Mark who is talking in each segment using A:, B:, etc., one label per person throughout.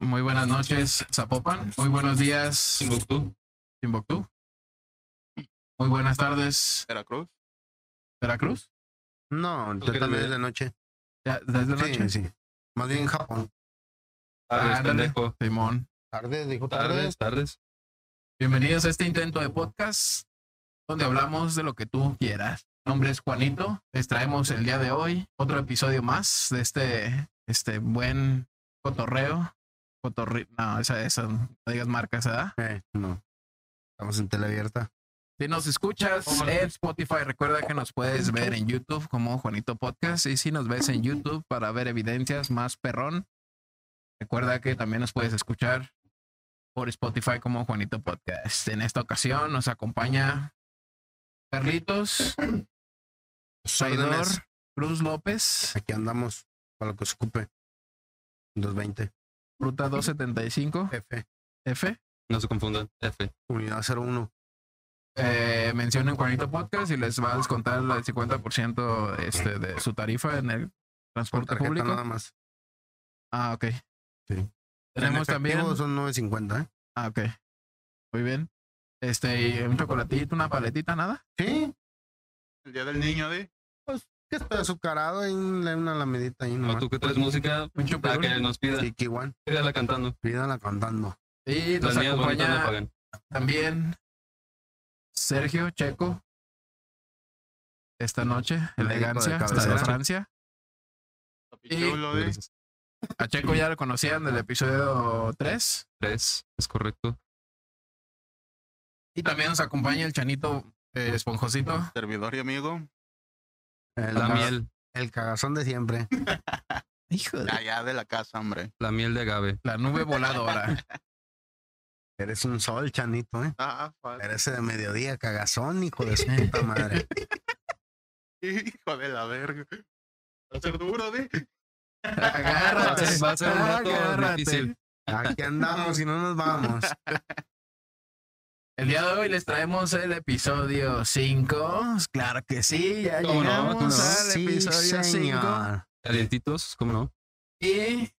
A: Muy buenas noches, Zapopan. Muy buenos días,
B: Timbuktu,
A: Timbuktu. Muy buenas tardes,
B: Veracruz.
A: Veracruz.
C: No,
B: que
C: yo también
B: también.
C: es de noche.
A: Ya, desde
C: Sí,
A: noche.
C: sí. Más bien Japón.
B: Tardes,
A: Ándale.
B: pendejo.
A: Simón.
C: Tarde, dijo tarde.
B: Tardes, tardes.
A: Bienvenidos a este intento de podcast donde hablamos de lo que tú quieras. Mi nombre es Juanito. Les traemos el día de hoy otro episodio más de este, este buen cotorreo. Cotorri no, esa, esa, no digas marcas, ¿verdad?
C: Eh, no. Estamos en teleabierta.
A: Si nos escuchas en Spotify, recuerda que nos puedes ver en YouTube como Juanito Podcast. Y si nos ves en YouTube para ver evidencias más perrón, recuerda que también nos puedes escuchar por Spotify como Juanito Podcast. En esta ocasión nos acompaña Carlitos,
C: Sus
A: Traidor,
C: órdenes.
A: Cruz López,
C: Aquí andamos para lo que ocupe. 220.
A: Ruta 275,
C: F.
A: F.
B: No se confundan. F.
C: Unidad 01.
A: eh, mencionen Juanito Podcast y les va a descontar el 50% este, de su tarifa en el
C: Por
A: transporte
C: tarjeta
A: público.
C: nada más.
A: Ah, ok.
C: Sí.
A: Tenemos
C: En efectivo
A: también.
C: Son 9.50, ¿eh?
A: Ah, ok. Muy bien. Este, y un chocolatito, una paletita, nada.
C: Sí.
D: El día del niño de.
C: Que está azucarado y una una lamedita ahí
B: O
C: nomás.
B: tú que traes música,
A: Un
B: para que
A: chocolate.
B: nos pida.
C: Sí, Kiwan.
B: Pídala cantando.
C: Pídanla cantando.
A: Y nos
B: Las mías bonitas no
A: acompaña
B: pagan.
A: también Sergio Checo. Esta noche,
C: El médico de
A: elegancia, hasta de
C: cabecera.
A: Francia.
D: Papichulo de.
A: A Checo ya lo conocían del episodio 3.
B: Tres, es correcto.
A: Y también nos acompaña el chanito eh, esponjosito.
D: Servidor y amigo.
C: El,
B: La
C: caga-
B: miel,
C: el cagazón de siempre.
A: Hijo de
D: Allá de la casa, hombre.
B: la miel de agave.
A: la nube voladora.
C: Eres un sol, Chanito, ¿eh?
D: Ah, padre.
C: Eres de mediodía, cagazón, hijo de su puta madre.
D: Hijo de la verga. Va a ser duro de.
A: Agárrate.
B: Va a ser un rato difícil.
C: Aquí andamos y no nos vamos.
A: El día de hoy les traemos el episodio 5. Claro que sí, ya
B: ¿Cómo no?
A: llegamos
B: ¿Cómo no?
A: al episodio 5.
B: Calientitos, ¿cómo no?
A: Y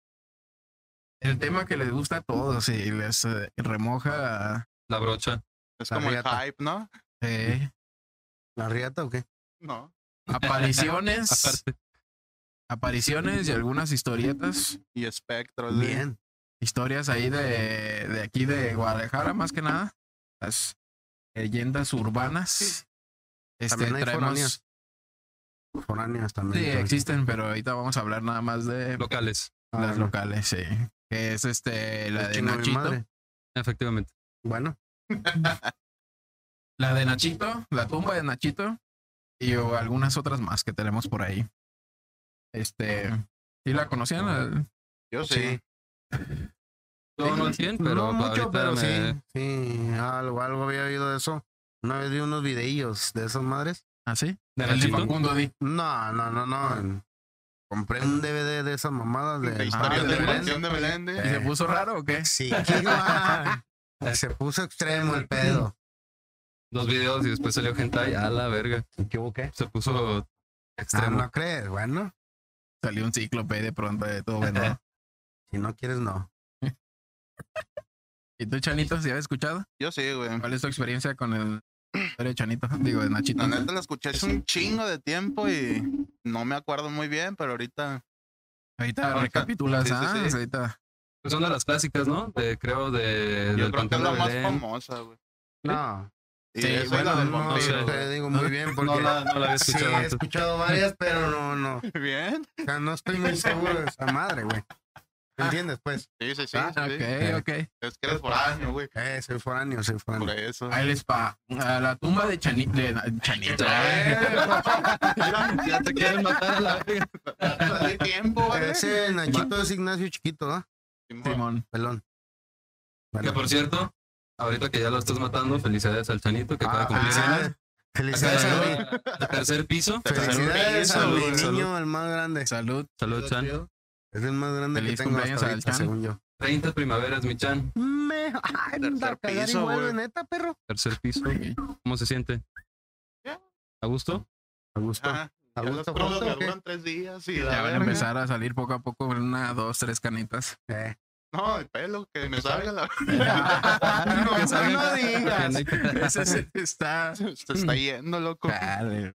A: el tema que les gusta a todos y les eh, remoja
B: La brocha.
D: Es
C: La
D: como el
C: riata.
D: hype, ¿no?
A: eh,
C: ¿La riata o qué?
D: No.
A: apariciones,
B: Aparte.
A: apariciones y algunas historietas.
D: Y espectro de.
C: Bien.
A: Historias ahí de, de aquí de Guadalajara, más que nada. Las leyendas urbanas. Este,
C: También hay
A: traemos.
C: foráneas. Foráneas también.
A: Sí,
C: entonces.
A: existen, pero ahorita vamos a hablar nada más de
B: Locales,
C: Ah,
A: las
C: no.
A: locales, sí. Que es este, la de
C: Chingo mi
A: Nachito.
C: madre.
B: efectivamente.
C: Bueno,
A: La de Nachito, la tumba de Nachito. Y o algunas otras más que tenemos por ahí. Este. ¿Sí la conocían? La-
D: Yo sí.
C: sí.
B: No, no al 100, pero pues
C: no mucho,
B: ahorita
C: pero
B: me-
C: sí. Sí, algo, algo había oído de eso. Una vez vi unos videillos de esas madres.
A: ¿Ah, sí?
B: ¿De
A: El de
B: Nachito?
A: Facundo Di.
C: No, no, no, no. Compré un DVD de esas mamadas
D: De
C: de.
D: historia
A: Ah,
D: de
A: de
D: la canción de Belén. de-
A: ¿Y se puso raro o qué?
C: Sí, Kiwan. Se puso extremo el pedo.
B: Dos videos y después salió hentai. A la verga.
C: ¿Me equivoqué?
B: Se puso
C: Ah,
B: extremo.
C: no crees. Bueno,
A: Salió un cíclope de pronto de todo, ¿verdad?
C: si no quieres, no.
A: ¿Y tú, Chanito, si habías escuchado?
D: Yo sí, güey.
A: ¿Cuál es tu experiencia con el historia de Chanito? Digo, de Nachito.
D: La neta la escuché hace un chingo de tiempo y no me acuerdo muy bien, pero ahorita.
A: Ahorita
D: Ahorita.
A: recapitulas,
D: Sí, sí,
A: ¿ah?
D: sí.
A: Ahorita.
B: Pues Son de las clásicas, ¿no? De, creo de,
D: Yo
B: del
D: creo que es
B: Panteón
D: la
B: de
D: más
B: Belén.
D: famosa, güey.
C: No.
D: Y
A: Sí,
D: esa es
A: bueno,
D: la del
A: no,
C: No,
D: vampiro.
B: sí.
D: güey.
C: te digo muy bien porque.
B: No la, no la había
C: Sí,
B: escuchado
C: he
B: antes.
C: escuchado varias, pero no, no.
D: Bien.
C: O sea, no estoy muy seguro de esa madre, güey. ¿Me entiendes, pues?
D: Sí, sí, sí.
C: Ah,
D: sí.
A: Ok, ok.
D: Es que eres foráneo, güey.
C: Eh, soy foráneo, soy
D: Por
C: foráneo.
D: eso.
A: Ahí les pa. A la tumba de Chanito. De Na- Chanito.
D: Mira,
B: Ya te quieren matar a la verga.
D: de tiempo, güey.
C: Ese Nachito es Ignacio Chiquito, ¿ah?
D: Simón.
A: Simón.
C: Pelón.
B: Que por cierto, ahorita que ya lo estás matando, felicidades al Chanito que acaba de
C: Ah,
B: cumplir
C: felicidades. Felicidades a mí.
B: años. Al tercer piso.
C: Felicidades a
D: Salud,
C: mi
B: salud.
C: niño, el más grande.
A: Salud.
B: Salud, Chan.
C: Es el más grande que
A: Feliz
C: tengo hasta
A: cumpleaños al
C: ahorita,
A: Chan.
C: según yo.
B: 30 primaveras, mi Chan.
C: Me... Ay, me da a
D: Tercer
C: cagar
D: piso,
C: igual,
D: güey.
C: güey, neta, perro.
B: Tercer piso. ¿Cómo se siente?
D: Bien.
B: ¿A gusto?
C: A gusto.
D: Ajá.
C: A
D: Ya las
C: gusto,
D: pruebas
C: Fausto,
D: que
C: ¿o qué?
D: duran tres días y
A: Ya
D: la
A: van a
D: verga.
A: empezar a salir poco a poco una, dos, tres canitas.
C: Eh,
D: No, el pelo, que me salga la.
B: No,
D: no,
B: salga.
D: no digas.
A: Ese sí está.
D: Se se está yendo, loco.
A: Dale.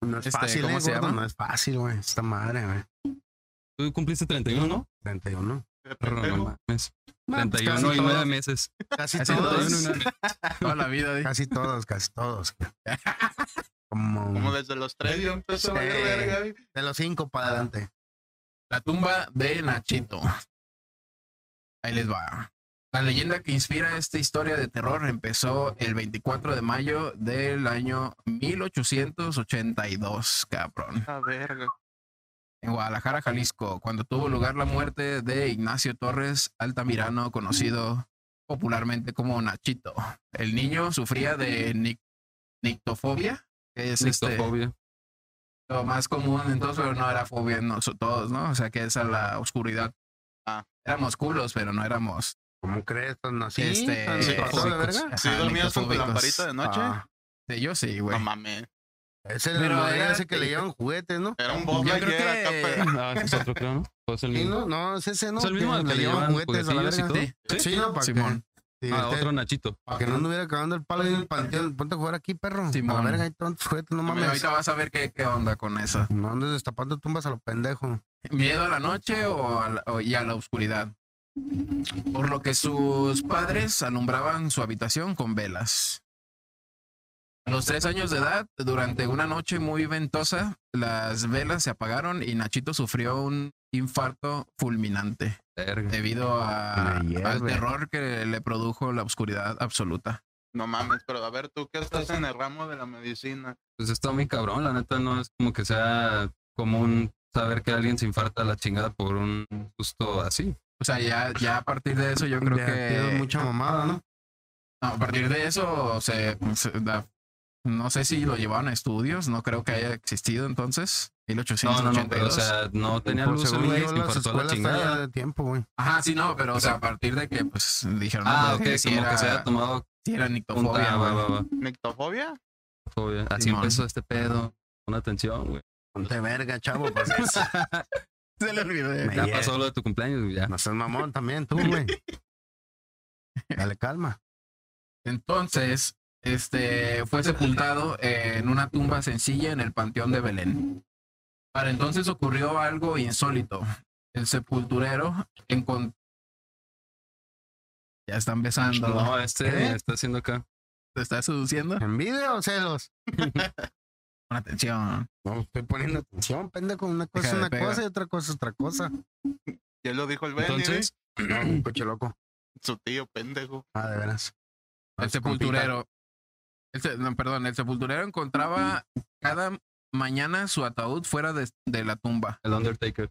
C: No es
A: Este,
C: fácil,
A: ¿cómo
C: ¿eh,
A: se
C: gordo?
A: llama?
C: No es fácil, güey. Esta madre, güey.
B: Tú cumpliste 31, ¿no?
C: 31.
D: De pendejo.
B: No mames.
C: No, pues
B: 31
C: casi
B: y 9
C: todos,
B: meses.
C: Casi
A: Así
C: todos.
A: todos. Toda la vida. di.
C: Casi todos, casi todos. güey.
D: Como
C: Como
D: desde los tres ya empezó a valer
C: Sí.
D: verga, güey.
C: de los cinco para adelante.
A: La tumba de Nachito. Ahí les va. La leyenda que inspira esta historia de terror empezó el 24 de mayo del año 1882, cabrón.
D: A verga.
A: En Guadalajara, Jalisco, cuando tuvo lugar la muerte de Ignacio Torres Altamirano, conocido popularmente como Nachito. El niño sufría de nic- nictofobia, que es este,
B: Sextofobia.
A: lo más común entonces, pero no era fobia en nosotros todos, ¿no? O sea, que es a la oscuridad.
D: Ah.
A: Éramos culos, pero no éramos.
C: ¿Cómo crees? Pues, No, sí,
A: Este,
C: tan- ¿se pasó de
B: fóbicos.
C: verga?
D: ¿Sí
A: ajá,
D: dormías con tu
A: nictofóbicos.
D: lamparita de noche?
C: Ah,
A: Sí, yo sí, güey.
D: no mames.
C: ese era el
A: Pero
C: modelo
A: era-
C: ese que le llevan juguetes, ¿no?
D: Era un Bob
A: Yo creo
D: Lightyear acá,
A: que-
D: pe-
B: Ah, ese es otro, creo, ¿no? O es el
C: Sí,
B: mismo.
C: no, no, es ese, ¿no?
B: Es el mismo
C: Que
B: al que le llevan
C: juguetes a la
B: juguetillos y
C: verga.
B: todo.
A: Sí.
C: Sí, no, para que,
A: Simón.
C: sí,
B: Ah,
C: este-
B: otro Nachito.
C: para que no anduviera cagando el palo y el panteón. Ponte a jugar aquí, perro. A la
A: Simón.
C: verga, hay tantos juguetes, no
A: Bueno,
C: mames.
A: ahorita vas a ver qué, qué onda con eso.
C: No andes destapando tumbas a los pendejos.
A: miedo a la noche o a la- o- y a la oscuridad. Por lo que sus padres alumbraban su habitación con velas. A los tres años de edad, durante una noche muy ventosa, las velas se apagaron y Nachito sufrió un infarto fulminante
B: Verga.
A: debido a-
C: Me hierve.
A: al terror que le produjo la oscuridad absoluta.
D: No mames, pero a ver, tú que estás en el ramo de la medicina.
B: Pues está muy cabrón, la neta no es como que sea común saber que alguien se infarta a la chingada por un susto así.
A: O sea, ya, ya a partir de eso yo creo
C: Ya tiene
A: que...
C: mucha mamada, ¿no?
A: No, a partir de eso, se, se da- no sé si lo llevaron a estudios, no creo que haya existido entonces.
B: No,
A: 1882.
B: no, no, pero o sea, no tenía
C: Por
B: luz el
C: según
B: güey,
C: yo,
B: se
C: las
B: infartó a la
C: escuelas
B: chingada.
C: todavía de tiempo, güey.
A: Ajá, sí, no, pero o sea, a partir de que pues dijeron,
B: Ah,
A: no,
B: ok,
A: pues, es que
B: como
A: sí era,
B: que se haya tomado
A: sí era
B: punta,
A: nictofobia,
B: va,
A: güey.
B: va, va.
D: ¿Mictofobia?
B: Fobia. Así
A: Simón.
B: empezó este pedo. Una atención, güey.
C: Ponte verga, chavo. Pues,
A: Se le olvidó.
C: Me
B: Ya
C: hierve.
B: pasó lo de tu cumpleaños, güey, ya.
C: No seas mamón también, tú, güey. Dale calma.
A: Entonces, este fue sepultado en una tumba sencilla en el Panteón de Belén. Para entonces ocurrió algo insólito. El sepulturero encontró. Ya están besando.
B: No, este
C: ¿Eh?
A: ¿Qué?
B: está haciendo acá.
A: ¿Te estás seduciendo?
C: ¿Envidia o celos?
A: Con atención.
C: No, estoy poniendo atención, pendejo. Una cosa es
A: Deja de
C: una
A: pegar.
C: cosa y otra cosa es otra cosa.
D: Ya lo dijo el Benny, güey.
B: Entonces,
C: No, coche loco.
D: su tío pendejo.
C: Ah, de veras.
A: El
C: Este
A: sepulturero. el se- no, perdón, el sepulturero encontraba cada mañana su ataúd fuera de, de la tumba.
B: el Undertaker.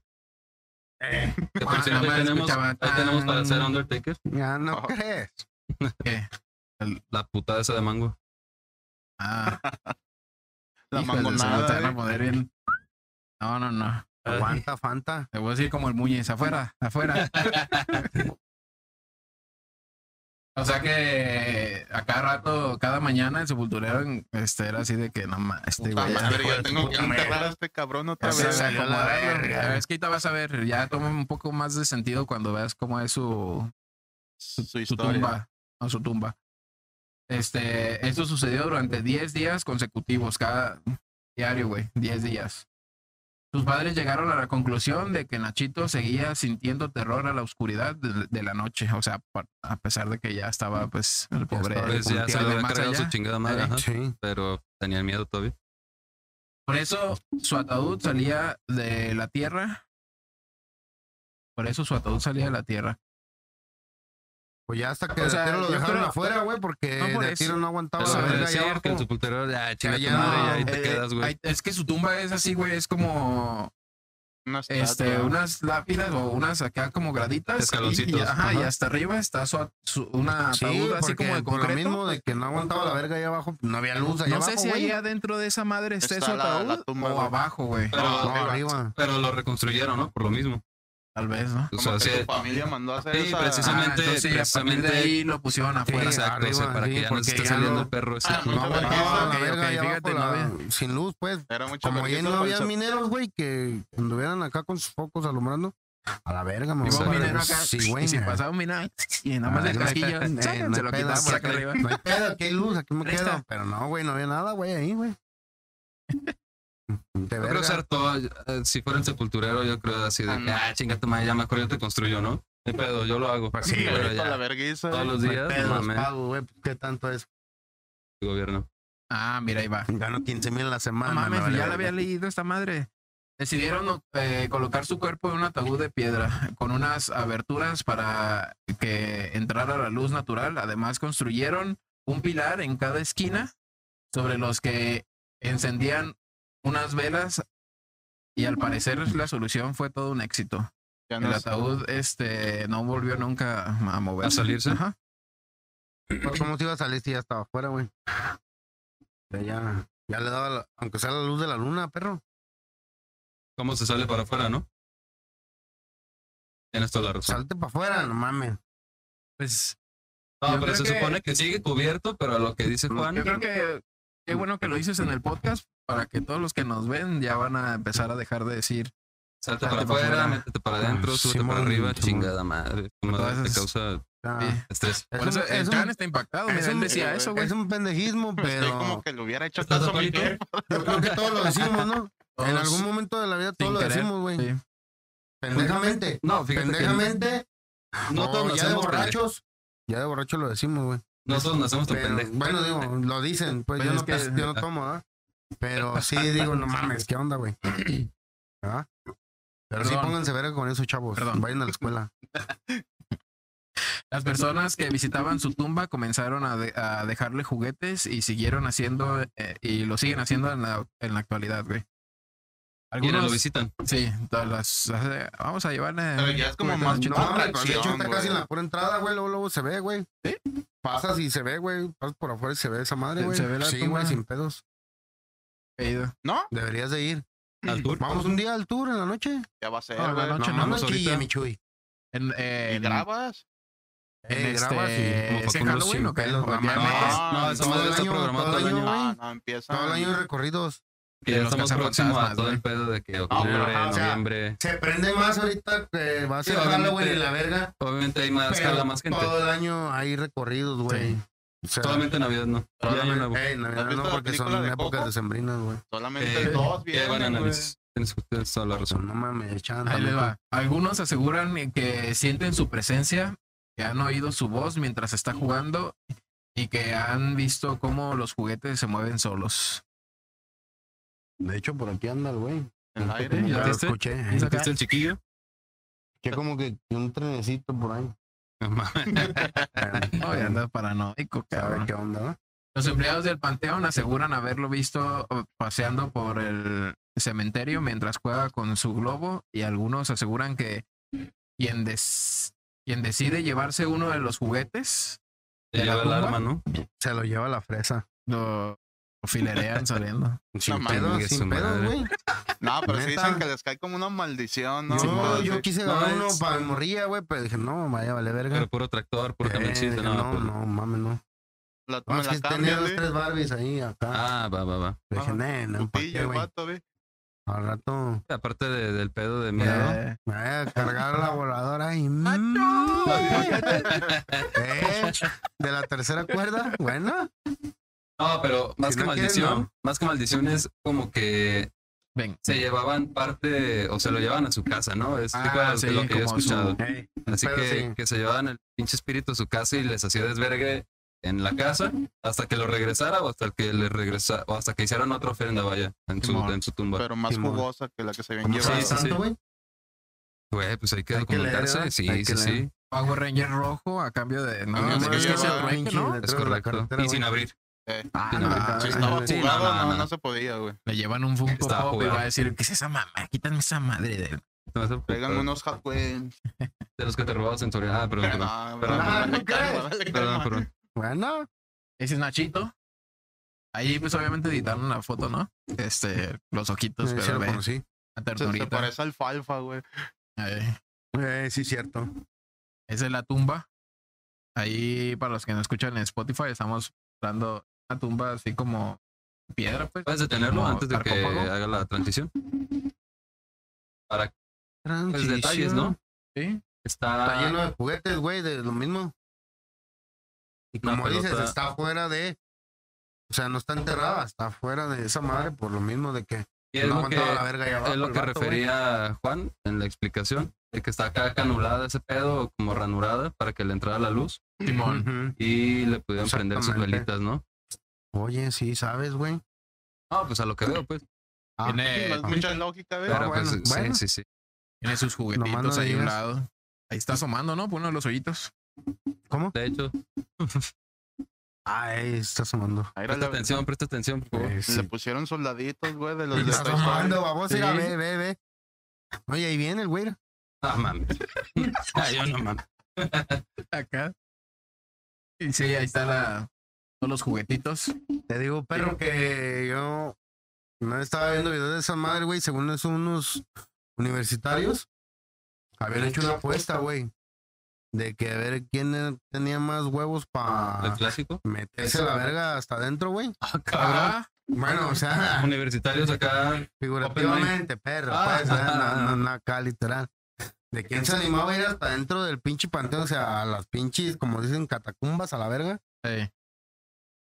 C: Ah,
B: Que por
A: Ah,
B: cierto,
A: no
B: Eh, ahí
A: me
B: tenemos,
A: escuchaba
B: ahí tenemos para
A: tan-
C: Ah.
B: hacer Undertaker
C: Ya no
D: Oh.
C: crees.
B: la putada esa de mango.
A: Ah,
D: La
A: híjole, se me
D: mangonada. ¿eh?
A: van a
B: eh.
D: güey.
A: poner bien. No, no, no.
C: Aguanta, Fanta.
A: Te voy a decir como el Muñiz, afuera, afuera. o sea que a cada rato, cada mañana el sepulturero en- este, era así de que no más, este
D: Puta
A: güey. ya-
D: madre,
C: hijo
D: ya
C: de
D: tengo que
C: puta madre.
D: enterrar a este cabrón otra
A: Ya
C: se
D: vez.
A: sabes,
C: Pues salió la
A: acomodarlo.
C: verga.
A: Es que ahorita vas a ver, ya toma un poco más de sentido cuando veas cómo es su,
D: Su
A: su
D: historia.
A: tumba, no su tumba. Este, esto sucedió durante 10 días consecutivos, cada diario, güey, 10 días. Sus padres llegaron a la conclusión de que Nachito seguía sintiendo terror a la oscuridad de, de la noche, o sea, pa- a pesar de que ya estaba, pues, el pobre.
C: estaba
B: Pues
A: con
B: ya
A: pie
B: se le
A: de
B: había
A: más
B: cargado su
A: allá.
B: chingada madre,
A: Eh,
B: ajá,
C: Sí.
B: pero tenía miedo todavía.
A: Por eso su ataúd salía de la tierra. Por eso su ataúd salía de la tierra.
C: Pues ya hasta que
A: O
C: de
A: sea,
C: tiro lo
A: yo
C: dejaron
A: creo-
C: afuera, güey, porque
A: No, por
C: de
A: eso.
C: tiro no aguantaba
B: Eso
C: la
B: me
C: verga allá
B: decía que el
C: abajo.
B: sepulturero, ya, ah, chinga tu
C: ya,
B: madre,
C: no,
B: ya, ahí te
A: eh,
B: quedas, güey.
A: hay- es que su tumba es así, güey, es como
D: Una
A: este,
D: estatua.
A: unas lápidas o unas acá como graditas. y-
B: Escaloncitos,
A: Y, ajá, y
B: ajá.
A: hasta arriba está su, su- una
C: Sí,
A: ataúd así como
C: porque
A: de
C: por lo
A: concreto.
C: mismo de que no aguantaba la verga allá abajo, no había luz allá
A: no
C: abajo,
A: sé si
C: güey.
A: ahí adentro de esa madre esté
D: Está
A: su
D: la-
A: ataúd
D: la tumba,
A: o
D: güey.
A: abajo, güey.
B: Pero,
C: No,
D: arriba.
C: arriba.
B: pero lo reconstruyeron, ¿no? Por lo mismo.
A: Tal vez, ¿no?
B: O
D: Como
B: sea,
D: que
B: sí,
D: su familia mandó a hacer
B: Sí,
D: esa-
B: precisamente-
A: entonces, a partir de
B: precisamente-
A: ahí lo pusieron afuera.
C: Sí,
B: exacto, o sea,
C: arriba,
B: para
C: sí,
B: que ya no
C: porque
B: esté
C: ya
B: saliendo
C: no-
B: el perro ese.
D: Ah,
B: No,
D: no,
C: No,
D: no,
C: güey,
D: no,
C: la
A: ok,
C: verga
A: ok,
C: allá abajo,
A: fíjate, no
C: la-
A: había-
C: sin luz, pues.
D: Era mucho
C: Como ahí
D: vergüenza
C: no
D: con
C: había
D: su-
C: mineros, güey, que anduvieran acá con sus focos alumbrando, A la verga, me
A: Y
C: voy
A: va
C: a
A: un
B: Exacto.
A: minero acá.
C: Sí, güey.
A: y si pasaba un minero, y nada más
C: Ah,
A: el
C: no hay
A: casquillo,
C: pedo, eh,
A: sáquense,
C: no hay
A: lo
C: pedo,
A: quitaba por acá
C: sáquenle.
A: arriba.
C: No hay pedo, aquí hay luz, aquí me
A: Ahí está.
C: quedo. Pero no, güey, no había nada, güey, ahí, güey. De
B: Yo creo
C: verga.
B: ser todo, eh, si fuera el sepulturero, yo creo así de que,
D: Ah,
B: ah, chinga tu madre, ya mejor yo te construyo, ¿no? Ni pedo, yo lo hago.
D: Pues
C: sí,
B: Pero
D: Ahorita
B: ya,
D: la verguiza.
B: todos los
C: No hay
B: días,
C: pedo, los
B: mames,
C: pago, güey. pues, ¿Qué tanto es?
B: el gobierno.
A: Ah, mira, ahí va.
C: Gano 15 mil a la semana.
A: No mames,
C: me vale
A: ya la
C: verga.
A: había leído esta madre. Decidieron eh, colocar su cuerpo en un ataúd de piedra con unas aberturas para que entrara la luz natural. Además, construyeron un pilar en cada esquina sobre los que encendían unas velas y al parecer la solución fue todo un éxito.
D: Ya no
A: El
D: es-
A: ataúd este no volvió nunca a moverse.
B: ¿A salirse?
A: Ajá.
C: Pues, ¿Cómo se iba a salir si ya estaba afuera, güey? Ya, ya, ya le daba, la- aunque sea la luz de la luna, perro.
B: ¿Cómo se sale para afuera, no? Tienes toda la razón.
C: Salte para afuera, no mames.
A: Pues
B: No,
A: Yo
B: pero
A: creo
B: se
A: que-
B: supone que sigue cubierto, pero lo que dice Juan,
A: yo creo que qué bueno que lo dices en el podcast para que todos los que nos ven ya van a empezar a dejar de decir
B: salte para
A: salte para
B: afuera,
A: afuera.
B: métete para adentro,
C: Ah,
B: súbete para
C: Simón,
B: arriba,
C: Simón.
B: chingada madre. Tu madre
A: Todas
B: te
A: esas-
B: causa
C: O sea,
A: Sí.
B: estrés.
C: es
A: Por eso
C: un-
A: el
C: es un-
A: Chan está impactado. Ah, mira,
C: es
A: él
C: un-
A: decía eso, güey.
C: Es un pendejismo,
D: Estoy
C: pero
D: como que le hubiera hecho
B: ¿Estás
D: caso a mi
B: solito?
D: tiempo.
C: yo creo que todos lo decimos, ¿no? En
A: Todos
C: algún momento de la vida todos
A: sin
C: lo
A: querer,
C: decimos, güey.
A: sí.
C: Pendejamente.
B: No, fíjate que
C: Pendejamente.
B: no todos
C: o ya de
B: nacemos pendejos.
C: borrachos. Ya de borrachos lo decimos, güey.
B: No todos nacemos tan
C: Pero,
B: pendejos.
C: bueno, digo, lo dicen, pues
A: Pues
C: yo,
A: es
C: no,
A: que-
C: yo no tomo, ¿ah? Pero sí digo, no mames, ¿qué onda, güey? ¿Ah? Pero sí
A: Perdón.
C: pónganse verga con eso, chavos.
A: Perdón.
C: Vayan a la escuela.
A: Las personas que visitaban su tumba comenzaron a, de- a dejarle juguetes y siguieron haciendo eh, y lo siguen haciendo en la, en la actualidad, güey.
B: Quienes lo
A: Algunos,
B: visitan.
A: sí, todas las, hace- vamos a llevarle.
D: Pero ya es como
A: juguetes
D: más-
A: chiquitos.
C: No,
D: Ah,
C: hombre, de hecho
D: atracción,
C: está casi
D: güey.
C: en la pura entrada, güey. Luego, luego se ve, güey.
A: ¿Sí?
C: Pasas y se ve, güey. Pasas por afuera y se ve esa madre,
A: Se-
C: güey.
A: se ve la
C: Sí,
A: tumba.
C: güey, sin pedos.
A: Caído.
D: ¿No?
C: Deberías de ir.
B: Al tour.
C: Vamos un día al tour en la noche.
D: Ya va a ser,
A: Ah, la
D: güey.
A: noche no,
C: no, mames,
B: vamos
C: aquí,
B: ahorita.
C: mi chuy.
A: En,
D: ¿Y
A: en-
D: grabas?
A: en
C: Eh, grabas
A: este-
C: y
B: como
A: ¿sí en
B: Facundo
A: Halloween
B: sin
A: o qué?
C: pelos,
A: ¿O
C: no
A: ya
C: mames.
A: metes?
D: No,
B: No, esa
C: Ah, todo
B: madre
C: el
B: está
C: año,
B: programada
C: todo
B: todo el
C: el
B: año.
C: año.
D: No,
C: güey.
D: no empieza.
C: Todo el año recorridos.
B: Que
A: de
B: ya
A: los
B: estamos próximos
A: cazafantasmas,
B: a todo
A: güey.
B: el pedo de que octubre,
D: pero,
C: ajá, Ah, o sea,
B: noviembre.
C: Se prende más ahorita que va a ser
B: Sí, obviamente.
C: Halloween y la verga.
B: Obviamente hay más,
C: pero
B: jala más gente.
C: Todo el año hay recorridos, güey. O sea,
B: Solamente Navidad no. Y
C: solamente-
B: Año Nuevo.
C: Eh, Navidad
D: ¿Has visto
C: no,
D: la
C: porque
D: película
C: son
D: de
C: épocas
D: Coco?
C: decembrinas, güey.
D: Solamente
B: Eh,
D: dos
B: Qué buen
D: vienen, güey.
B: análisis. Tienes ustedes toda la razón.
C: No mames, chan.
A: Ahí
C: también
A: les va. pues. Algunos aseguran que sienten su presencia, que han oído su voz mientras está jugando y que han visto cómo los juguetes se mueven solos.
C: De hecho, por aquí anda el güey.
D: En el
C: Como
D: aire.
C: que
A: ya
C: lo
B: viste.
C: escuché. eh.
A: Esa-
B: ¿Viste el chiquillo?
C: Que como que un trenecito por ahí.
B: No mames.
A: Ay,
C: Ay,
A: anda paranoico,
C: ¿Sabe
A: cabrón.
C: qué onda? no?
A: Los empleados del panteón aseguran haberlo visto eh, paseando por el cementerio mientras juega con su globo y algunos aseguran que quien, des- quien decide llevarse uno de los juguetes
B: Te
A: ¿De la
B: lleva el
A: tumba?
B: arma, ¿no?
C: Se lo lleva la fresa.
A: lo filerean saliendo.
C: Sin
D: mames,
C: pedos,
B: que su
C: sin pedos,
B: madre.
C: güey.
D: No, pero sí
C: Neta.
D: dicen que les cae como una maldición, ¿no?
B: Sí,
C: No,
B: madre.
D: Como-
C: yo quise
B: No,
C: ganar uno
B: es-
C: para mi morrilla, güey, pero dije, no, vaya, vale verga.
B: Pero puro tractor, puro
C: Eh,
B: camioncito,
C: dije,
B: no, pues,
C: no,
B: puro-
C: no, mames, no.
D: La,
C: No,
D: me
C: es
D: la
C: que tenía
D: cambian,
C: los
D: güey.
C: tres Barbies ahí acá.
B: Ah, va, va, va.
C: Le dije,
D: ajá.
C: "Nee, no, ¿pa'
D: Putillo,
C: qué,
D: el
C: güey?
D: vato, güey.
C: Al rato
B: Aparte de- del pedo de miedo.
A: Eh,
C: me voy a cargar la voladora y... mm, eh, De la tercera cuerda, bueno.
B: No, pero más
C: Si
B: que
C: no quieres,
B: maldición,
C: no.
B: más que maldición es como que
A: ven.
B: se llevaban parte o se lo llevaban a su casa, ¿no? Es
C: Ah,
B: tipo de
A: sí,
B: lo que yo he
A: como su-
B: escuchado.
C: Eh,
B: Así
C: pero
B: que,
C: sí.
B: que se llevaban el pinche espíritu a su casa y les hacía desvergue en la casa hasta que lo regresara o hasta que le regresa o hasta que hicieran otra ofrenda, vaya, en su,
A: Simón.
B: en su tumba.
D: Pero más
C: Simón.
D: jugosa que la que se habían
C: ¿Cómo
B: lleva-
C: sabe
D: llevado.
B: sí, sí,
C: tanto,
B: sí.
C: güey?
B: Güey, pues hay que
C: Hay que leer,
B: documentarse.
C: ¿verdad?
B: sí,
C: Hay
B: sí,
C: que leer.
B: sí.
A: Power Ranger rojo a cambio de. No,
D: Ah,
A: no,
D: sí,
A: es que
D: lleva
A: es el Ranger,
C: pinche
A: ¿no?
C: letrero
B: Es
C: de la
B: correcto.
C: carretera,
B: Y sin
C: güey.
B: abrir.
A: Ah,
B: sin
A: no,
B: abrir.
A: ah,
D: Si
A: sí,
D: estaba
B: Sí, no,
D: jugado,
B: no,
D: no,
B: no.
D: no se podía, güey.
A: Le llevan un Funko
B: Estaba
A: Pop y
B: jugando.
A: va a decir: ¿Qué es esa mamá? Quítame esa madre de.
D: Traigan unos Hardware.
B: De los que te robabas en Torreón. Ah, perdón, perdón. Perdón,
D: No, no,
C: perdón.
D: no, calma, dale,
B: Perdón,
D: calma.
B: perdón.
C: Bueno,
A: Ese es Nachito. Ahí, pues obviamente editaron la foto, ¿no? Este, los ojitos,
C: eh, sí
A: pero
C: lo
A: ve,
C: conocí.
A: la
D: Se- Se,
A: ternurita.
D: parece alfalfa, güey.
A: Eh,
C: Eh, sí, cierto.
A: esa es la tumba. Ahí, para los que no escuchan en Spotify, estamos dando una tumba así como piedra, pues.
B: Puedes detenerlo
A: Como
B: antes de que
A: sarcófago.
B: haga la transición. Para Pues
C: Transición.
B: detalles, ¿no?
A: Sí.
B: Está,
C: Está lleno de juguetes, güey, de lo mismo. Y
B: una
C: como dices,
B: pelota-
C: está fuera de. O sea, no está enterrada, está fuera de esa madre por lo mismo de que
B: y es
C: no
B: lo que,
C: aguantaba la verga allá abajo.
B: es lo
C: el
B: que
C: vato, güey.
B: refería Juan en la explicación, de que está acá canulada ese pedo, como ranurada, para que le entrara la luz
A: Simón.
C: Ujú.
B: y le pudieran prender sus
C: Exactamente.
B: velitas, ¿no?
C: Oye, sí, sabes, güey.
B: No, pues a lo que veo, pues.
C: Ah,
A: Tiene,
D: No es mucha lógica, ¿ves?
B: Pero pues,
C: bueno,
B: sí,
C: bueno.
B: sí, sí.
A: tiene sus juguetitos
C: Nomás no
A: ahí a un
C: digas.
A: lado. Ahí está asomando, ¿no? Por uno de los hoyitos.
C: ¿Cómo?
B: De hecho,
C: Ay, está asomando.
D: Ahí era
B: presta
D: la-
B: atención, presta atención, por favor.
C: Eh, sí.
D: Le pusieron soldaditos, güey, de los de
C: Está
D: Toy Story.
B: ¿eh?
C: asomando, vamos a ir a
D: Sí.
C: ver, ve, ve. Oye, ahí viene el güey.
B: Ah, mames. Ah, yo no mames.
A: Acá. Y sí, ahí está la, todos los juguetitos.
C: Te digo, perro, que yo no estaba viendo videos de esa madre, güey. Según es unos universitarios, habían hecho una apuesta, güey. De que a ver quién eh, tenía más huevos
B: El
C: para
B: clásico.
C: meterse la verga hasta adentro, güey.
B: Ah, cabrón.
A: Ahora,
C: Bueno, o sea,
B: Universitarios acá.
C: figurativamente, perro,
B: Ah.
C: pues, eh, no, no, no, acá literal. De quién se animaba a ir hasta adentro del pinche panteón, o sea, a las pinches, como dicen, catacumbas a la verga.
A: eh,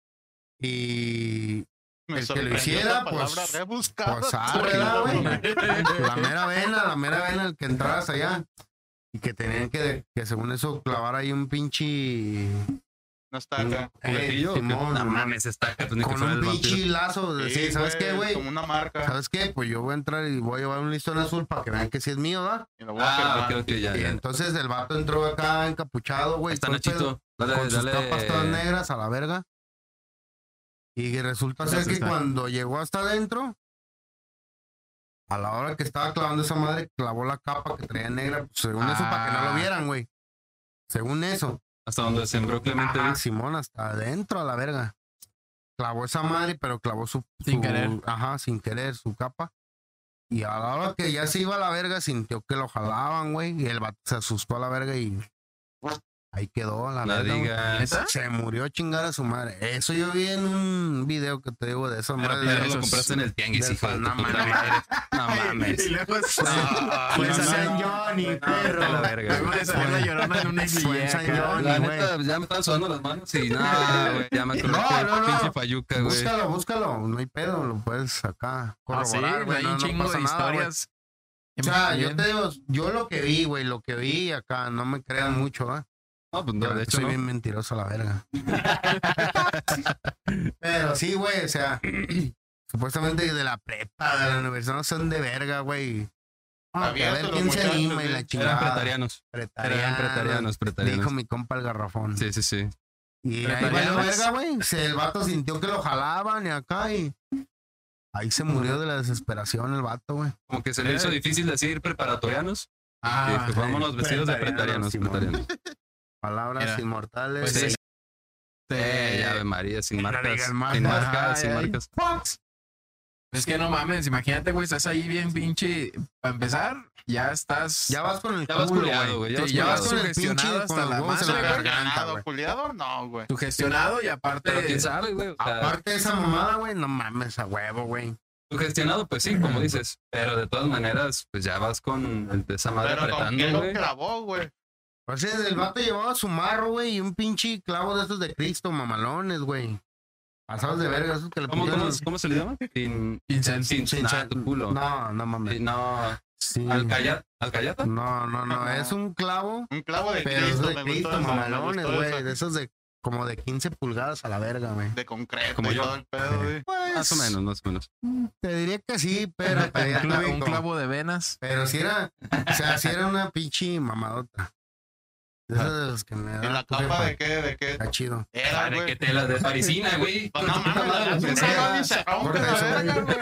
C: Y
D: Me
C: El que lo
D: sorprendió
C: hiciera,
D: la
C: pues-
D: palabra rebuscada.
C: pues,
D: güey.
C: ábrela, güey. la mera vena, la mera vena, el que entrabas allá. Y que tenían que, que según eso, clavar ahí un pinche.
D: No está acá.
B: Juguetillo.
C: Eh,
B: o qué?
C: Simón,
B: no
C: mamá,
B: mames, está que tiene que
C: con
B: fuera
C: un
B: el vampiro.
C: pinche lazo. De, sí, ¿sabes qué, güey?
D: Como una marca.
C: ¿Sabes qué? Pues yo voy a entrar y voy a llevar un listón azul para que vean que sí es mío, ¿verdad?
D: Y lo voy a
B: Ah,
D: firmar.
B: ok, ok, ya,
C: Y
B: ya.
C: entonces el vato entró acá encapuchado, güey.
B: Está
C: todo el pedo,
B: Nachito. Dale,
C: Con sus capas todas
B: dale.
C: negras a la verga. Y resulta ser
A: Gracias,
C: que
A: Pues está.
C: cuando llegó hasta adentro, a la hora que estaba clavando esa madre, clavó la capa que traía negra, pues, según eso, para que no
A: Ah.
C: lo vieran, güey. Según eso.
B: Hasta donde sembró Clemente.
C: Ajá,
B: Dick.
C: Simón, hasta adentro a la verga. Clavó esa madre, pero clavó su.
A: Sin
C: su-
A: querer.
C: Ajá, sin querer, su capa. Y a la hora que ya se iba a la verga, sintió que lo jalaban, güey. Y el vato se asustó a la verga y. Ahí quedó a la
B: La
C: verga. güey.
B: diga.
A: ¿Neta?
C: Se murió a chingar a su madre. Eso yo vi en un video que te digo de esa
A: Pero
C: madre.
A: te
B: Pero
A: esos-
B: Ah, lo compraste en el tianguis,
C: del
B: hijo de tu
C: Panamá,
B: puta
C: no
B: madre. No mames.
A: Y luego se-
C: Fue
A: Fue
C: en
A: en
C: San
A: San
C: Johnny,
B: Vete a la
C: perro.
B: verga,
A: luego
B: güey.
A: le salió la llorona en una
C: Fue en
A: islilla,
C: San
A: acá.
C: Johnny,
B: La
C: güey.
B: neta, ya me estaban sudando las manos y nada, güey. Ya me acordé
C: No,
B: que
C: no, no.
B: pinche payuca, güey.
C: Búscalo, búscalo. No hay pedo, lo puedes acá
A: Ah, sí,
C: corroborar, güey.
A: hay
C: no,
A: un
C: no
A: chingo
C: pasa
A: de
C: nada, güey.
A: historias.
C: O sea, yo te digo, yo lo que vi, güey, lo que vi acá, no me crean mucho, ¿va?
B: No, pues no, Ah, de hecho,
C: soy
B: no.
C: bien mentiroso a la verga. Pero sí, güey, o sea, supuestamente de la prepa, de la universidad, no son de verga, güey. Ah, que a
D: Abierto
C: ver
D: los
C: quién se
D: muchachos,
C: anima y
D: sí.
C: la
B: Eran
C: chingada.
B: pretarianos. Eran
C: Pretarianos,
B: pretarianos,
C: Dijo
B: pretarianos.
C: mi compa el garrafón.
B: Sí, sí, sí.
C: Y ahí
A: Pretarianos.
C: valió verga, güey. Se- El vato sintió que lo jalaban y acá y... Ahí se murió de la desesperación el vato, güey.
B: Como que se le hizo difícil decir preparatorianos.
A: Ah,
B: y pues vámonos vestidos de pretarianos,
C: pretarianos, Simón.
B: pretarianos.
C: Palabras
A: Mira,
C: inmortales.
A: pues
B: Sí,
A: sí.
B: Eh,
A: Este,
B: ya ve María, sin
C: No
B: marcas.
C: digas marcas.
B: Sin marcas,
A: Ajá,
B: sin
A: ay, ay.
B: marcas.
A: Es que no mames, imagínate, güey, estás ahí bien pinche. Para empezar, ya estás.
C: Ya vas con el
B: Ya vas
C: culo,
B: culeado,
C: güey.
B: güey.
A: Sí,
B: Ya
A: ya
B: vas
A: vas
B: culeado.
C: con el
A: sugestionado
C: pinche- con
A: hasta
C: los
A: la
C: huevos en la
A: madre.
C: garganta,
D: Ganado,
C: güey.
D: culiado, no, güey.
A: Sugestionado y aparte.
B: Pero quién sabe, güey. O sea,
C: Aparte de esa mamada, güey, no mames a huevo, güey.
B: Sugestionado, pues sí, como dices. Pero de todas maneras, pues ya vas con el de esa madre
D: Pero con quién
B: apretando,
D: lo
B: güey.
D: clavó, güey.
C: O sea, Pues el vato llevaba su marro, güey, y un pinche clavo de esos de Cristo, mamalones, güey. Pasados de verga, esos que le
B: ¿Cómo, cómo,
C: pusieron.
B: es- cómo se le llama? Sin.
A: Pincel.
B: Sin.
C: Sin-
B: Sin. nah, tu culo.
C: No, no mames.
B: Sí, No.
C: Sí.
B: Alcayata. Alcayata.
C: No, no, no,
D: No.
C: es un clavo,
D: Un clavo de
C: pero es
D: Cristo,
C: de
D: me gustó
C: Cristo,
D: esa, me
C: mamalones,
D: gustó esa.
C: güey, de esos de como de 15 pulgadas a la verga, güey.
D: De concreto
B: Como
D: y
B: yo.
D: todo el pedo,
C: Ah,
D: güey.
B: Más o menos, más o menos.
C: Te diría que sí, pero te diría
A: un
C: que
A: clavo- un
C: como-
A: clavo de venas.
C: Pero si era, o sea, si era una pinche mamadota. De esas de las que me
D: ¿Y
C: da
D: la
C: tu
D: capa
C: jefa.
D: de qué? ¿De qué?
C: Está chido.
D: Era,
B: Madre, qué
D: güey. Pues
B: tela de parisina, güey.
D: No mames,
B: Puta
D: la
B: madre,
D: pinza
B: güey.
D: no ni se rompe
C: Por
D: la
C: eso,
D: verga,
C: güey.
D: güey.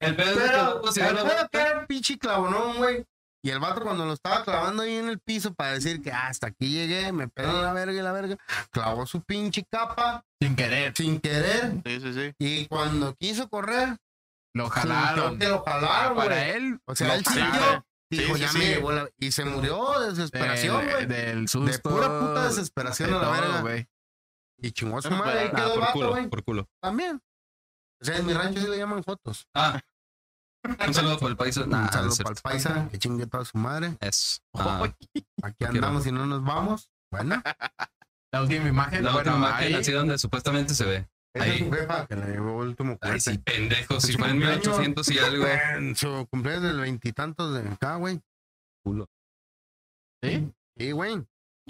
B: El pedo es que
C: Pero,
B: lo
D: pues,
B: considero-
C: pero era un pinche clavonón, güey. Y el vato cuando lo estaba clavando ahí en el piso para decir que "Ah, hasta aquí llegué, me pedo la verga y la verga, clavó su pinche capa
A: Sin querer.
C: sin querer.
D: Sí, sí, sí.
C: Y cuando quiso correr,
A: Lo jalaron.
C: sintió que lo
A: Ah,
C: jalaron,
A: para
C: güey.
A: él.
C: O sea,
A: lo
C: él
A: jalaron.
C: sintió,
D: Sí,
C: dijo,
D: sí,
C: ya
D: sí.
C: me llevó la... Y se murió de
A: De-
C: desesperación,
A: de-
C: güey.
A: Del
C: De
A: susto.
C: pura puta
A: de
C: desesperación a la
A: todo,
C: verga.
A: güey.
C: Y chingó a su
D: No,
C: madre. Ahí
B: Ah,
D: pero-
C: quedó el
B: por
C: vato,
B: culo,
C: güey.
B: por culo.
C: También. O sea, en mi rancho sí le llaman fotos.
B: Ah, Un saludo para el país. Nah,
C: Un
B: Ah,
C: saludo
B: es
C: para el
B: cierto.
C: paisa, que chingue toda su madre.
B: Es. ah,
C: Aquí
B: Quiero-
C: andamos y no nos vamos. Bueno,
A: La última imagen,
B: la
A: bueno,
B: última imagen,
A: ahí,
B: así donde supuestamente se ve.
C: esa
B: Ahí.
C: es su jefa que le llevó el último
B: Ay,
C: cohete.
B: sí, pendejo. Si
C: su
B: fue en
C: cumpleaños.
B: 1800 y algo.
C: En su cumpleaños del veintitantos de acá, güey.
A: ¿sí?
C: Sí, güey.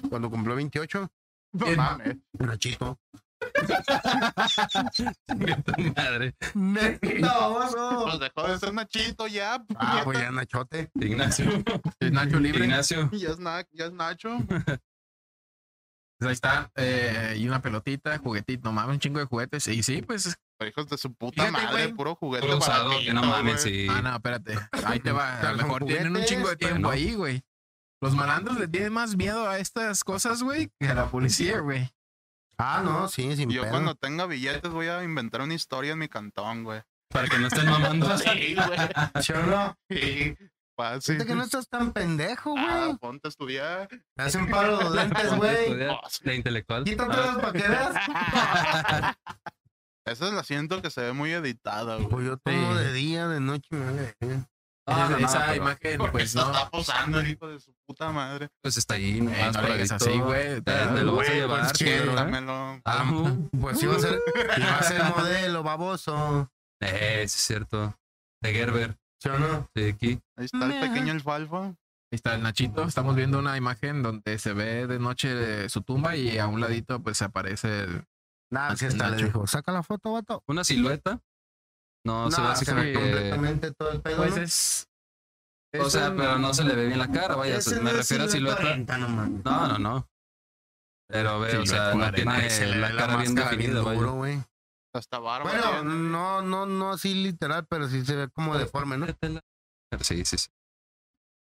C: Cuando cumplió 28,
D: No
A: Bien.
D: mames.
C: Nachito.
B: Tu madre.
D: Pues dejó de ser machito ya.
C: Ah,
D: puñeta.
C: pues ya Nachote.
B: Ignacio.
A: Es Nacho Libre.
B: Ignacio.
D: Ya es, na- ya es Nacho.
A: pues, Ahí está. eh, y una pelotita, juguetito, no mames, un chingo de juguetes. Y sí, pues.
D: Pero hijos de su puta
A: Fíjate,
D: madre,
A: güey.
D: puro juguete.
B: Puro usado,
D: baratito,
B: que no mames, sí.
D: güey.
A: Ah, no, espérate. Ahí te va. A
C: Claro,
A: lo
C: son
A: mejor tienen un chingo de
C: juguetes,
A: tiempo
B: bueno.
A: ahí, güey. Los malandros le tienen más miedo a estas cosas, güey, que a la policía, güey.
C: Ah, no, sí, sin
D: Yo
C: pedo.
D: cuando tenga billetes voy a inventar una historia en mi cantón, güey.
B: Para que no estén mamando.
D: Sí, güey.
C: Cholo,
D: Sí. Fácil.
C: fíjate que no estás tan pendejo,
D: Ah,
C: güey.
D: ponte a estudiar. Oh,
C: Te hacen paro los lentes, Pues, güey.
B: Estudiar De intelectual.
C: Quítatelos para que veas.
D: Esa es la siento que se ve muy editada, güey.
C: Pues yo tomo
A: Sí.
C: de día, de noche, me vale.
B: Ah, no,
A: Esa- esa
B: pero-
A: imagen, pues
D: Esto
A: no.
D: está posando, hijo de su puta madre.
B: Pues está ahí.
A: Eh,
B: nomás
A: no le digas
B: paradito.
A: así, güey.
B: eh, Te lo vas a
C: Güey,
B: llevar,
C: pues, ¿qué?
B: culero, ¿eh?
D: Dámelo.
B: Ah,
C: Pues iba a ser, iba a ser modelo, baboso.
B: Eh, sí es cierto. De Gerber.
C: ¿Sí o no?
B: Sí, aquí.
D: Ahí está el
C: Ajá.
D: pequeño alfalfa.
A: Ahí está el Nachito. Estamos viendo una imagen donde se ve de noche eh, su tumba y a un ladito pues aparece el...
C: Nah,
B: Pues
C: sí está, le
A: Nacho.
C: dijo, saca la foto, vato.
B: Una silueta. No, se ve
C: Nah,
B: así
C: se
B: como
C: ve
B: que-
C: completamente todo el pedo.
A: Pues
C: ¿no?
A: es...
B: O sea, pero no se le ve bien la cara, vaya.
C: Ese
B: me
C: no es
B: refiero a silueta.
C: 40, no mames.
B: No, no, no. Pero ve, o sea,
A: Silueta
B: no
A: cuarenta,
B: tiene
A: se le ve
B: la
C: La
B: cara bien
C: máscara bien
B: definida,
C: duro,
B: vaya.
C: güey.
D: Hasta barba.
C: Bueno,
D: tiene.
C: no, no, no así literal, pero sí se ve como
B: Pues,
C: deforme, ¿no?
B: Sí, sí, sí.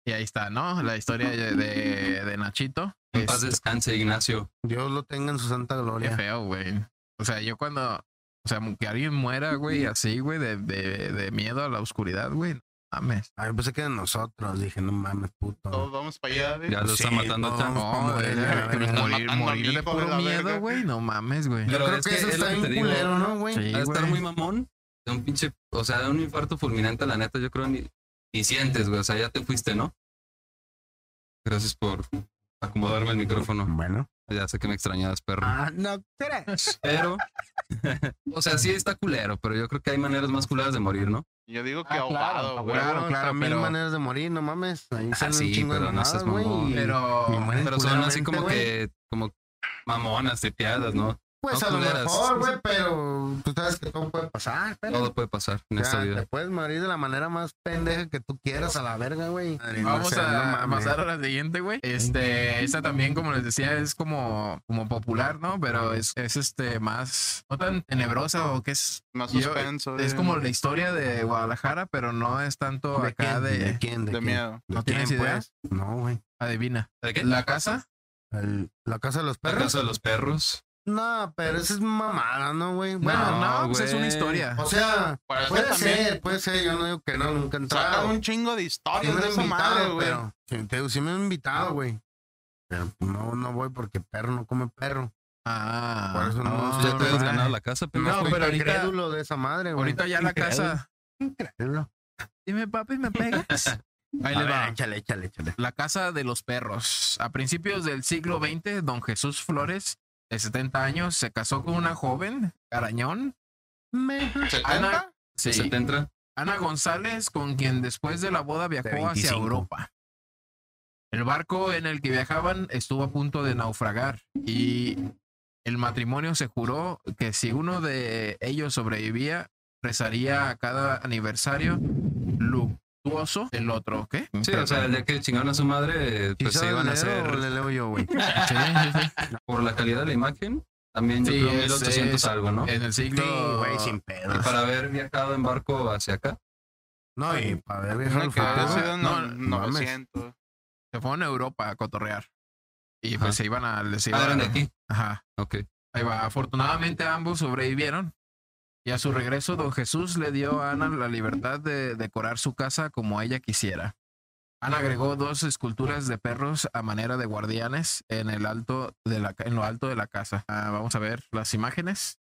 A: Y ahí está, ¿no? La historia de, de, de Nachito.
B: En paz
A: Es-
B: descanse, Ignacio.
C: Dios lo tenga en su santa
A: Qué
C: gloria.
A: feo, güey. O sea, yo cuando. O sea, que alguien muera, güey, así, güey, de, de, de miedo a la oscuridad, güey. no Mames.
C: Ay, pues pensé que de nosotros. Dije, no mames, puto.
D: Todos vamos para allá, güey.
B: Ya lo está
C: Sí,
B: matando.
C: no.
B: ya.
C: Vamos pa'
A: No,
C: morir,
A: eh,
C: la verga.
A: pero
C: Están
A: morir,
D: matando
A: morir de
D: amigos de
A: puro
D: la
A: miedo,
D: verga.
A: güey. No mames, güey.
B: Pero
C: Yo creo
B: es
C: que,
B: que
C: eso
B: es lo
C: está
B: que te
C: bien
B: digo.
C: culero, ¿no, güey?
A: Sí,
B: Ha de estar
A: güey.
B: muy mamón. De un pinche. O sea, de un infarto fulminante, la neta, yo creo ni, ni sientes, güey. O sea, ya te fuiste, ¿no? Gracias por acomodarme el micrófono.
C: Bueno.
B: Ya sé que me extrañabas, perro.
C: Ah, no, tres.
B: Pero, o sea, sí está culero, pero yo creo que hay maneras más culeras de morir, ¿no?
D: Yo digo que
C: Ah,
D: ahogado, güey.
A: Claro,
C: Claro,
A: claro,
C: claro. Mil
A: pero-
C: maneras de morir, no mames. Ahí
B: Ah,
C: salen
B: sí,
C: un chingo de
B: pero no seas
C: mamadas, güey.
B: mamón.
C: y-
A: Pero.
C: y mueren
B: Pero son así
C: culeramente,
B: como
C: güey.
B: que, como mamonas, teteadas, ¿no?
C: Pues
B: no
C: a lo
B: culeras.
C: mejor, güey, pero tú sabes que todo puede pasar, pero.
B: Todo puede pasar en
C: O sea,
B: esta vida.
C: te puedes morir de la manera más pendeja que tú quieras a la verga, güey.
A: Vamos
C: O sea, no
A: a
C: mames.
A: pasar a la siguiente, güey. Este, esta también, como les decía, es como, como popular, ¿no? Pero es, es este más, no tan tenebrosa o que es,
D: Más
A: Yo-
D: suspenso.
A: es
D: güey.
A: como la historia de Guadalajara, pero no es tanto
C: ¿De
A: acá
C: quién?
A: de,
C: quién?
D: de
C: quién?
D: miedo.
C: ¿De
A: ¿No tienes
C: quién,
A: idea?
C: pues? No, güey.
A: adivina.
B: ¿De qué?
A: La casa,
C: El- ¿La casa de los
B: La
C: perros?
B: casa de los perros.
C: No, pero esa es mamada, ¿no, güey?
A: bueno,
C: Bueno,
A: no,
B: No,
A: pues es una
B: güey.
A: historia.
C: o sea,
D: Para eso
C: puede
D: también
C: ser, puede ser. Yo no digo que no, nunca he
D: sacan
C: entrado.
D: un chingo de
C: Sí
D: historias
C: me han
D: de Oh, esa madre,
C: invitado,
D: güey.
C: pero... Sí, te digo, sí me han invitado, güey. Pero pues, no, no voy porque perro no come perro.
A: Ah,
C: Por eso no
A: ah,
C: sé,
B: Ya te
C: no,
B: habías
C: no,
B: ganado la casa, pero
A: No,
C: Soy
A: pero ahorita-
C: incrédulo de esa madre, güey.
A: Ahorita ya la casa.
C: Incrédulo.
A: Dime, papi, ¿me pegas? Ahí les
C: A ver,
A: va.
C: échale, échale, échale.
A: La casa de los perros. A principios del siglo XX, don Jesús Flores, de 70 años, se casó con una joven, Carañón. Ana, sí,
B: se te entra.
A: Ana González, con quien después de la boda viajó
C: De
A: hacia
C: 25.
A: Europa. El barco en el que viajaban estuvo a punto de naufragar y el matrimonio se juró que si uno de ellos sobrevivía, rezaría a cada aniversario luctuoso el otro. ¿Qué?
B: Sí, o sea, el día que chingaron a su madre, eh,
C: ¿Sí
B: pues se
C: sabes
B: iban a
C: leer o
B: hacer
C: le leo yo, güey?
A: Sí, sí, sí.
B: por la calidad de la imagen. También yo
A: Sí,
B: creo
A: es-
B: 1800
A: es-
B: algo, ¿no?
A: En el siglo.
C: Sí, güey, sin
B: Y
C: pedos.
B: para haber viajado en barco hacia acá.
C: No, y para ver
D: Tiene
C: viajar al
D: que haber
A: Ajá.
C: futuro.
D: sido en
A: No,
D: el
C: no mames.
D: 900.
A: Se fueron a Europa a cotorrear. Y pues
B: Ajá.
A: se iban a. les
B: Ah,
A: iban-
B: eran de aquí.
A: Ajá.
B: Ok.
A: Ahí va. Afortunadamente ambos sobrevivieron. Y a su regreso, don Jesús le dio a Ana la libertad de decorar su casa como ella quisiera. Ana agregó dos esculturas de perros a manera de guardianes en, el alto de la, ca- en lo alto de la casa. Ah, vamos a ver las imágenes.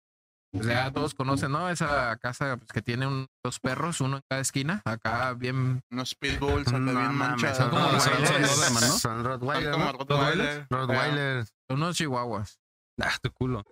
A: Pues ya todos conocen, ¿no? Esa casa pues, que tiene un- dos perros, uno en cada esquina, acá bien...
D: Unos pitbulls acá
C: No
D: bien
C: mames,
D: manchados.
C: son
B: como
D: Son
B: son- son Doberman,
D: Rottweilers.
B: ¿no?
C: Son
D: Son
C: Rottweiler,
D: como
C: ¿no?
D: Rottweiler.
C: Rottweiler.
A: Son unos chihuahuas.
B: Ah, tu culo.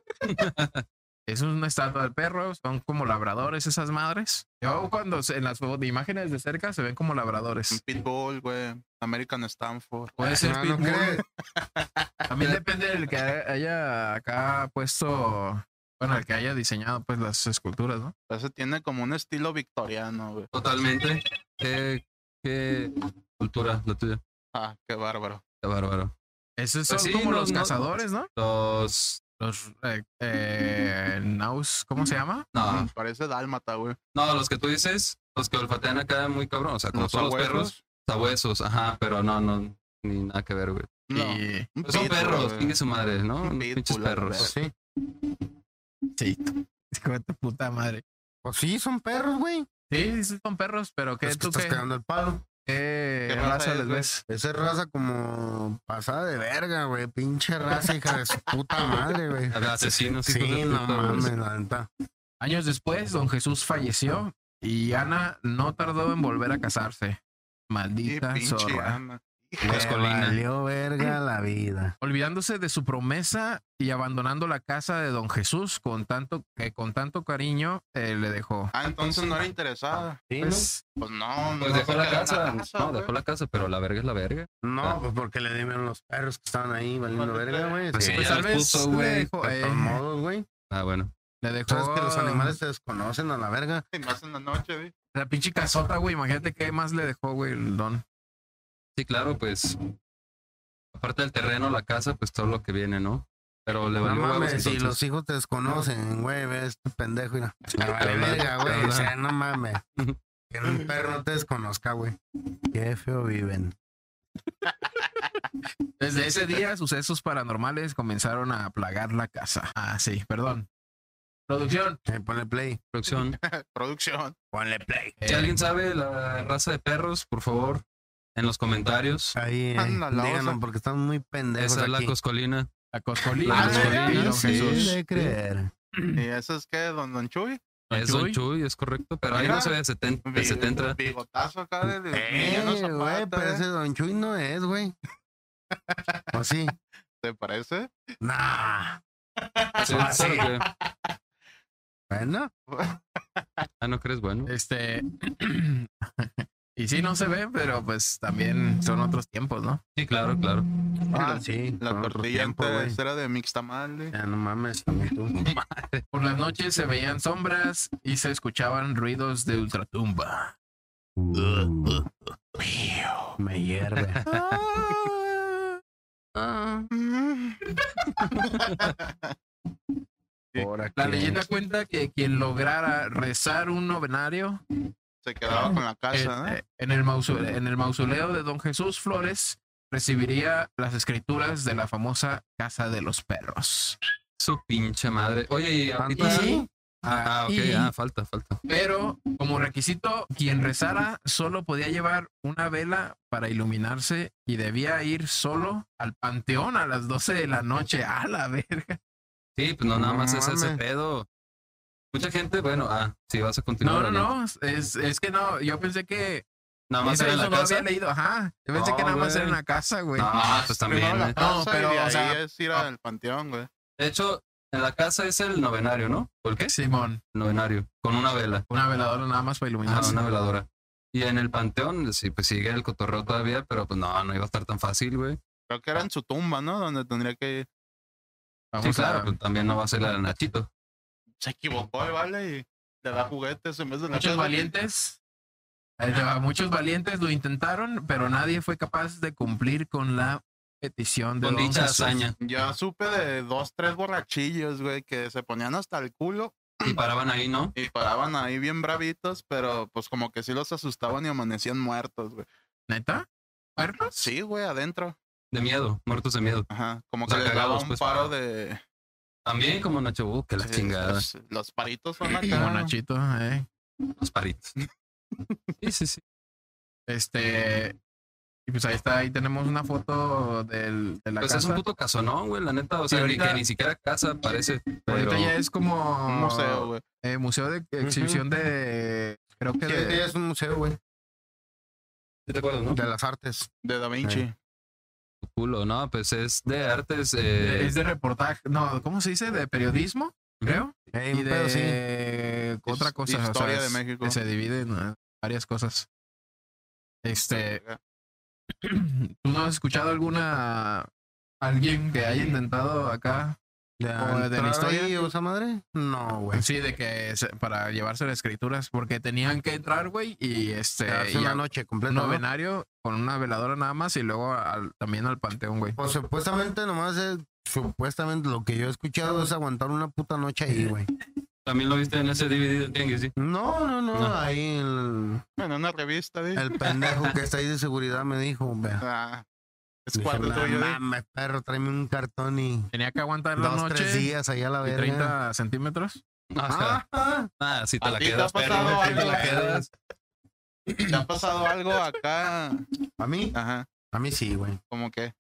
A: Es una estatua del perro, son como labradores esas madres. Yo cuando se- en las fo- de imágenes de cerca se ven como
D: Un
A: labradores.
D: pitbull, güey. American Stanford.
A: Puede ser
C: Ah, No, no
A: pitbull.
C: crees.
A: También depende del que haya acá puesto, bueno, el que haya diseñado pues las esculturas, ¿no?
D: Eso tiene como un estilo victoriano, güey.
B: Totalmente. ¿Qué, qué cultura la tuya?
D: Ah, qué bárbaro.
B: Qué bárbaro.
A: Esos son
B: Pues sí,
A: como
B: no-
A: los
B: no-
A: cazadores, ¿no?
B: Los.
A: Los eh, eh, naus, ¿cómo se llama?
B: No,
D: Parece dálmata, güey.
B: no, los que tú dices, los que olfatean acá muy cabrón. O sea, como
D: Los
B: todos los perros,
D: sabuesos.
B: sabuesos. Ajá, pero no, no, ni nada que ver, güey.
D: No.
A: Y
D: un
B: Pues son
D: pitbull,
B: perros,
D: güey.
B: pingue su madre, ¿no?
D: Un
B: Unos
D: pitbull,
B: Pinches
D: a la
B: perros.
D: verga.
C: Sí.
A: sí, tú- hijo de tu puta madre.
C: Pues sí, son perros, güey.
A: Sí, sí son perros, pero ¿qué
C: Es que
A: Pues tú
C: estás
A: qué,
C: cagando el palo.
A: qué
D: ¿Qué raza
A: raza
D: es,
A: les
D: güey?
A: ves?
C: Esa es raza como pasada de verga, güey. Pinche raza, hija de su puta madre, güey.
B: Asesinos, hijos
C: Sí,
B: de
C: no
B: puta, güey.
C: mames, la neta.
A: Años después, don Jesús falleció y Ana no tardó en volver a casarse.
D: Y
A: Maldita
D: pinche
A: zorra.
D: ama.
B: No es
C: Le
B: colina.
C: Valió verga la vida.
A: olvidándose de su promesa y abandonando la casa de don Jesús con tanto que con tanto cariño eh, le dejó.
D: Ah, entonces no era interesada.
A: Pues,
D: Pues no,
B: Pues
D: no
B: dejó la
D: sacaron
B: casa. No,
D: güey.
B: dejó la casa, pero la verga es la verga.
C: No, pues porque le dieron los perros que estaban ahí valiendo
D: Pues,
C: verga, güey.
B: pues,
C: Sí,
A: pues,
B: ya
A: tal
B: los
A: vez
B: puso,
A: le
B: güey.
A: dejó,
C: de
A: eh,
C: todos modos, güey.
B: Ah, bueno.
A: le dejó-
C: Sabes que los animales se desconocen a la verga.
D: Y más en la noche, güey.
A: La pinche casota, güey. Imagínate qué más le dejó, güey, el don.
B: Sí, claro, pues. Aparte del terreno, la casa, pues todo lo que viene, ¿no? Pero le
C: No
B: valió huevos,
C: mames, si
B: entonces.
C: los hijos te desconocen, güey, ve este pendejo, mira. Le vale
B: Perdón,
C: verga, güey. O
B: perdón.
C: sea, no mames. Que un perro no te desconozca, güey. Qué feo viven.
A: Desde ese día, sucesos paranormales comenzaron a plagar la casa. Ah, sí, perdón. Producción.
C: Eh, ponle play.
B: Producción.
D: Producción.
C: Ponle play.
B: Si
A: eh,
B: alguien sabe la raza de perros, por favor, en los comentarios.
C: Ahí, eh,
D: Anda, la
C: díganos,
D: osa.
C: porque están muy pendejos
B: Esa es la
C: aquí. Ah,
B: coscolina.
A: La coscolina.
B: La
A: güey,
D: coscolina,
A: y don
D: sí.
A: Jesús.
C: de creer.
D: ¿Y eso es qué, don, don Chuy?
B: Es Don Chuy, es correcto. Pero ahí
D: Mira.
B: no se ve 70. de
D: Bi-
B: 70.
D: Bigotazo acá de
C: Eh,
D: Emiliano
C: güey,
D: Zapata,
C: pero ese
D: ¿eh?
C: Don Chuy no es, güey.
A: pues
C: ¿O sí?
D: ¿Te parece?
C: Nah.
B: Ah, Sí, claro que-
C: Bueno,
B: Ah, no crees, bueno.
A: Este. y sí, no se ve, pero pues también son otros tiempos, ¿no?
B: Sí, claro, claro.
C: ah,
D: la-
C: sí.
D: La
C: con otro
D: tortilla
C: tiempo, güey.
D: antes ¿eh? era de Mixtamal, güey.
C: Ya no mames, también tú.
A: Por las noches se veían sombras y se escuchaban ruidos de ultratumba.
C: Uh, me hierve. Eh.
D: Mm.
C: Ahora
A: La
C: que-
A: leyenda cuenta que quien lograra rezar un novenario
D: Se quedaba con la
A: eh,
D: casa, ¿eh?
A: eh, en, el mausoleo, en el mausoleo de don Jesús Flores recibiría las escrituras de la famosa Casa de los Perros.
B: Su pinche madre. Oye, y
C: ¿Tanto
B: ahorita-
C: así?
B: Ah, ok,
A: Y-
B: ah, falta, falta.
A: Pero como requisito, quien rezara solo podía llevar una vela para iluminarse y debía ir solo al panteón a las 12 de la noche. A la verga.
B: Sí, pues no, nada
C: No
B: más es ese
C: mames.
B: pedo. Mucha gente, bueno, ah, sí, vas a
A: No,
B: continuar.
A: no,
B: ¿o
A: no. Es, es que no, yo pensé que
B: Nada más
A: eso,
B: era en
A: eso
B: la
A: no
B: casa.
A: había leído. Ajá. Yo pensé
B: No,
A: que nada más
B: güey.
A: era en la casa, güey.
B: No, pues
D: Primero
B: también.
D: la
B: eh.
A: No,
D: casa
A: pero,
D: y de
A: o
D: ahí
A: sea,
D: es
B: ah.
D: ir al panteón, güey.
B: De hecho, en la casa es el novenario, ¿no? ¿Por qué?
A: Simón,
B: Novenario, con una vela.
A: una veladora nada más para
B: Ah,
A: iluminarse.
B: una veladora. Y en el panteón, sí, pues sigue el cotorreo todavía, pero pues no, no iba a estar tan fácil, güey.
D: Creo que era en su tumba, ¿no? Donde tendría que ir.
A: Vamos
B: Sí, claro,
A: a
B: pues también no va a ser la de Nachito.
D: Se equivocó, eh, ¿vale? Y le da juguetes en vez de la
A: Muchos
D: casa.
A: valientes. ahí te va, Muchos valientes lo intentaron, pero nadie fue capaz de cumplir con la petición de
B: Con
A: don
B: dicha
A: Jesús.
B: hazaña.
D: Yo supe de dos, tres borrachillos, güey, que se ponían hasta el culo
B: Y paraban ahí, ¿no?
D: y paraban ahí bien bravitos, pero pues como que sí los asustaban y amanecían muertos, güey.
A: ¿Neta? ¿Muertos?
D: Sí, güey, adentro.
B: De miedo, muertos de miedo.
D: Ajá. Como
B: O
D: que
B: sea,
D: les daba
B: cagados,
D: un
B: pues,
D: paro de.
B: También como Nacho, uh, que la
D: Sí,
B: chingada.
D: Los, los paritos son acá.
A: Como Nachito, eh.
B: Los paritos. Sí, sí, sí.
A: Este. Y pues ahí está, ahí tenemos una foto del, de la
B: Pues
A: casa.
B: es un puto casonón, güey, la neta. O sea, ni-
A: ahorita-
B: que ni siquiera casa parece. Pero
A: Ahorita ya es como
D: Un
C: Ah.
D: museo, güey.
A: eh, museo de exhibición de creo que
C: Sí,
A: de-
C: es un museo, güey,
B: ¿Sí te acuerdas, ¿no?
C: de las artes.
D: De Da Vinci.
B: Tu culo, no, pues es de artes.
A: de-
B: eh,
A: es de reportaje, no, ¿cómo se dice? De periodismo, creo,
C: Ey,
A: y
C: un pedo, sí.
A: de otra
D: His-
A: cosa, o sea,
D: historia de
A: es-
D: México.
A: se divide en eh, varias cosas. Este, ¿tú no has escuchado alguna alguien que haya intentado acá o de la
C: entrar
A: historia? Este,
C: ahí o esa madre? No, güey.
A: Sí, de que se- para llevarse las escrituras, porque tenían que entrar, güey, y este,
C: Quedarse
A: y
C: una
A: a-
C: noche completa.
A: un
C: ¿no?
A: novenario con una veladora nada más y luego al- también al panteón, güey.
C: Pues supuestamente nomás es, supuestamente lo que yo he escuchado es aguantar una puta noche ahí, güey.
B: También lo viste en ese DVD del Tianguis, sí.
C: No, no, no,
B: No.
C: ahí el,
D: En una revista, dice.
C: el pendejo que está ahí de seguridad me dijo, vea.
D: Ah, es
C: Dije,
D: cuarto
C: "No
D: tuyo, eh. dice.
C: mames, perro, tráeme un cartón y
A: Tenía que aguantar la
C: dos, tres
A: noche
C: días allá a la
A: y
C: verga.
A: 30 centímetros.
B: Ajá.
C: Ah,
B: Ah, si te
D: ¿A
B: la
D: ti te ha
B: quedas, perro.
D: pasado
B: si te la
D: algo?
B: quedas.
D: ¿Te ha pasado algo acá?
C: ¿A mí?
D: Ajá,
C: A mí sí, güey.
D: como que.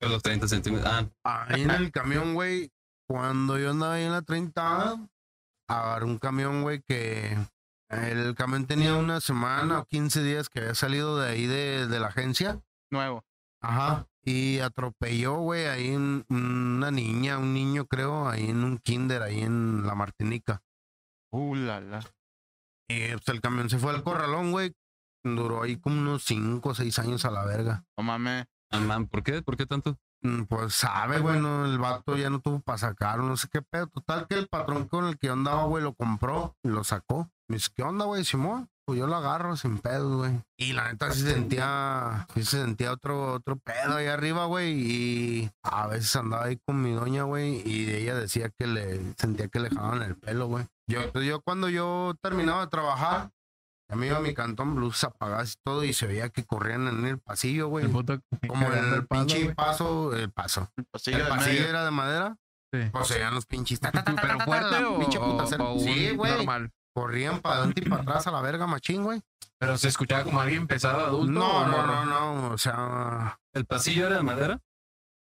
B: Con los 30 centímetros. Ah,
C: Ahí en el camión, güey, cuando yo andaba ahí en la 30, agarré un camión, güey, que el camión tenía una semana o 15 días que había salido de ahí de, de la agencia.
D: Nuevo.
C: Ajá. Y atropelló, güey, ahí en- una niña, un niño, creo, ahí en un kinder, ahí en la Martinica.
D: Uh, la, la.
C: Y pues, el camión se fue al corralón, güey. Duró ahí como unos 5 o 6 años a la verga.
D: No mames.
B: ah, man, ¿por qué? ¿Por qué tanto?
C: Mm, Pues sabe, güey, no, el vato ya no tuvo para sacar, no sé qué pedo. Total que el patrón con el que yo andaba, güey, lo compró y lo sacó. Me dice, ¿qué onda, güey, Simón? Pues yo lo agarro sin pedo, güey. Y la neta sí sentía, sí se sentía otro, otro pedo ahí arriba, güey. Y a veces andaba ahí con mi doña, güey, y ella decía que le, sentía que le jalaban el pelo, güey. Yo, pues, yo cuando yo terminaba de trabajar, ya me iba a mi cantón, blusa apagadas y todo, y se veía que corrían en el pasillo, güey.
A: El puto que-
C: Como el,
A: cagando el palo,
C: pinche
A: güey.
C: paso, el paso.
D: El pasillo
C: El
D: Pues, de
C: pasillo
D: medio.
C: era de madera.
A: Sí.
C: Pues eran los pinches. ta, ta, ta, ta,
A: ¿Pero
C: ta,
A: fuerte
C: la
A: o,
C: pinche puta cera.
A: o un
C: Sí, güey.
A: normal?
C: Corrían para adelante y para atrás a la verga, machín, güey.
A: Pero se escuchaba como alguien pesado, adulto.
C: No,
A: o
C: no,
A: morro?
C: no, no. O sea,
B: ¿El pasillo era de madera?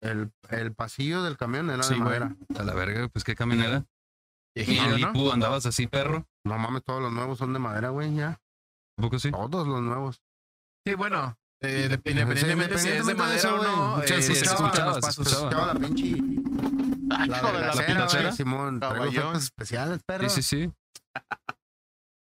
C: el, el pasillo del camión era
A: Sí,
C: de
A: güey.
C: madera.
B: A la verga, pues qué caminera. Y
A: Viejillo,
B: en
A: ¿no?
B: Ipu andabas así, perro.
C: No mames, todos los nuevos son de madera, güey, ya.
B: Tampoco sí.
C: Todos los nuevos.
A: Sí, bueno. eh, dep- independientemente si es de
C: independientemente de
A: madera
C: eso,
A: o no,
C: güey, se
A: eh, se
C: escuchaba,
A: escuchaban los
B: se
A: pasos.
B: escuchaba.
C: Estaba la pinche.
D: Ah,
C: La
D: hijo de la-
B: la
C: vergacera,
B: putacera.
C: güey, Simón, traigo
D: Caballón.
C: efectos especiales, perro.
B: Sí, sí, sí.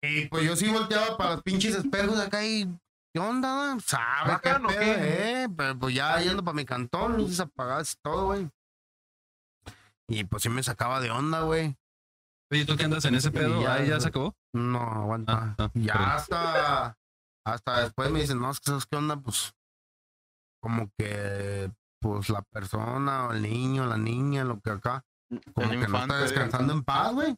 C: Y pues yo sí volteaba para los pinches espejos de acá y. ¿Qué onda, güey? ¿Sabe qué
A: ¿Bacano o
C: pedo,
A: qué?
C: eh? Pero pues ya yendo para mi cantón, luces apagadas y todo, güey. Y pues sí me sacaba de onda, güey.
B: Oye, ¿tú qué andas en ese pedo?
C: Y ya,
B: Ahí ya
C: güey.
B: se acabó.
C: No,
B: Ah,
C: aguanta.
B: ah,
C: ya
B: perdón.
C: hasta. Hasta después me dicen, no, es que sabes qué onda, pues. Como que. Pues la persona, o el niño, la niña, lo que acá. Como que no
D: infante,
C: está
D: diga.
C: descansando en paz, güey.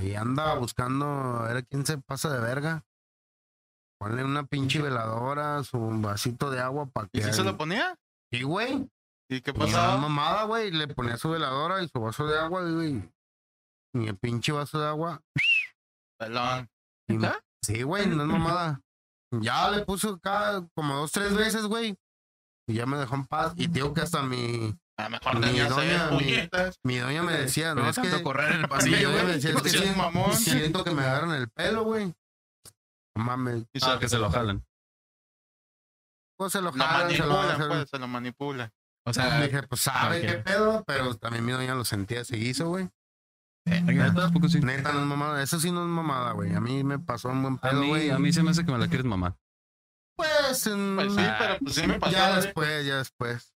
C: Y anda buscando a ver quién se pasa de verga. Ponle una pinche veladora, su vasito de agua para que.
D: ¿Y si se lo ponía?
C: Sí, güey.
D: ¿Y qué
C: Pues la
D: pasaba?
C: mamada, güey. Le ponía su veladora y su vaso de agua, güey. Y el pinche vaso de agua
D: Pelón.
C: y me-
A: ¿Ah?
C: Sí, güey, no es mamada. Ya le puso cada como dos, tres veces, güey. Y ya me dejó en paz. Y digo que hasta mi,
D: A lo mejor
C: Mi
D: tenía
C: doña,
D: seis
C: mi-
D: puñetas.
C: mi doña me decía,
A: Pero
C: no, es que
A: tanto correr en el
C: mi
A: pasillo,
C: doña me
A: güey.
C: decía, es que
D: Sí,
C: sí,
D: mamón.
C: siento que me agarran el pelo, güey. No Mames,
D: Y
B: Ah, que se lo jalan.
C: pues se lo
D: Lo
C: jalan, se lo
D: manipulan,
C: jalan.
D: pues, se lo manipula.
A: O sea,
C: Dije, pues sabe
A: ok.
C: qué pedo, pero también mi doña lo sentía, se hizo, güey.
A: verga.
B: ¿Neta? Tampoco sí.
C: Neta, no es mamada. Eso sí no es mamada, güey. A mí me pasó un buen
B: A
C: pedo,
B: mí,
C: Ah, güey.
B: a mí se me hace que me la quieres mamar.
C: Pues, en-
D: Pues sí, pero pues sí me pasó.
C: ya
D: güey.
C: después, ya después.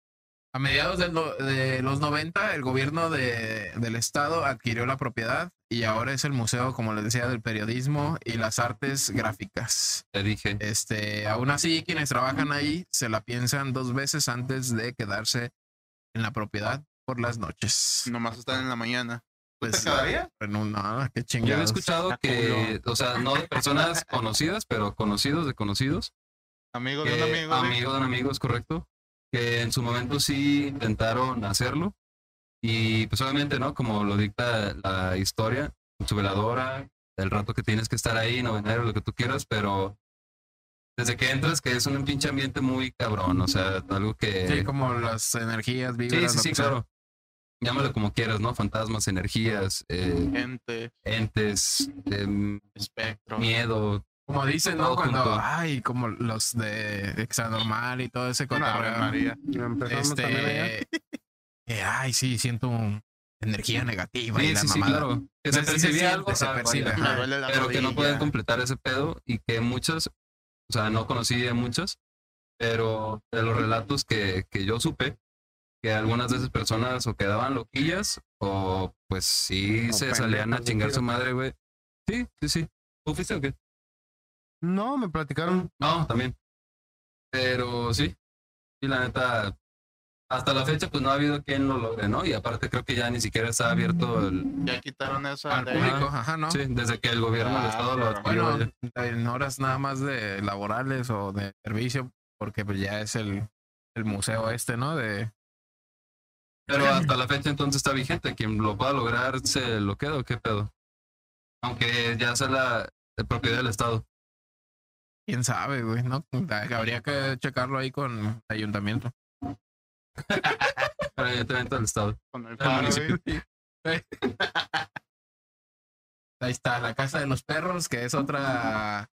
A: A mediados del no- de los 90, el gobierno de- del estado adquirió la propiedad y ahora es el museo, como les decía, del periodismo y las artes gráficas.
B: Te dije.
A: Este, aún así, quienes trabajan ahí se la piensan dos veces antes de quedarse en la propiedad por las noches.
D: Nomás están en la mañana.
A: Pues,
D: ¿Te quedaría?
A: no, no, qué
B: Yo había
A: chingados.
B: escuchado que, o sea, no de personas conocidas, pero conocidos de conocidos.
D: Amigo de un
B: que-
D: amigo. güey.
B: Eh, amigo de un amigo, es correcto. Que en su momento sí intentaron hacerlo. Y pues obviamente, ¿no? Como lo dicta la historia, su veladora, el rato que tienes que estar ahí, novenario, lo que tú quieras, pero desde que entras que es un pinche ambiente muy cabrón, o sea, algo que...
A: Sí, como Pues, las energías, vibras.
B: Sí,
A: lo
B: sí, sí,
A: que sea.
B: claro. Llámalo como quieras, ¿no? Fantasmas, energías, eh,
D: Gente,
B: entes, em,
D: espectro.
B: miedo.
A: Como dicen, ¿no?
B: Todo
A: Cuando,
B: junto.
A: ay, como los de Exanormal y todo ese
D: Con Ave
A: cotorreo.
D: María.
C: Empezamos también allá.
A: este, que, ay, sí, siento un- energía negativa y
B: Sí,
A: la
B: sí, sí,
A: mamada. Pues,
B: claro. Que
A: Sí,
B: se
A: sí,
B: percibe
A: sí,
B: algo,
A: se
B: ah, vaya,
A: percibe, ajá.
D: Me duele la
B: pero que no pueden
D: rodilla.
B: completar ese pedo y que muchos, o sea, no conocí a muchos, pero de los relatos que, que yo supe, que algunas de esas personas o quedaban loquillas o pues sí
C: O
B: se salían
C: pendejos
B: a
C: de
B: chingar
C: tiro.
B: su madre, güey. Sí, sí, sí. ¿Tú fuiste o qué?
C: No, me platicaron.
B: No, también. Pero sí, y la neta, hasta la fecha pues no ha habido quien lo logre, ¿no? Y aparte creo que ya ni siquiera está abierto el...
D: Ya quitaron eso
A: Al
D: de-
A: público, ajá, ¿no?
B: Sí, desde que el gobierno del
D: Ah,
B: estado lo
D: claro.
B: adquirió.
A: Bueno,
B: ya.
A: en horas nada más de laborales o de servicio, porque pues ya es el, el museo este, ¿no? De,
B: Pero hasta la fecha entonces está vigente. Quien lo pueda lograr se lo queda o qué pedo. Aunque ya sea la de propiedad del Estado.
A: quién sabe, güey, ¿no? Habría que checarlo ahí con el ayuntamiento.
B: Para el ayuntamiento del Estado.
D: con el
B: Del
D: faro,
B: municipio.
D: güey.
A: Ahí está, la casa de los perros, que es otra.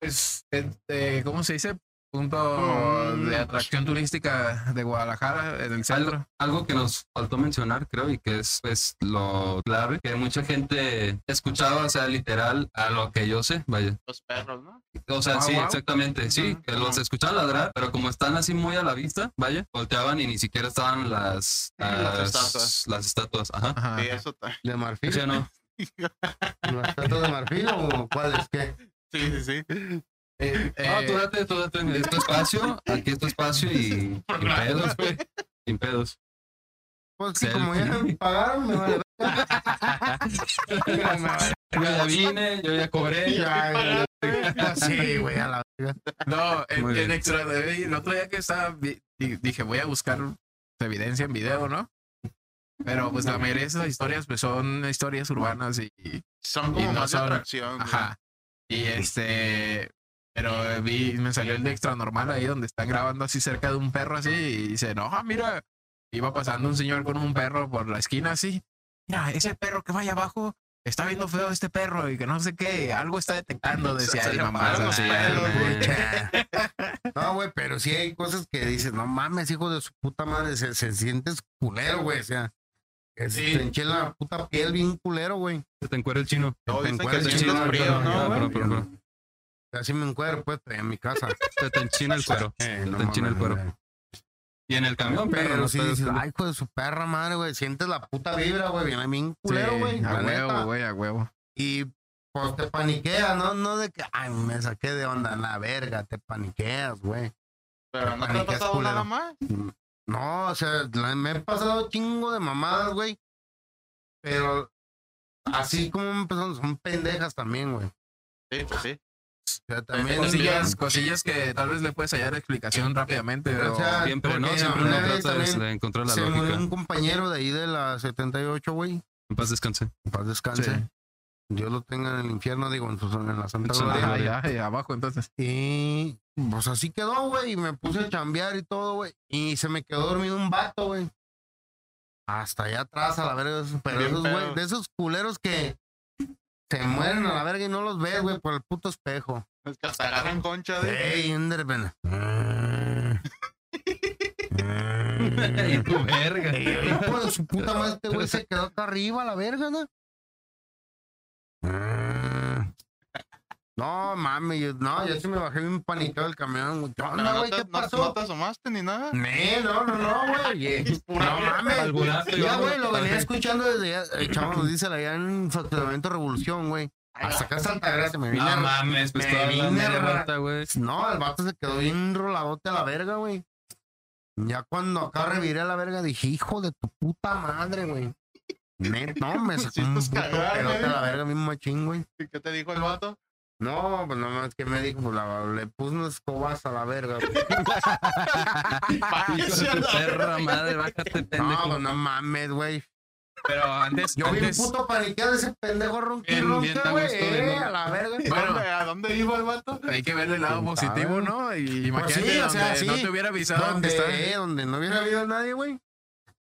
A: Pues, este, ¿cómo se dice? Punto de atracción turística de Guadalajara, en el centro.
B: Mm. Algo que nos faltó mencionar, creo, y que es pues, lo clave, que mucha gente escuchaba, o sea, literal, a lo que yo sé, vaya.
D: Los perros, ¿no?
B: O sea,
A: Guau,
B: sí,
A: guau.
B: exactamente, sí,
D: Ujú.
B: que los escuchaban ladrar, pero como están así muy a la vista, vaya, volteaban y ni siquiera estaban las,
D: Las
B: las,
D: estatuas.
B: las estatuas, ajá.
A: Ajá.
D: Sí, eso ta-
C: ¿De marfil?
B: Sí o no?
C: ¿Las fotos de marfil o cuál es qué?
D: Sí, sí, sí.
A: Eh,
B: No, Ah, tú
A: eh,
B: date, tú date. Es tu espacio, aquí es tu espacio y sin pedos, güey. Sin pedos.
C: Pues que
B: Selfie.
C: como ya me pagaron, me vale.
B: Yo ya vine, yo ya cobré. ya-
C: Ya, ya,
A: Ah,
C: ya. Sí, güey, a la verga.
A: No, en,
B: Muy
A: en
B: bien.
A: extra de- el otro día que estaba, vi- di- dije, voy a buscar evidencia en video, ¿no? Pero pues la mayoría de esas historias pues son historias urbanas y, y-
D: Son
A: Y
D: como
A: no
D: más de
A: sabrá-
D: atracción. güey.
A: ajá. Y este, pero vi, me salió el de extra normal ahí donde están grabando así cerca de un perro así y dice, no, ah, mira, iba pasando un señor con un perro por la esquina así. Mira, ese perro que vaya abajo está viendo feo este perro y que no sé qué, algo está detectando,
D: Se-
A: decía
D: se
A: "Ay,
D: le
A: mamás
D: pararon los
A: así,
D: pelos,
A: ay,
D: güey.
A: güey".
C: Cha. No, güey, pero sí hay cosas que dices, no mames, hijo de su puta madre, se, se sientes culero, güey. O sea, que se
A: Sí.
C: te enchila la puta piel bien culero, güey.
B: Se te encuera el chino.
D: No,
C: te
D: dicen que
C: encueras
D: se
C: el
D: chinga
C: chino,
D: el frío,
C: pero-
D: ¿no?
B: Ah,
D: güey?
B: pero, pero, pero.
C: Así me encuero, pues, pero en mi casa.
B: Se te enchina el cuero.
C: Eh,
B: Se
C: no
B: te enchina el
C: mames,
B: cuero.
C: güey.
B: Y en el camión,
C: Pero,
B: no
C: sí
B: puedes-
C: dices, ay, hijo de su perra madre, güey. Sientes la puta vibra, güey. Viene bien culero, güey.
A: Sí, a
C: la neta.
A: huevo, güey, a huevo.
C: Y pues te paniqueas, ¿no? No de que, ay, me saqué de onda la verga. Te paniqueas, güey.
D: Pero no te ha
C: Paniqueas,
D: pasado
C: culero.
D: nada más.
C: No, o sea, la- me he pasado chingo de mamadas, güey. Pero así como empezaron, son pendejas también, güey. O
D: Sí, pues sí.
C: sea, también.
B: Pues
A: cosillas, cosillas que tal vez le puedes hallar explicación rápidamente, pero
C: O sea,
B: Siempre, ¿no?
C: porque
B: Siempre uno
C: una vez
B: trata de-
C: eh, también
B: de encontrar la
C: Se murió
B: lógica.
C: un compañero de ahí de la 78, güey.
B: En paz descanse.
C: En paz descanse.
A: Sí.
C: Dios lo tenga en el infierno, digo, en, su- en la Santa
B: En su-
C: Gloria.
A: Ah, ya, ya, abajo entonces.
C: Y pues así quedó, güey. Y me puse a chambear y todo, güey. Y se me quedó dormido un vato, güey. Hasta allá atrás, a la verga. esos- Pero
D: Bien
C: esos, güey,
D: pedo.
C: de esos culeros que se mueren a la verga y no los ves, güey, por el puto espejo.
D: Es que hasta agarran concha de.
C: Ey, Enderman. Mm.
B: Y tu verga.
C: Y yo, hijo de su puta madre, este güey se quedó acá arriba, la verga, ¿no? No, mami, yo, no, yo sí me bajé bien panicado del camión. güey. ¿Qué
D: Pero
C: onda,
D: No,
C: güey?
D: te,
C: ¿Qué
D: no-
C: pasó?
D: no te asomaste ni nada.
C: Nee, no, no, no, güey.
D: Pura
C: No mames.
B: Alburando y
C: Ya,
B: vámonos.
C: güey, lo venía escuchando desde allá. El chavo nos dice allá en Factoramiento Revolución, güey. Hasta acá en Santa Gracia me vine.
B: No
C: a-
B: mames, pues
C: Me
B: toda la
C: vine
B: media
C: a-
B: vuelta, güey.
C: No, el vato se quedó bien roladote a la verga, güey. Ya cuando acá reviré a la verga dije, hijo de tu puta madre, güey. Ne- No, me sacó un
D: hiciste
C: puto
D: cagar,
C: pedote a
D: güey.
C: la verga, mismo machín, güey.
D: ¿Y ¿Qué te dijo el vato?
C: No, pues nada más que me dijo, pues, la- le puse unas escobas a la verga, güey.
D: Pa' que
B: Hijo de
D: sea
B: tu
D: la-
B: perra madre, bájate,
C: No, pues
B: pendejo.
C: no mames, güey.
A: Pero antes,
C: Yo vi un
A: antes
C: puto paniqueado de ese pendejo ronqui
A: Bien, bien
C: ronca,
A: a
C: güey.
A: gusto,
C: eh,
A: bien, ¿no?
C: A la verga.
A: Bueno.
D: ¿Dónde- ¿A dónde iba el vato?
A: hay que ver el lado
C: Quién sabe.
A: positivo, ¿no? Y imagínate
C: Pues sí, o sea,
A: donde no
C: sí.
A: te hubiera avisado
C: Donde,
A: que está-
C: eh, donde no hubiera habido nadie, güey.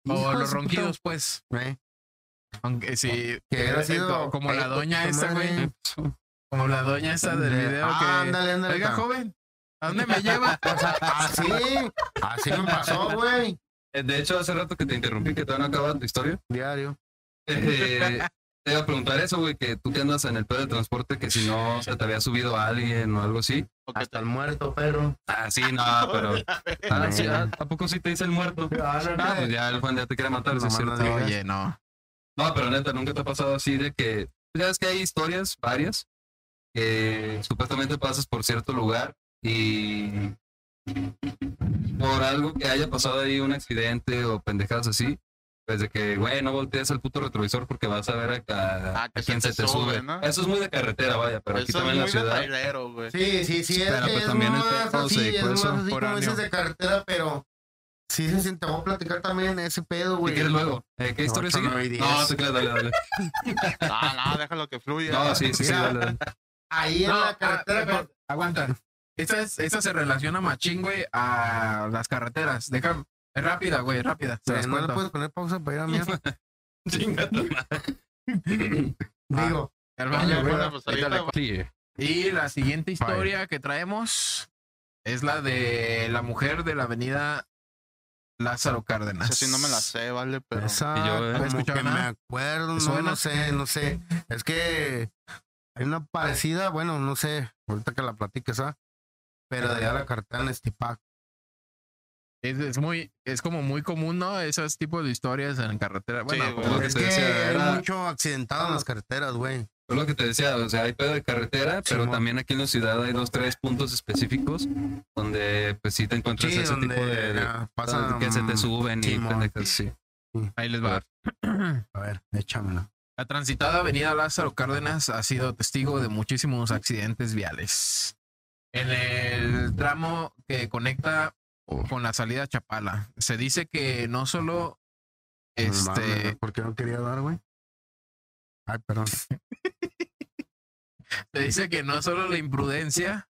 C: Hijo
A: O los
C: de su puta-
A: ronquidos, pues.
C: Eh,
A: Aunque sí.
C: Que hubiera sido.
A: Como la doña
C: tu
A: esa,
C: madre.
A: güey. Como la doña esa del video
C: Ah,
A: que.
C: ándale, ándale.
A: Oiga,
C: cabrón.
A: joven, ¿a dónde me lleva?
C: Así, así me pasó, güey.
B: Eh, De hecho, hace rato que te interrumpí, que todavía no acaba tu historia.
C: Diario.
B: Eh, te iba a preguntar eso, güey, que tú que andas en el pedo de transporte, que si no se te había subido a alguien o algo así.
D: ¿O qué
C: Hasta
D: tal?
C: el muerto, perro.
B: Ah, sí, no, pero. Ah, sí, ah, ¿A poco sí te dice el muerto? Ah, pues ya el Juan ya te quiere matar, sí, es
C: Nomás
B: cierto.
C: no digas.
A: Oye, no.
B: No, pero neta, nunca te ha pasado así de que. Ya es que hay historias varias que supuestamente pasas por cierto lugar y. Por algo que haya pasado ahí, un accidente o pendejadas así, pues de que, güey, no voltees al puto retrovisor porque vas a ver a, a,
D: Ah, que
B: a quién se, te sube.
D: ¿no?
B: Eso es muy de carretera, vaya, pero aquí
D: Eso es
B: también en la
D: muy
B: ciudad.
D: batalero,
A: pues,
D: güey.
C: Sí, sí, sí. Es
B: Pero,
C: que
B: pues,
C: es
B: también el
C: más
B: perro se
C: así, es
B: dedicó a
C: más
B: eso,
C: así como
A: foráneo.
C: dices de carretera, pero sí se siente. Voy a platicar también ese pedo,
B: Si
C: güey.
B: quieres luego. Eh, ¿Qué historia
C: Ocho,
B: sigue?
C: nueve y diez.
B: No, te quedas, dale, dale.
D: Ah, no, déjalo que fluya.
B: No, sí, sí, sí,
C: Mira.
B: dale, dale.
C: Ahí en
A: No, ah,
C: la carretera.
A: pero-
C: con- Aguanta.
A: Esta, es- esta se relaciona machín, güey, a las carreteras. Deja, es rápida, güey, rápida. Se las
C: eh, No le
A: cuento.
C: puedes poner pausa para ir a mierda.
B: Chinga tu madre.
C: Digo,
A: Al
C: Ah,
A: baño,
C: ya,
A: güey.
D: bueno, pues
A: Ahorita
D: ahorita,
A: le
D: güey.
B: Sí.
A: Y la siguiente historia que traemos es la de la mujer de la avenida Lázaro Cárdenas.
D: Eso sí no me la sé, vale, pero...
C: esa
B: Y yo, eh,
A: ¿no
C: como
A: escuchaba
C: que me
A: nada?
C: acuerdo,
A: ¿Te
C: no,
A: suena?
C: no sé, no sé. Es que hay una parecida, bueno, no sé, ahorita que la platiques, ¿ah? Pero de allá la carretera en Estipac.
A: Es, es muy, es como muy común, ¿no? Esos tipos de historias en carretera. Bueno,
D: güey.
A: pues,
B: Lo que
C: Es
B: te
C: que
B: decía era-
C: hay mucho accidentado en las carreteras, güey.
B: Es lo que te decía, o sea, hay pedo de carretera, pero
C: Simón.
B: también aquí en la ciudad hay dos, tres puntos específicos donde pues sí te encuentras
C: Sí,
B: ese
C: donde
B: tipo de, de-
C: ah, pasan-
B: que se te suben y
C: Simón.
B: pendejas, sí.
A: ahí les va.
C: A ver, échamela.
A: La transitada avenida Lázaro Cárdenas ha sido testigo de muchísimos accidentes viales. En el tramo que conecta con la salida a Chapala, se dice que no solo este,
C: Mames, ¿Por qué no quería dar, güey? Ay, perdón.
A: Te dice que no solo la imprudencia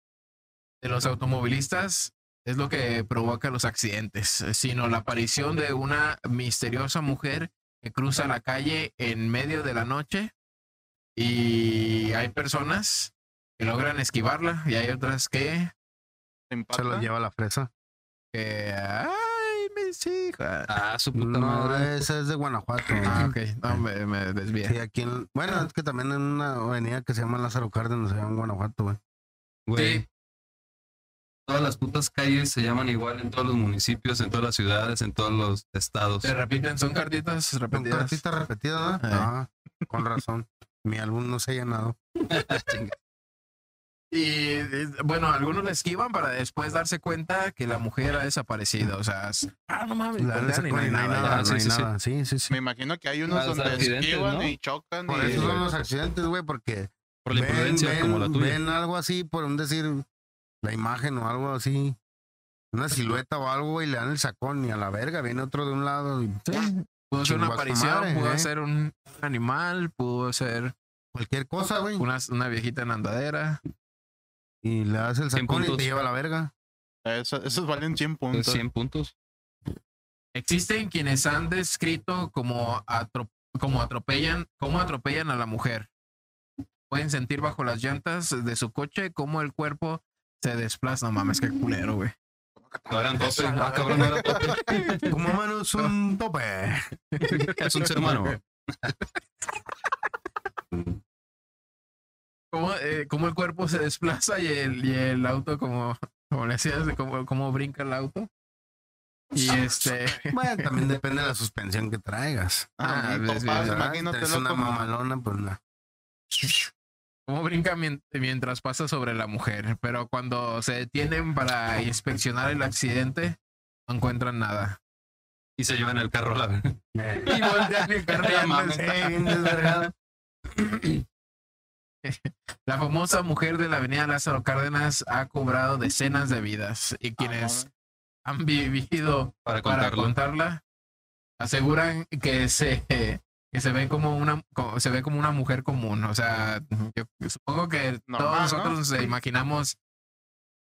A: de los automovilistas es lo que provoca los accidentes, sino la aparición de una misteriosa mujer que cruza la calle en medio de la noche y hay personas que logran esquivarla y hay otras que...
D: ¿Te
C: Se
D: impacta?
C: lo lleva la fresa.
A: que ¡Ay, mis hijas!
B: Ah, su puta
C: No,
B: madre.
C: esa es de Guanajuato.
A: Ah, ok, no, me, me desvié.
C: Sí, aquí en- bueno, es que también en una avenida que se llama Lázaro Cárdenas, allá en Guanajuato, güey.
B: Güey.
A: Sí.
B: Todas las putas calles se llaman igual en todos los municipios, en todas las ciudades, en todos los estados.
A: Se repiten, son cartitas
C: Con
A: repetidas.
C: cartita repetida, ¿no?
A: Eh.
C: Ah, con razón. Mi álbum no se ha llenado.
A: Y eh, bueno, algunos la esquivan para después darse cuenta que la mujer ha desaparecido. O sea, es- ah, no mames,
C: La
A: voltean
C: neta,
A: y no hay
C: Pues no hay
A: nada,
C: nada,
B: ya,
C: no
B: sí,
C: hay
B: sí, sí.
C: nada. Sí, sí, sí.
D: Me imagino que hay unos
B: Ah, los
D: donde
B: accidentes,
D: esquivan
B: ¿no?
D: y chocan
C: Por
D: y...
C: eso
B: güey.
C: son los accidentes, güey, porque
B: Por la
C: ven,
B: imprudencia
C: ven-
B: como la tuya.
C: ven algo así, por un decir, la imagen o algo así,
B: Pues,
C: una silueta o algo, y le dan el sacón y a la verga, viene otro de un lado y
A: ya. Pudo ser
C: Chingo
A: una
C: a su
A: aparición,
C: madre,
A: pudo
C: eh.
A: ser un animal, pudo ser
C: cualquier cosa, güey.
A: una, una viejita en andadera.
C: Y le das el
B: Cien
C: sacón y
B: puntos.
C: te lleva a la verga.
D: Eso- esos valen 100
B: Pues,
D: puntos.
B: 100 puntos.
A: Existen quienes han descrito como, atro- como atropellan, cómo atropellan a la mujer. Pueden sentir bajo las llantas de su coche cómo el cuerpo se desplaza. No mames, qué culero, güey.
B: No eran tope. Ah, cabrón, no era tope.
C: Como mano es un tope.
B: Es un ser humano.
A: cómo, eh, cómo el cuerpo se desplaza y el, y el auto como, como le decías, de cómo, cómo brinca el auto. Y este,
C: Bueno, también depende de la suspensión que traigas.
A: Ah,
D: Ah, un
A: ves,
D: topaz,
A: ves,
C: ¿verdad?
D: imagínatelo
C: Es una
D: como-
C: mamalona, pues no.
A: cómo brinca mien- mientras pasa sobre la mujer. Pero cuando se detienen para inspeccionar el accidente, no encuentran nada.
B: Y se llevan el carro a la verga.
A: Y voltean el carro y ya no está.
C: Eh, bien desvergada.
A: La famosa mujer de la avenida Lázaro Cárdenas ha cobrado decenas de vidas y
D: Ah,
A: quienes han vivido
B: Para
A: para
B: contarlo.
A: contarla, aseguran que se que se ve como una co- se ve como una mujer común o sea yo supongo que todos
D: Normal,
A: nosotros
D: ¿no?
A: nos imaginamos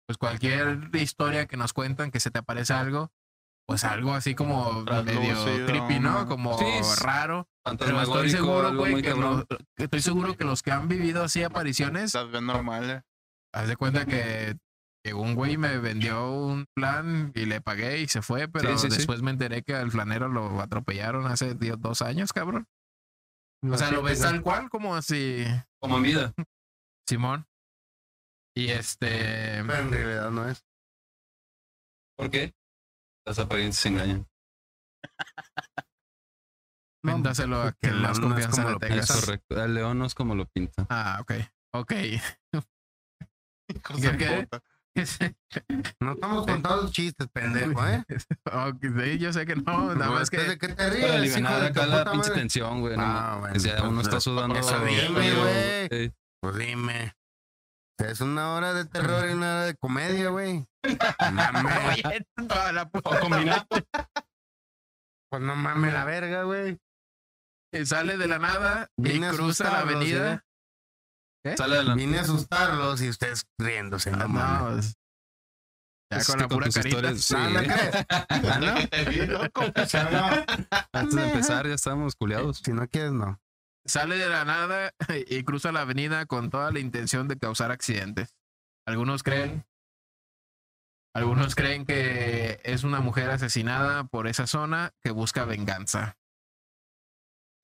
A: pues cualquier historia que nos cuentan que se te aparece algo pues algo así como medio
D: Traslúcido,
A: creepy no
D: ajá.
A: como
B: Sí, es-
A: raro pero estoy
B: Fantasmagórico,
A: seguro
B: algo
A: güey
B: muy
A: que,
B: cabrón.
A: los- que estoy seguro que los que han vivido así apariciones
D: Estás bien normal, eh.
A: haz de cuenta que llegó un güey y me vendió un plan y le pagué y se fue pero
B: sí, sí.
A: después me enteré que al flanero lo atropellaron hace tío, dos años cabrón o sea, lo ves tal cual como si
B: Como en vida.
A: Simón. Y este.
C: Pero en realidad no es.
B: ¿Por qué? Las apariencias se engañan.
A: Véndaselo a que
C: el
A: más
C: león no es
A: confianza le
C: como lo
A: tengas.
B: Ah, Es correcto. El león no es como lo pinta.
A: Ah, ok. Ok.
D: Hijos de
A: ¿Qué?
D: puta.
C: No estamos contando chistes, pendejo, ¿eh?
A: Ok, sí, yo sé que no, Pues nada más
C: Después
A: que.
C: de que te ríes,
B: Para
C: hijo
B: aliviar
C: de
B: acá
C: tu
B: la
C: puta
B: pinche
C: madre.
B: tensión, güey. no
C: Ah,
B: mames.
C: bueno,
B: ya
C: pues,
B: uno está
C: pues,
B: sudando.
C: eso dime,
B: frío,
C: güey.
B: güey.
C: Pues dime. Es una hora de terror y una hora de comedia, güey. Mames.
A: Oye, toda la puta
C: Pues no mames la verga, güey.
A: madre. Sale de la nada y
C: Viene
A: cruza la
C: asustado,
A: avenida.
B: Sale adelante.
C: Vine a asustarlos y ustedes riéndose.
A: Ah,
C: No
A: no,
C: mames.
A: pues, Ya
B: Es
A: con
B: que
A: la pura
B: tus
A: carita.
B: historias- sí,
C: No, no
B: eh.
C: crees.
B: Ah,
D: ¿Qué te vi, loco?
B: Antes de empezar ya estábamos culeados.
C: Si no quieres, no.
A: Sale de la nada y cruza la avenida con toda la intención de causar accidentes. Algunos creen, algunos creen que es una mujer asesinada por esa zona que busca venganza.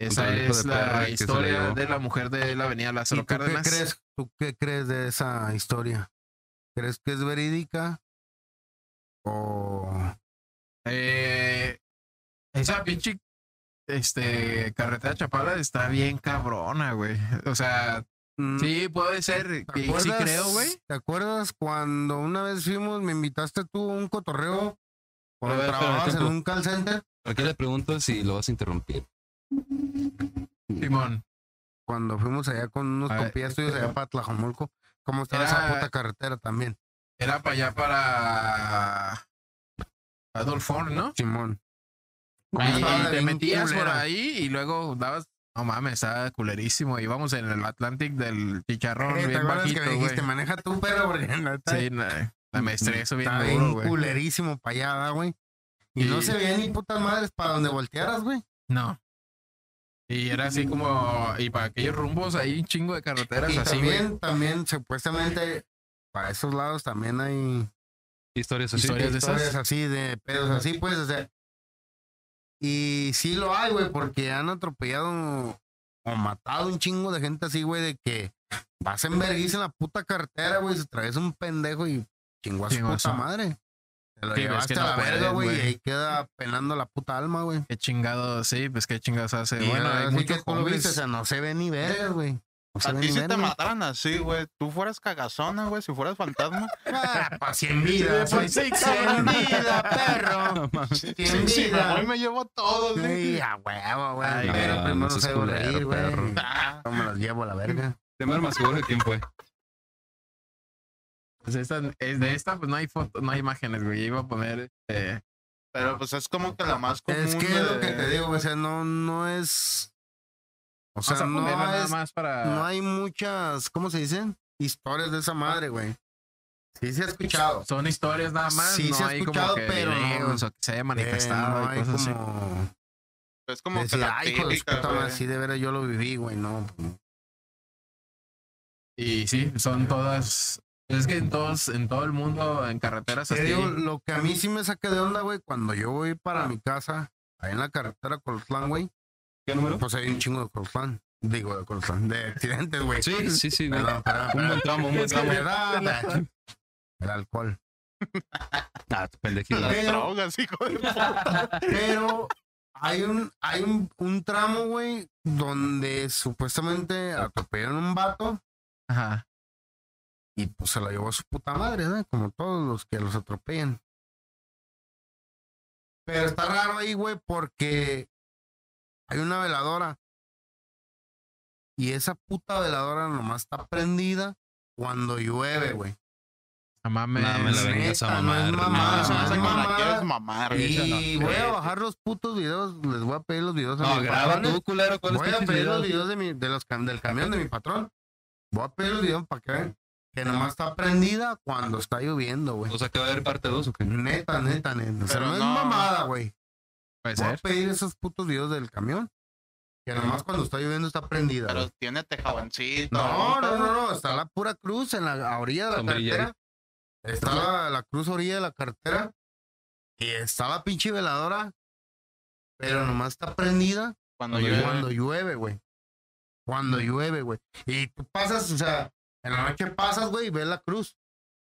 A: Esa
B: Contra el hijo
A: es
B: de perra que se
A: la
B: la
A: historia
B: llevó.
A: de la mujer de la avenida
C: ¿Y
A: Lázaro
C: tú qué
A: Cárdenas.
C: crees? ¿Tú qué crees de esa historia? ¿Crees que es verídica? ¿O
A: Eh, esa pinche este, carretera chapada está bien cabrona, güey. O sea,
C: Mm,
A: sí puede ser,
C: ¿te
A: que sí
C: acuerdas-
A: creo, güey.
C: ¿Te acuerdas cuando una vez fuimos, me invitaste tú a un cotorreo
B: A
C: cuando
B: ver, espérame,
C: trabajabas en
B: tiempo.
C: un call center?
B: Aquí le pregunto si lo vas a interrumpir.
A: Simón.
C: Cuando fuimos allá con unos
A: A ver,
C: compillas tuyos allá
A: espérame.
C: para Tlajomulco. ¿Cómo estaba
A: Ah, eh, Era-
C: esa puta carretera también?
A: Era para allá para Adolf Horn, ¿no?
C: Simón. ¿Cómo
A: Ahí
C: estaba de
A: Ah, te
C: bien
A: metías por
C: culera?
A: ahí y luego dabas. No mames, estaba culerísimo. Íbamos en el Atlantic del chicharrón,
C: Eh, ¿Te
A: bien
C: acuerdas
A: bajito,
C: que me dijiste,
A: güey.
C: maneja tú, pero porque la neta,
A: Sí, na- na, me estreso bien
C: Está bien
A: duro, güey.
C: culerísimo para allá, ¿verdad, güey. Y, no
A: Y-
C: se veía ni putas madres para donde voltearas, güey.
A: No. Y era así como. Y para aquellos rumbos ahí, un chingo de carreteras
C: Y
A: Pues así,
C: también,
A: güey.
C: también, supuestamente, para esos lados también hay
B: Historias así.
A: Historias de
C: historias
A: esas.
C: así, de pedos así, pues, o sea. Y sí lo hay, güey, porque han atropellado o matado un chingo de gente así, güey, de que vas en vergüenza en la puta carretera, güey, se traes un pendejo y chingó a su
A: Chingazo.
C: puta madre. Te lo
A: Sí, ves
C: llevaste
A: que
C: a
A: no
C: la verga,
A: puedes,
C: güey, y
A: güey.
C: ahí queda penando la puta alma, güey.
A: Qué chingados, sí, pues qué chingados hace.
C: Y
A: bueno, hay
C: así
A: muchos
C: tú lo viste, o
A: hombres.
C: sea, no se ve ni vergas, güey. No se
D: A
C: ve
D: ti
C: ni
D: si te
C: vergas.
D: mataran así, güey. Tú fueras cagazona, güey. Si fueras fantasma.
C: Ah, pa' cien vidas,
A: Pues
C: güey.
A: sí,
C: Cien
A: cabrón.
C: vidas, perro.
B: No mames.
C: Cien
D: Si me voy,
C: vidas.
D: me llevo todo, güey.
C: Sí, a huevo, güey.
A: Ay,
C: Pero
B: no,
C: primero
B: no seas
C: se va a
B: culero,
C: reír, güey.
B: perro.
D: Ah,
C: ¿Cómo los llevo a la verga?
B: Primero más seguro de quién fue.
A: Pues esta, es de esta, pues no hay foto, no hay imágenes, güey. Iba a poner. eh,
D: Pero pues es como que la más común.
C: Es que es lo
D: de-
C: que te digo, o sea, no, no es. O sea,
A: vamos a ponerla
C: no
A: nada
C: es.
A: más para.
C: No hay muchas, ¿cómo se dicen? Historias de esa madre, güey. Eh, Sí se ha escuchado.
A: Son historias nada más.
C: Sí,
A: no
C: se ha
A: hay como
C: escuchado,
A: que
C: pero no.
A: videos o que se haya manifestado
C: Eh, no
A: y
C: hay
A: cosas así.
C: como.
D: Es como que
C: decir,
D: la
C: ay, hijo de su
D: típica,
C: puta madre,
D: güey.
C: sí, de veras yo lo viví, güey, no.
A: Y sí, son todas. Es que en todos, en todo el mundo, en carreteras
C: Te
A: así.
C: digo, lo que a mí sí me saqué de onda, güey, cuando yo voy
B: Ah.
C: para mi casa, ahí en la carretera Colotlán, güey,
B: ¿Qué número?
C: pues hay un chingo de Colotlán. Digo, de Colotlán, de accidentes, güey.
B: Sí, sí, sí, güey.
C: Perdón, perdón,
B: Un
C: perdón.
B: buen tramo, un buen tramo.
C: ¿Verdad? El alcohol.
B: Ah, tu pendejito.
D: Las
C: Pero-
D: drogas, hijo de puta.
C: Pero hay un, hay un, un tramo, güey, donde supuestamente atropellaron un vato
A: Ajá.
C: y pues se lo llevó a su puta madre, ¿verdad? Como todos los que los atropellan. Pero está raro ahí, güey, porque hay una veladora. Y esa puta veladora nomás está prendida cuando llueve, güey.
A: No mames.
B: Nah, me la
C: Neta,
B: vengas a
C: no es
B: mamar.
C: mamada,
B: nah,
D: No, se me hace que me
C: mamá.
D: la quieres mamar. güey.
C: Y voy a bajar los putos videos. Les voy a pedir los videos a
B: No,
C: mis
B: graba
C: patrones.
B: tú, culero. ¿cuál es
C: Voy
B: tu
C: a pedir
B: video?
C: los videos de mi, de los, cam- del camión de mi patrón. Voy a pedir los videos para que vean que nomás está prendida cuando está lloviendo, güey.
B: O sea, que va a haber parte 2 o qué?
C: Neta, neta, neta. O sea,
D: Pero
C: no es
D: no.
C: mamada, güey.
A: Puede
C: Voy a
A: ser.
C: pedir esos putos videos del camión. Que nomás cuando está lloviendo está prendida. güey.
D: Pero tiene tejabancito.
C: No, no,
D: Pero-
C: no, no, está la pura cruz en la a orilla de la
B: Sombrilla.
C: carretera. Está la, la cruz a orilla de la carretera. Y está la pinche veladora. Pero nomás está prendida
D: Cuando
B: Cuando
D: yo.
C: cuando llueve, güey. Cuando llueve, güey. Y tú pasas, o sea, en la noche pasas, güey, y ves la cruz,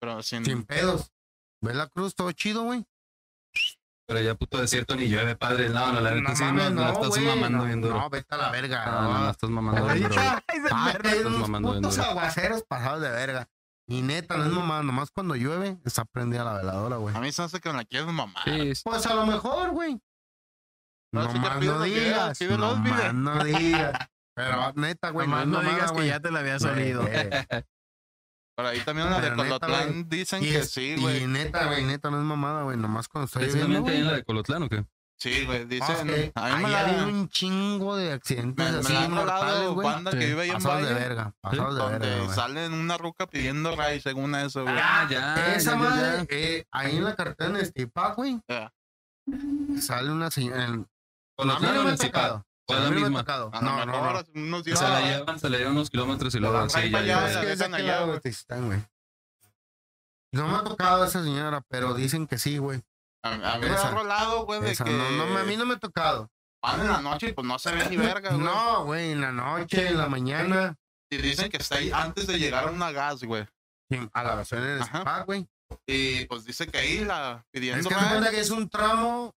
D: Pero sin.
C: sin pedos. Ves la cruz, todo chido, güey.
B: Pero ya puto desierto ni llueve, padre. No, no, la neta sí, no,
C: mames,
B: no, estás
C: güey,
B: mamando
C: no,
B: bien duro.
C: No, vete a la verga.
B: No, no, no, estás mamando bien duro.
C: Ahorita, ah, hay
B: estás
C: unos
B: mamando bien
C: putos
B: duro.
C: aguaceros pasados de verga. Y neta, no es mamada, nomás cuando llueve está prendida la veladora, güey.
D: A mí se me hace que me la quieres mamar.
B: Sí, sí.
C: Pues a lo mejor, güey.
D: No, sí te
C: Nomás
D: pido
C: no
D: los videos,
C: digas,
D: pide los
C: nomás
D: videos.
C: no digas. Pero neta, güey,
A: Nomás
C: no es
A: no
C: mamada,
A: digas que
C: güey.
A: ya te la había
C: Güey, eh,
A: salido.
C: güey.
D: Pero ahí también la de
C: Pero neta,
D: Colotlán dicen
C: Y,
D: que
C: es-
D: sí,
C: y
D: güey.
C: neta, güey, neta, no es mamada, güey. Nomás cuando estoy viendo,
B: Precisamente ahí en la de Colotlán o qué?
D: Sí, güey.
C: Ah,
D: Dicen.
C: que
D: A mí me
C: ahí
D: la.
C: ha habido
D: Me,
C: un chingo de accidentes
D: me la
C: así
D: han
C: mortales,
D: colado
C: güey.
D: banda que
A: Sí.
D: vive allá en
C: Pasados de
D: Valle.
C: verga, pasados de verga,
D: Donde
C: güey.
D: salen una ruca pidiendo ray, según eso, güey.
B: Ah, ya.
C: Esa
B: ya, ya,
C: madre, eh, ahí en la cartera de Estipac, güey.
D: Ya.
C: Sale una señora. en- A mí
B: Colotlán
C: no
B: o
C: me ha
B: Nexipal.
C: tocado.
B: O
C: A
B: es la
C: mí no me ha
B: misma.
C: tocado.
D: A lo
C: No, no,
D: mejor
C: no.
D: hace unos
B: Que
D: días.
B: se la
D: atrás.
B: llevan, se la llevan unos kilómetros y
D: La
B: luego
D: van
B: así.
D: para allá,
B: ya,
D: la
C: Es
B: ya.
C: que es de
D: dejan
C: aquel
D: allá,
C: lado de
D: güey.
C: Tizitán, güey. No me ha tocado esa señora, pero dicen que sí, güey.
D: A, a mí me
C: Esa.
D: ha rolado, güey, de
C: Esa,
D: que.
C: No, no, me- a mí no me ha tocado.
D: Van en la noche y pues no se ve ni verga, güey.
C: No, güey, en la noche, en la mañana,
D: Y dicen que está ahí antes de llegar a una gas, güey.
C: a la versión del
D: Ajá.
C: spa, güey.
D: Y pues dice que ahí la
C: Es
D: pidiendo
C: que se
D: ray.
C: cuenta que es un tramo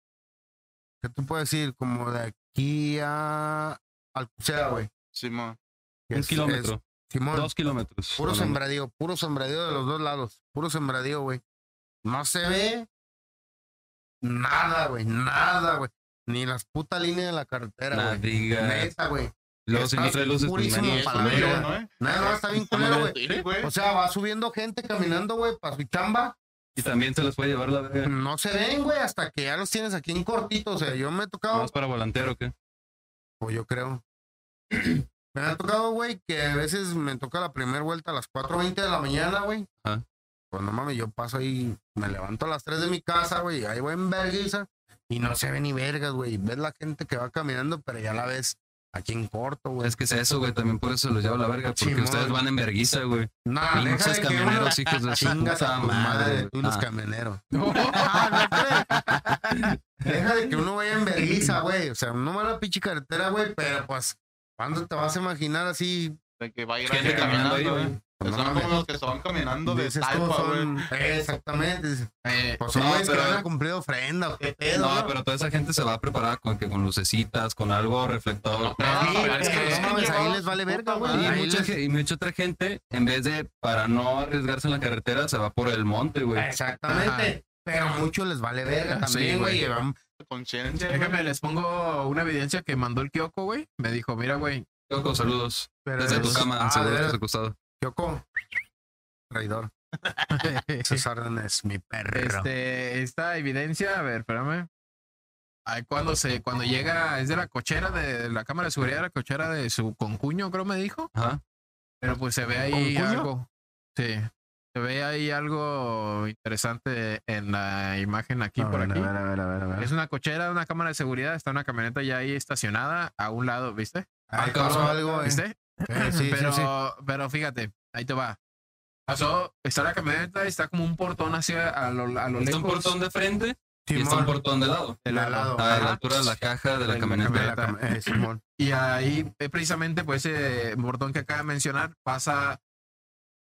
C: que tú puedes decir como de aquí a Alcuchea, güey.
D: Simón.
B: Un
C: Es- es-
B: kilómetro,
C: Simón,
B: dos kilómetros.
C: puro
B: Bueno,
C: sembradío, puro sembradío de los dos lados, puro sembradío, güey. No se ve nada, güey, nada, güey. Ni las putas líneas de la carretera,
B: Nah,
C: güey.
B: digas.
C: Neta, güey.
B: Luego si no trae luces, pues
C: purísimo
B: menos.
C: para la
B: Menos.
C: verga. Nada más está bien culero, güey.
D: eh?
C: Pues,
D: Sí, güey.
C: O sea, va subiendo gente caminando, güey, para su chamba.
B: Y también se las puede llevar la verga.
C: No se ven, güey, hasta que ya los tienes aquí en cortito. O sea, yo me he tocado
B: Vamos para volantero, ¿o ¿qué?
C: Pues yo creo. Me ha tocado, güey, que a veces me toca la primera vuelta a las 4.20 de la mañana, güey.
B: Ajá.
C: Pues no mames, yo paso ahí, me levanto a las 3 de mi casa, güey, ahí voy en vergüenza y no se ve ni vergas, güey. Ves la gente que va caminando, pero ya la ves aquí en corto, güey.
B: Es Pues que es eso, güey. También por eso se los llevo a la verga. Porque
C: Simón.
B: ustedes van en verguiza, güey.
C: Nah, deja
B: Pinches
C: de que uno
B: camioneros, hijos de su
C: chingas
B: puta
C: a tu
B: madre.
C: madre, tú los
B: Ah.
C: camioneros. Ah, no, güey. Deja de que uno vaya en vergüenza, güey. O sea, uno va a la pinche carretera, güey, pero pues, ¿cuándo te vas a imaginar así Pues,
D: De que va a ir
B: Gente
D: ahí
B: caminando
D: caminando,
B: ahí,
D: güey.
B: güey.
D: Que
C: No
D: Son
C: mames.
D: como los que son caminando de
C: Dices,
D: talpa,
C: todos
D: güey.
C: son- Eh, Exactamente. dices,
A: Eh,
C: Pues son
B: No,
C: güeyes que
B: pero-
C: van a cumplir ofrenda. ¿o ¿Qué pedo?
B: No, pero toda esa gente se va preparada con que con lucecitas, con algo reflector.
D: Ah,
C: Sí,
D: pero
C: es que
D: sí,
C: no mames,
D: llevaba
C: ahí les vale
D: su puta
C: verga, güey.
B: Y
D: madre.
C: Ahí
B: mucha,
C: les-
B: ge- y mucha otra gente, en vez de para no arriesgarse en la carretera, se va por el monte, güey.
C: Exactamente. Pero muchos les vale verga
A: Sí,
C: también, güey.
A: güey.
C: y van-
D: Conciencia, güey.
A: déjame, les pongo una evidencia que mandó el Kyoko, güey. Me dijo, mira, güey,
B: Coco, saludos.
C: pero
B: Desde tu
C: es-
B: cama,
C: Ah,
B: seguro
C: de
B: que
C: veras,
B: estás acostado.
C: Kyoko. Traidor. Sus órdenes, mi perro.
A: Este, esta evidencia, a ver, espérame. Ahí cuando se, cuando llega, es de la cochera de, de la cámara de seguridad, la cochera de su concuño, creo me dijo.
B: Ajá.
A: Pero pues se ve ahí
C: ¿Concuño?
A: algo. Sí. Se ve ahí algo interesante en la imagen aquí
C: A
A: por
C: ver,
A: aquí.
C: A ver, a ver, a ver. a ver.
A: Es una cochera, una cámara de seguridad, está una camioneta ya ahí estacionada a un lado, ¿viste?
C: Ahí
B: Ah,
C: pasó
B: cabrón.
C: algo, eh.
A: ¿Viste?
C: Eh, sí, sí,
A: pero,
C: sí.
A: pero fíjate, ahí te va. Pasó, está la camioneta, está como un portón hacia a lo, a lo
B: Está un
A: lejos.
B: portón de frente y está
C: Simón,
B: un portón de lado.
C: de lado.
B: A la
A: Ajá.
B: altura de la caja de
A: De
B: la
A: la
B: camioneta.
C: De la cam- eh, Simón.
A: Y ahí, eh, precisamente, pues ese bordón que acaba de mencionar pasa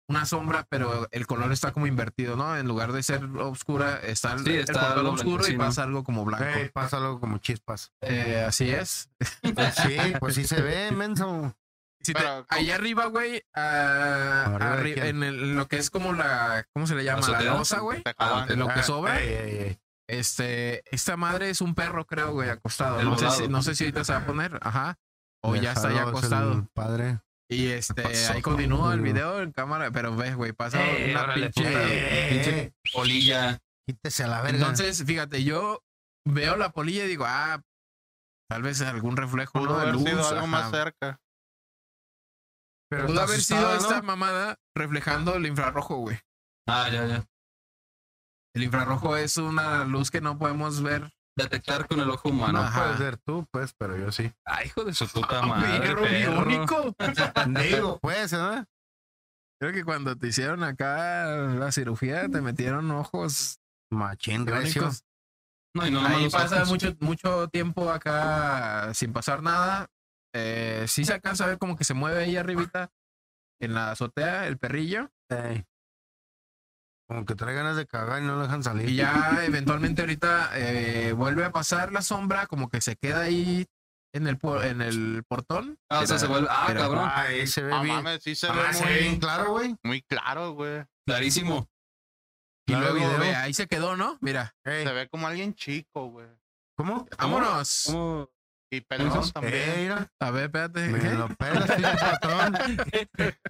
A: una sombra, pero el color está como invertido, ¿no? En lugar de ser oscura, está el,
B: Sí,
A: el
B: está
A: cordón
B: algo
A: oscuro y
B: blanquecino.
A: pasa algo como blanco.
C: Eh, pasa algo como chispas.
A: Eh, así es.
C: Sí, pues sí se ve, menso.
A: Si te-
D: Pero, ¿cómo?
A: allá arriba, güey, ah,
C: ¿Arriba de
A: arri-
C: quién?
A: en, el- en lo que es como la, ¿cómo se le llama? La
B: ¿Azotea?
A: losa, güey.
D: Tejabancos.
A: De lo que
C: Ah,
A: sobra.
C: ey, ey, ey.
A: Este, esta madre es un perro, creo, güey, acostado.
B: El
A: No sé,
B: volado.
A: si, no sé si ahorita se va a poner, ajá. O ya está ya
C: Saludos, el
A: acostado.
C: Padre.
A: Y este,
B: pasó?
A: ahí continúa el video en cámara, pero ves, güey, pasa
B: Eh,
A: una
B: órale,
A: pinche-
B: puta.
C: Eh, eh,
B: Polilla.
C: quítese a la verga.
A: Entonces, fíjate, yo veo la polilla y digo, ah, tal vez algún reflejo,
D: Pudo
A: ¿no? De
D: haber
A: luz.
D: sido algo más
A: ajá.
D: cerca.
C: pero
A: Pudo
C: está
A: haber sido
C: asustada,
A: esta
C: ¿no?
A: mamada reflejando el infrarrojo, güey.
B: Ah, ya, ya.
A: El infrarrojo es una luz que no podemos ver.
B: Detectar con el ojo humano.
C: No
A: Ajá.
C: puedes ver tú, pues, pero yo sí.
B: Ah, hijo de su puta madre.
A: Perro
B: perro.
A: biónico.
C: Digo, pues, ¿no?
A: Creo que cuando te hicieron acá la cirugía, te metieron ojos.
C: Machín, gracias.
A: Biónicos.
B: No, y no nomás
A: Ahí
B: los
A: pasa
B: ojos.
A: mucho, mucho tiempo acá sin pasar nada. Eh, sí se alcanza a ver como que se mueve ahí arribita en la azotea el perrillo.
C: Como que trae ganas de cagar y no lo dejan salir.
A: Y ya eventualmente ahorita eh, vuelve a pasar la sombra, como que se queda ahí en el, por- en el portón.
B: Ah, o sea, se vuelve. Ah,
A: Pero-
B: cabrón.
C: Ah, ahí se ve
D: Ah,
C: bien.
D: mames, sí se
C: Ah, se ve
D: ve
C: bien
D: muy,
C: claro, güey.
D: muy claro, güey.
B: Clarísimo.
A: Y
C: Claro,
A: luego
C: video.
A: ve, ahí se quedó, ¿no? Mira,
C: Ey,
D: Se ve como alguien chico, güey.
C: ¿Cómo?
A: vámonos.
B: ¿Cómo?
D: Y pelón
C: Eh,
D: también.
C: mira,
A: A ver, espérate.
C: me
A: ¿qué?
C: lo pelas, pinche patrón.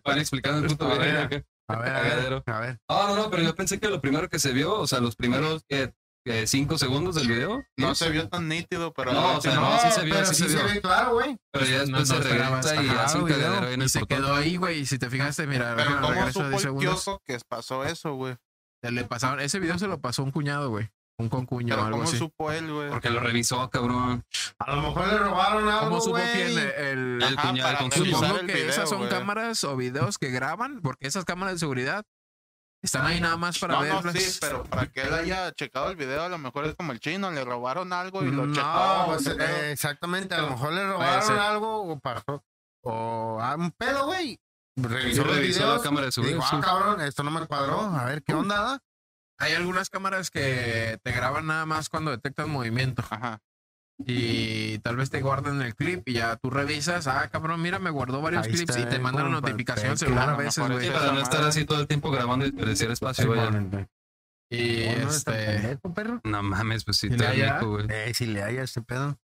B: Van explicando el puto
C: A ver.
B: video acá.
C: A ver, a ver, a ver.
B: Ah, no, no, pero yo pensé que lo primero que se vio, o sea, los primeros eh, eh, cinco segundos del video.
D: No
B: ¿sí?
D: se vio tan nítido, pero
B: No,
D: no,
B: o sea, no, sí se vio,
C: pero
B: sí se
C: sí se
B: vio.
C: ve claro, güey.
B: Pero ya
A: No,
B: después
A: no
B: se
A: esperabas.
B: regresa y
A: Ajá,
B: hace un
A: video.
B: cagadero ahí en
A: Y
B: el
A: se
B: portón.
A: quedó ahí, güey. Y si te fijaste, mira,
D: Pero
A: déjame
D: ¿cómo
A: regreso
D: supo
A: 10
D: el
A: segundos.
D: kiosco que pasó eso, güey?
A: Se le pasaron, ese video se lo pasó un cuñado, güey. Un concuño o
D: Pero
A: algo
D: ¿cómo
A: así.
D: supo él, güey?
B: Porque lo revisó, cabrón.
C: A lo mejor le robaron algo,
A: ¿Cómo supo
C: güey.
A: quién? eh, El,
B: El
D: Ajá,
B: cuñado,
D: para
B: el
D: revisar
B: concuñado.
A: Supongo
D: Ah, el
A: que
D: video,
A: esas son
D: güey.
A: cámaras o videos que graban, porque esas cámaras de seguridad están ahí nada más para
D: no,
A: verlas.
D: no, sí, pero para que él haya checado el video, a lo mejor es como el chino, le robaron algo y lo
C: No,
D: checó.
C: pues,
D: ¿no?
C: eh, exactamente. A lo mejor le
A: ser.
C: robaron algo o pasó. O ah, un pedo, güey.
B: Sí,
C: Revisó los
B: revisó la
C: videos.
B: cámara de
C: y Dijo,
B: seguridad.
C: ah, cabrón, esto no me cuadró. A ver, ¿qué onda? da?
A: Hay algunas cámaras que te graban nada más cuando detectan movimiento
D: Ajá.
A: y tal vez te guardan el clip y ya tú revisas, ah, cabrón, mira, me guardó varios
C: Ahí
A: clips
C: está,
A: y te
C: eh,
A: mandan
C: como
A: una notificación al
C: perfecto,
A: celular a
D: a lo
A: veces,
D: mejor
B: Sí,
A: güey.
B: para no estar así todo el tiempo grabando y desperdiciar espacio, güey.
A: Y
C: Bueno, está
A: este,
C: pendejo, perro.
B: No mames, pues sí,
A: ¿Y
B: te
A: la ya?
B: rico, güey.
C: Eh, si le haya este pedo.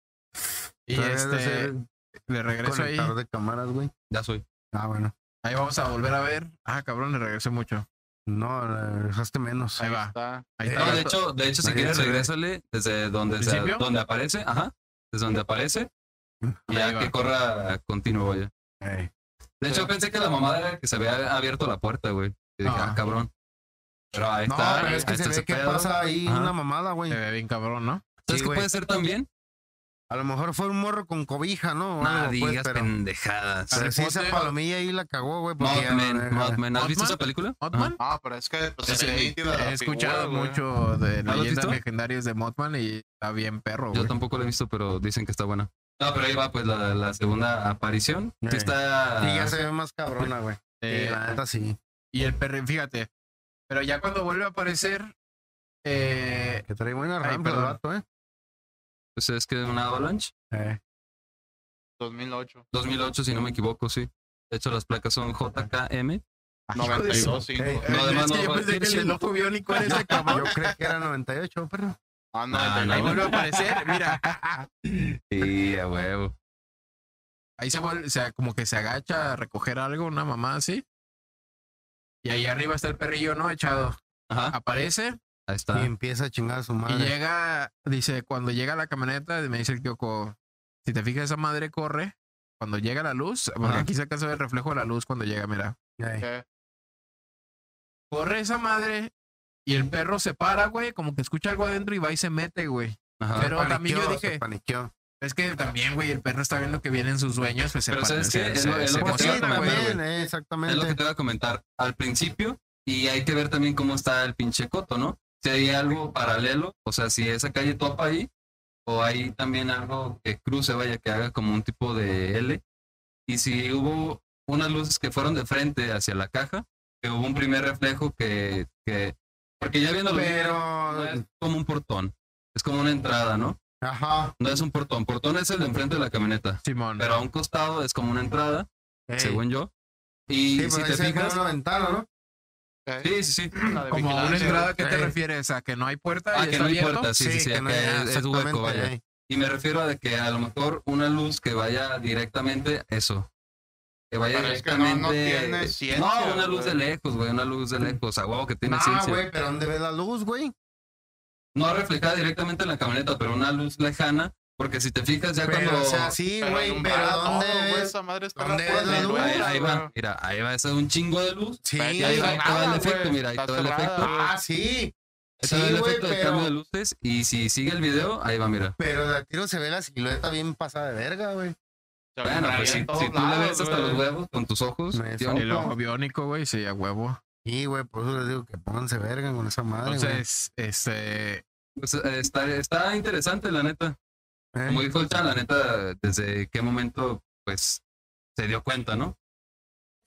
A: y
C: Todavía no sé
A: este, le regreso ahí.
C: conectador de cámaras, güey.
B: Ya soy.
C: Ah, bueno.
A: Ahí vamos a volver a ver. Ah, cabrón, le regresé mucho.
C: No, le dejaste menos.
A: Ahí va.
D: Está.
A: Ahí
C: Eh,
A: está.
B: No, de hecho, de hecho, si
C: Ahí
B: quieres,
C: se ve.
B: regrésale desde donde, sea-
A: ¿Principio?
B: donde aparece. Ajá. Desde donde aparece. Y
A: Ahí
B: ya
A: va.
B: que corra continuo, güey.
C: Ey.
B: De hecho, pensé que la mamada era que se había abierto la puerta, güey. Y dije,
A: Ah.
B: ah, cabrón. Pero ahí
C: No,
B: está.
C: pero es que
B: ahí
C: se
B: está
C: ve
B: ese
C: que
B: pedo.
C: pasa ahí
B: Ajá.
C: una mamada, güey.
A: Se ve bien cabrón, ¿no?
B: ¿Sabes
C: Sí,
B: qué
C: güey.
B: puede ser también?
C: A lo mejor fue un morro con cobija, ¿no? O
B: Nah,
C: algo, pues,
B: digas
C: pero,
B: pendejadas.
C: pero
A: Harry
C: sí, esa
A: Potter.
C: palomilla ahí la cagó, güey. porque ya no
B: Mothman,
C: deja-
B: Mothman. ¿Has visto
A: ¿Mothman?
B: esa película?
A: ¿Mothman?
D: Ah, pero es que pues,
A: Sí,
D: se ve nítida la
A: He escuchado
D: figura, güey.
A: mucho de
B: ¿No lo has
A: leyendas
B: visto?
A: legendarias de Mothman y está bien perro,
B: Ajá. Yo
A: güey.
B: tampoco la he visto, pero dicen que está buena. No, pero ahí va pues la, la segunda aparición.
C: Eh.
B: Sí está...
C: Sí, ya se ve más cabrona, güey.
A: Eh,
C: sí, la neta sí.
A: y el perro, fíjate. Pero ya cuando vuelve a aparecer, eh,
C: Que trae buena
A: ay,
C: rampa el
A: perdón.
C: vato, ¿eh?
B: Pues es que una avalanche.
C: Eh,
D: 2008.
B: 2008, si no me equivoco, sí. De hecho, las placas son JKM.
A: ay, hijo de su-
D: 92, 5.
C: Ey,
A: Ay,
B: No, además
A: es que
B: no,
A: yo
B: güey,
A: pensé que el
B: tiene
A: del ojo biónico era ese
C: Yo
A: cabrón.
C: creo que era 98, perro.
D: Ah, no,
B: Ah,
A: Ahí
B: no.
D: 92.
A: vuelve a aparecer, mira.
B: Sí, a huevo.
A: Ahí se vuelve, o sea, como que se agacha a recoger algo, una mamá así. Y ahí arriba está el perrillo, ¿no? Echado.
B: Ajá,
A: Aparece
B: ahí está.
C: Ah. Y empieza a chingar a su
A: Y
C: madre.
A: llega, dice, cuando llega la camioneta, me dice el Kyoko, si te fijas, esa madre corre. Cuando llega la luz, porque
B: Ajá.
A: aquí se alcanza a ver el reflejo de la luz cuando llega, mira.
C: Ey.
D: ¿Qué?
A: Corre esa madre y el perro se para, güey, como que escucha algo adentro y va y se mete, güey.
B: Ajá.
A: Pero también yo
C: Paniqueó, se
A: dije-
C: Paniqueó.
A: Es que también, güey, el perro está viendo que vienen sus sueños, pues se
B: Pero
A: para-
B: ¿sabes
A: se-
B: qué? Es
A: se-
B: lo- es
A: se
B: lo que te iba a
C: Sí,
A: emociona, güey.
B: comentar,
C: también, eh,
B: Es lo que
C: exactamente.
B: te iba a comentar. Al principio, y hay que ver también cómo está el pinche coto, ¿no? Si hay algo paralelo, o sea, si esa calle topa ahí, o hay también algo que cruce, vaya, que haga como un tipo de L. Y si hubo unas luces que fueron de frente hacia la caja, que hubo un primer reflejo que. que porque ya viendo no
C: Pero,
B: es como un portón, es como una entrada, ¿no?
C: ajá.
B: No es un portón, portón es el de enfrente de la camioneta,
A: Simón.
B: pero a un costado es como una entrada,
C: Ey.
B: según yo. Y
C: Sí, pero
B: si
C: ahí
B: te
C: se ve que era
B: fijas,
C: una ventana, ¿no?
B: sí,
D: ¿Qué?
B: sí, sí.
D: La de
A: como una
D: vigilancia,
A: entrada, ¿qué te
C: Sí.
A: refieres? ¿A que no hay puerta y
B: Ah, que
A: está
B: no
A: abierto?
B: importa, sí, sí, sí,
C: que no
B: acá
C: era
B: es, es hueco,
C: exactamente,
B: vaya.
C: ey.
B: Y me refiero a de que a lo mejor una luz que vaya directamente, eso. que vaya
D: Pero es que no- no
B: directamente-
D: tiene ciencia,
B: No, una luz de
D: güey. Mm.
B: lejos, güey, una luz de lejos. A huevo que tiene
C: Ah,
B: ciencia.
C: güey, pero ¿dónde ves la luz, güey?
B: No reflejada directamente en la camioneta, pero una luz lejana. Porque si te fijas ya
C: Pero,
B: cuando...
C: o sea, sí,
D: Pero
C: güey,
D: alumbrada,
C: pero
D: todo,
C: ¿dónde
D: güey,
C: ves?
D: Esa madre está
C: dónde
D: rara,
C: ves la
D: güey,
C: luz?
D: güey,
B: Ahí, ahí va,
D: güey.
B: mira, ahí va, ese es un chingo de luz.
C: Sí,
D: Pero
B: Y ahí va,
D: Está
B: ahí te va el
D: cerrada,
B: efecto,
D: güey,
B: mira, ahí
D: está
B: te va el
D: cerrada.
B: efecto.
C: ah, sí,
B: Ahí
C: sí,
B: te va el
C: güey,
B: efecto de
C: pero-
B: cambio de luces. Y si sigue el video, ahí va, mira.
C: pero de a tiro se ve la silueta bien pasada de verga, güey.
D: Se
B: Bueno,
D: ve
B: pues
D: en
B: si,
D: todos
B: si tú le ves
D: lados,
B: hasta los
D: güey.
B: huevos con tus ojos,
C: Me
B: tío,
C: sopa.
A: El ojo biónico, güey, sí, a huevo.
C: Sí, güey, por eso les digo que pónganse verga con esa madre, güey.
A: Entonces, este.
B: pues, eh, está, está interesante, la neta.
C: ¿eh?
B: Como dijo el Chan, la neta, desde qué momento, pues, se dio cuenta, ¿no?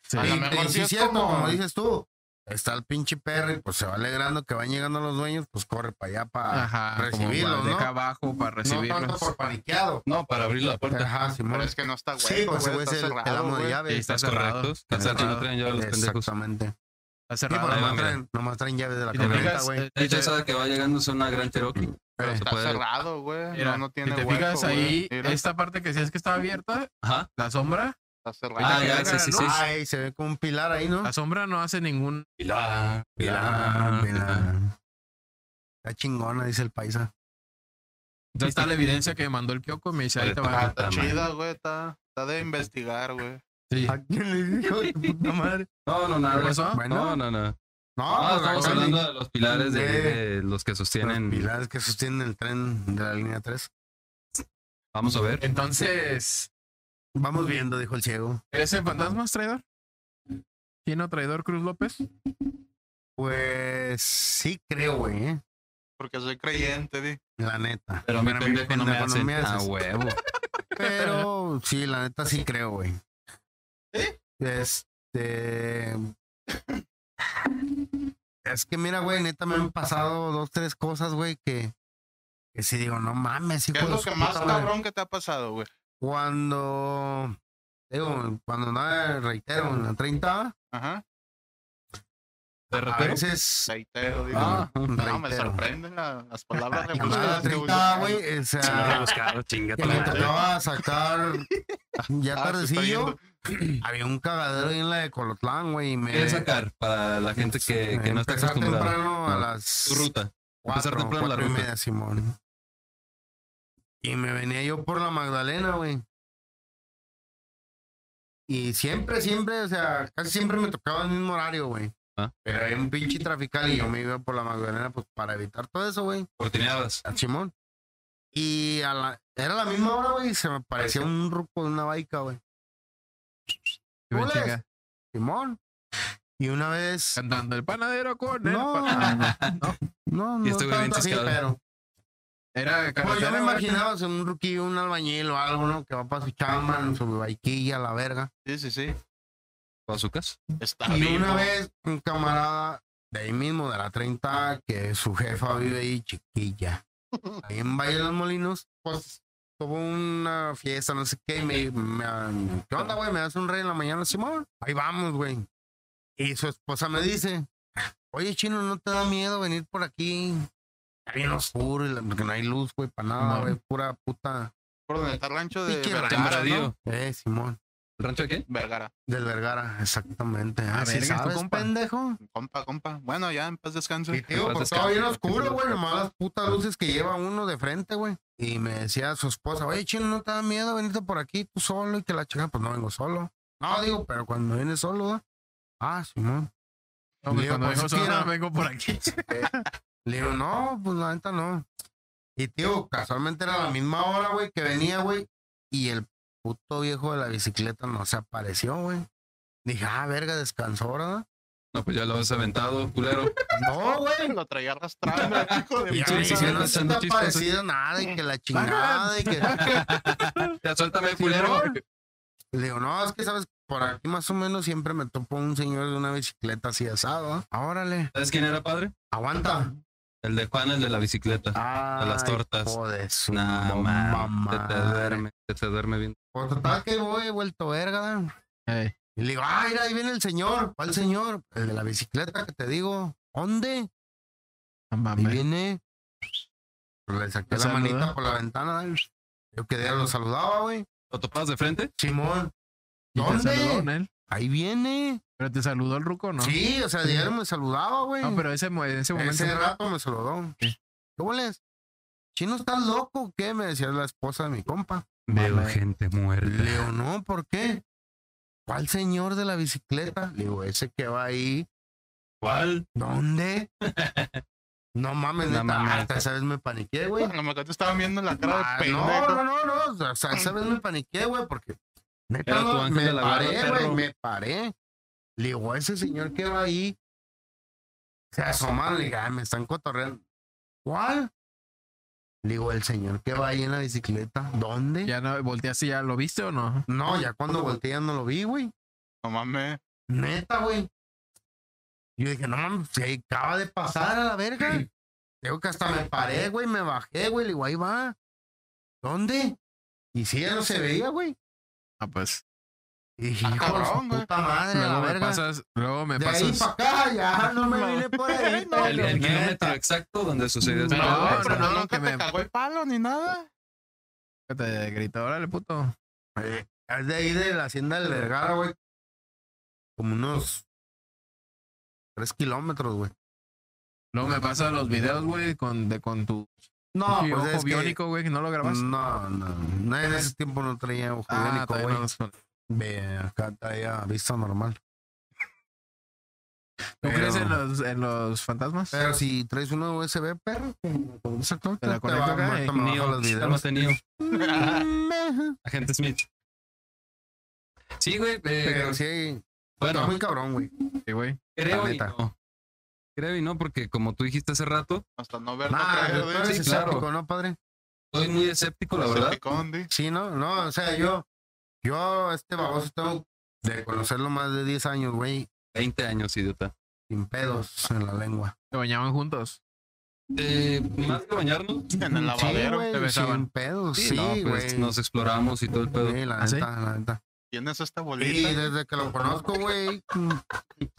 A: sí.
D: A
C: Y-
D: lo
C: y
D: mejor
C: sí
D: sí
C: es
D: es
C: cierto, como...
D: como-
C: dices tú, está el pinche perro y pues se va alegrando que van llegando los dueños, pues corre para allá para
A: Ajá, como
C: recibirlos,
A: de
C: ¿no?
A: acá abajo para
C: no
A: recibirlos.
C: tanto por paniqueado.
B: No, para abrir la
C: Ajá, Simón.
D: Pero es que no está hueco,
C: sí, pues ese
D: güey,
C: güey
D: está
C: es el, el
D: cerrado,
C: amo de
D: güey.
A: Sí,
C: llave.
A: está
B: Estás correcto.
A: cerrado.
B: Está cerrado, no traen llave los pendejos.
C: Exactamente.
A: Está
C: Sí,
A: cerrado.
C: pero
B: ahí va,
C: nomás
B: mira.
C: traen, nomás traen llaves de la
A: Y te
C: camioneta,
A: fijas,
C: güey.
A: eh,
B: De hecho, esa que va llegando es una gran Cherokee.
C: Eh,
B: Se
D: Está
B: puede-
D: cerrado, güey.
A: Mira,
D: No, no tiene
A: si te
D: hueco,
A: fijas
D: güey.
A: ahí,
D: Mira,
A: esta parte que decías que estaba abierta,
B: Ajá.
A: la sombra,
D: Está cerrado.
B: Ah,
A: que
B: ya,
A: venga
B: sí, sí,
A: la
B: sí.
C: Ay, se ve como un pilar ahí, ¿no?
A: la sombra no hace ningún.
B: Pilar,
C: Pilar, pilar. Está chingona, dice el paisa.
A: Entonces está la evidencia que me mandó el Kyoko y me dice, ahí te
D: Ah,
A: va.
B: Puta
D: está chida, güey. Está, está de investigar, güey.
A: Sí.
C: ¿A quién le dijo? de puta madre?
B: No, no,
A: ¿Qué
B: nada.
A: pasó?
B: No, no,
C: Bueno,
B: no.
C: no,
B: Ah,
C: pues
B: estamos
C: acá
B: hablando
C: ni-
B: de los pilares de, de los que
C: los
B: sostienen.
C: pilares que sostienen el tren de la línea 3.
B: Vamos a ver.
A: Entonces,
C: Vamos viendo, dijo el ciego.
A: ¿eres el fantasma traidor? ¿Chino traidor Cruz López?
C: Pues sí creo, güey, ¿eh?
D: Porque soy creyente, di.
C: la neta.
B: Pero mi
C: Pero mi
B: pendejo no me
C: pendejo no
B: hace.
C: me haces.
B: Ah, huevo.
C: Pero sí, la neta sí creo, güey.
D: Pues ¿Sí?
C: Este... Es que mira, güey, neta me han pasado dos, tres cosas, güey, que... Que si digo, no mames, hijo
D: ¿Qué es
C: de
D: lo
C: su
D: que más
B: Pues,
C: puta madre.
D: cabrón que te ha pasado, güey?
C: Cuando... Digo, cuando nada, reitero, en la 30,
D: Ajá.
B: ¿Te
C: a
B: repito?
C: veces...
D: Reitero, digo.
B: Ah,
D: no, me
C: reitero.
D: sorprenden la- las palabras
C: Cuando nada, 30,
D: rebuscadas. güey.
C: güey, o sea...
B: buscado, chinga
C: que
B: tu
C: me
B: madre.
C: tocaba sacar ya
D: Ah, se está
C: tardecillo.
D: yendo.
C: Había un cagadero ahí en la de Colotlán, güey, y me
B: ¿Qué sacar para la gente que, que no está
C: empezar
B: acostumbrada?
C: temprano a
B: No.
C: las
B: Tu ruta.
C: cuatro,
B: empezar temprano la
C: cuatro y
B: ruta.
C: media, Simón. Y me venía yo por la Magdalena, güey. Y siempre, siempre, o sea, casi siempre me tocaba el mismo horario, güey.
B: Ah.
C: Pero había un pinche trafical y yo me iba por la Magdalena, pues, para evitar todo eso, güey.
B: Oportunidades.
C: al Simón. Y a la, era la misma hora, güey, y se me parecía un ruco de una baica, güey.
A: Y me
C: Hola.
A: chinga,
C: Simón. Y una vez.
A: Cantando el panadero con el
C: No,
A: pan-
C: no, no, no
B: pues, ah, Y estuve bien
C: tanto así,
B: ciscado.
C: pero.
A: Era
C: Pues yo
A: carretera,
C: me
A: güey.
C: imaginaba ser un ruquillo, un albañil o algo, ¿no? Que va para su chamba, en su baiquilla, la verga.
D: Sí, sí, sí.
B: ¿Bazucas?
D: Está
C: Y
D: vivo.
C: una vez, un camarada de ahí mismo, de la 30, que su jefa vive ahí, chiquilla. Ahí en Valle de los Molinos, pues tuvo una fiesta, no sé qué, y me, me- ¿qué onda, güey? ¿Me das un rey en la mañana, Simón? Ahí vamos, güey. Y su esposa me dice, oye, chino, ¿no te da miedo venir por aquí? Está bien oscuro, y la- porque no hay luz, güey, para nada,
A: Simón.
C: güey, pura puta.
D: Por donde está el rancho de
C: Sí, qué
D: Vergara,
B: Sembradío.
D: ¿no?
C: Eh, Simón,
B: ¿El rancho de quién?
D: Vergara.
C: del Vergara, exactamente. Ah,
A: Ah,
C: sí
A: verga, es tu
C: sabes,
A: compa.
C: pendejo.
D: Compa, compa. Bueno, ya, en paz descanso.
C: Y te digo,
B: Capaz
C: pues
B: de
C: estaba bien
B: escapar.
C: oscuro, güey, nomás las putas luces que lleva uno de frente, güey. Y me decía su esposa, oye, chino, ¿no te da miedo venirte por aquí tú solo y que la chica, pues no vengo solo? No, digo, pero cuando vienes solo, ¿da? Ah, Simón.
A: No, pues,
C: Digo,
A: cuando
C: pues,
A: vengo
C: es que
A: sola,
C: era-
A: vengo por aquí.
C: Le digo, no, pues la neta no. Y tío, casualmente era la misma hora, güey, que venía, güey. Y el puto viejo de la bicicleta no se apareció, güey. Dije, ah, verga, descansó, ¿verdad?
B: No, pues ya lo has aventado, culero.
C: No, güey.
D: Lo traía arrastrando, el hijo de
C: Y
B: Sí,
C: me dice,
B: sí,
C: no se te
B: echando
C: ha
B: chistes,
C: parecido nada y que la chingada y que...
B: Ya suéltame, culero.
C: Simón. Le digo, no, es que sabes, por aquí más o menos siempre me topo un señor de una bicicleta así asado. ¿eh? Ah, Órale,
B: ¿Sabes quién era padre?
C: aguanta.
B: El de Juan, el de la bicicleta.
C: Ah,
B: de las tortas.
C: Joder, su
B: Nah,
C: mamá.
B: man. Se te duerme, se te duerme bien.
C: Por pues, total que voy, he vuelto verga. ¿eh?
A: Ey,
C: Y le digo, ah, mira, ahí viene el señor. ¿Cuál señor? El de la bicicleta que te digo. ¿Dónde?
A: no
C: Ahí
A: mames.
C: viene. Le saqué
A: Te
C: la
A: saluda.
C: manita por la ventana. ¿eh? Yo quedé, lo saludaba, güey.
B: ¿Lo topabas de frente?
C: Simón.
A: ¿Y te
C: ¿Dónde?
A: saludó, Nel?
C: Ahí viene.
A: Pero te saludó el ruco, ¿no?
C: Sí, o sea, diario me saludaba, güey.
A: No, pero ese, mo- en ese este momento.
C: Mm. Ese rato me saludó.
A: Sí.
C: ¿Qué boles? ¿Chino estás loco o qué? Me decía la esposa de mi compa.
B: Veo
A: Mame.
B: gente muerta.
C: Le digo, no, ¿por qué? ¿Cuál señor de la bicicleta? Le digo, ese que va ahí.
B: ¿Cuál?
C: ¿Dónde? No mames,
B: No
C: neta,
B: mames.
C: hasta esa vez me paniqué, güey.
D: A lo mejor te estaban viendo la cara
C: Ah,
D: de pendejo.
C: no, no, no, no. O sea, esa vez me paniqué, güey, porque neta,
B: Era tu
C: no,
B: ángel
C: me
B: de la guarda,
C: paré, güey,
B: perro.
C: me paré. Le digo, ese señor que va ahí se asomaron. Le dije, "Ay, me están cotorreando. ¿Cuál? Le digo, el señor que va ahí en la bicicleta. ¿Dónde?
A: Ya no, volteaste, ¿ya lo viste o no?
C: No, ya cuando volteé ya no lo vi, güey.
D: No mames.
C: Neta, güey. Yo dije, no mames, se acaba de pasar a la verga. Digo que hasta me paré, güey, me bajé, güey. Le digo, ahí va. ¿Dónde? Y si ya no se veía, güey.
A: Ah, pues.
C: Y dije,
D: Ah,
C: hijo de su
D: cabrón, güey.
C: puta madre, a Ah, la
A: Luego me
C: verga.
A: pasas. Luego me
C: de ahí para
A: pasas.
C: acá, ya no me
D: No.
C: vine por ahí.
D: No,
B: El, el kilómetro exacto donde sucedió esa
A: No,
D: No,
B: madre.
D: pero
A: no,
D: no,
A: no,
D: nunca
A: que
D: te
A: me-
D: cagó el palo ni nada.
A: Te grito, órale, puto.
C: Eh, Es de ahí de la hacienda del Vergara, güey. Como unos tres kilómetros, güey.
A: Luego me pasas los videos, güey, con, de- con tu
C: No,
A: pinche ojo
C: pues es que-
A: biónico, güey, que no lo grabaste.
C: No, no, no, en ese tiempo no traía ojo
A: Ah,
C: biónico,
A: todavía
C: güey.
A: no los- ¿Tú
C: Ve, acá traía vista normal. Pero-
A: crees en los, en los fantasmas?
C: Pero si traes uno USB, perro, con esa cosa,
A: Te la conecto
C: va-
A: acá
C: muerto,
A: y
C: me bajo
B: Neo,
C: los
B: estamos
C: videos.
B: de Neo,
C: Ujú.
B: agente Smith. Sí, güey. eh,
C: Pero sí, está
B: bueno,
C: muy cabrón, güey.
A: Sí, güey.
B: creo y
C: neta.
B: no. Creo y no, porque como tú dijiste hace rato,
D: Hasta no verlo.
C: Nah,
D: creer,
C: tú
D: güey. Pues
C: eres
B: sí, claro.
C: escéptico, ¿no, padre?
B: soy muy escéptico, la
D: Se
B: verdad.
D: picó, Andy.
C: Sí, ¿no? No, o sea, yo, yo, este baboso tengo de conocerlo más de 10 años, güey,
B: 20 años, idiota.
C: sin pedos en la lengua.
A: Se bañaban juntos.
B: Eh, más que bañarnos,
D: En el lavadero.
C: sí,
A: te
C: güey,
A: besaban.
C: sin pedos,
B: sí,
C: sí,
B: no,
C: güey.
B: pues, nos exploramos y todo el pedo.
C: Sí, la
A: ¿Ah, sí?
C: neta, la neta.
D: ¿Quién es esta
C: Y
D: bolita?
C: desde que lo conozco, güey.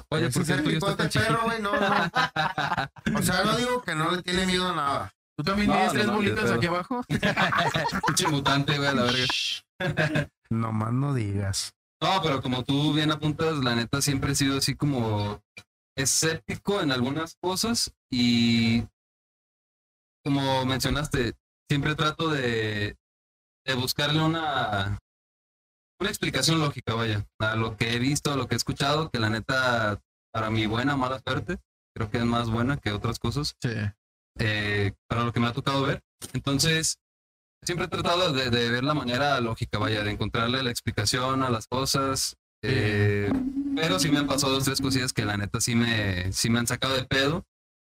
B: Oye,
C: ese
B: ¿por qué
C: es
B: el tuyo
C: el
B: está
C: tipo de
B: tan chiquito?
C: perro, güey, no, no. O sea, no digo que no le tiene miedo a nada.
A: ¿Tú también
B: No,
A: tienes
B: no,
A: tres
B: no,
A: bolitas
B: yo
A: aquí abajo?
B: Pinche mutante, güey, a la verga.
C: Nomás no digas.
B: No, pero como tú bien apuntas, la neta siempre he sido así como escéptico en algunas cosas y como mencionaste, siempre trato de, de buscarle una, una explicación lógica, vaya, a lo que he visto, a lo que he escuchado, que la neta, para mi buena o mala suerte, creo que es más buena que otras cosas
A: Sí.
B: eh, para lo que me ha tocado ver. Entonces, siempre he tratado de, de ver la manera lógica, vaya, de encontrarle la explicación a las cosas. eh, pero sí me han pasado dos, tres cosillas que la neta sí me, sí me han sacado de pedo.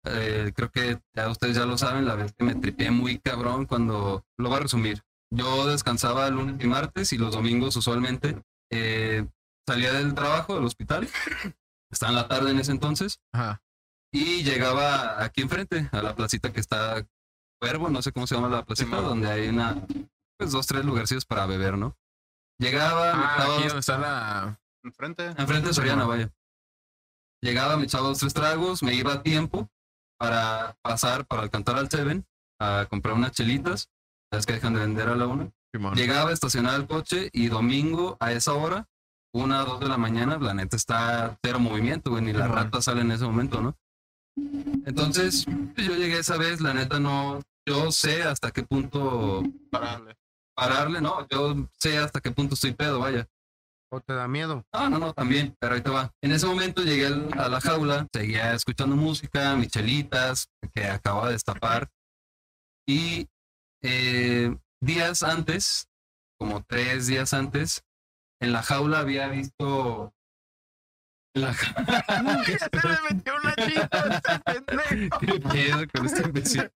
B: Eh, creo que ya ustedes ya lo saben, la vez que me tripié muy cabrón cuando... Lo voy a resumir. Yo descansaba lunes y martes y los domingos usualmente eh, salía del trabajo, del hospital. Estaba en la tarde en ese entonces
A: Ajá.
B: y llegaba aquí enfrente, a la placita que está Cuervo, no sé cómo se llama la placita,
D: Simón.
B: donde hay una, pues dos, tres lugarcillos para beber, ¿no? Llegaba, me
A: Ah,
B: echaba
A: aquí
B: dos-
A: donde está la.
D: Enfrente.
B: enfrente de Soriana, vaya. Llegaba, me echaba dos, tres tragos, me iba a tiempo para pasar, para alcanzar al Seven, a comprar unas chelitas, las que dejan de vender a la una.
A: Simón.
B: Llegaba, estacionaba el coche y domingo a esa hora, una dos de la mañana, la neta está cero movimiento, güey, ni la
A: Simón.
B: rata sale en ese momento, ¿no? Entonces, pues, yo llegué esa vez, la neta no, yo sé hasta qué punto
D: Pararle.
B: pararle, ¿no? Yo sé hasta qué punto estoy pedo, vaya.
C: ¿O te da miedo?
B: No, no, no, también, pero ahí te va. En ese momento llegué al- a la jaula, seguía escuchando música, mis chelitas, que acababa de destapar. Y eh, días antes, como tres días antes, en la jaula había visto. en la ja-
A: se le metió una
C: Pues
A: chispa este pendejo.
B: ¿Qué pedo con este imbécil?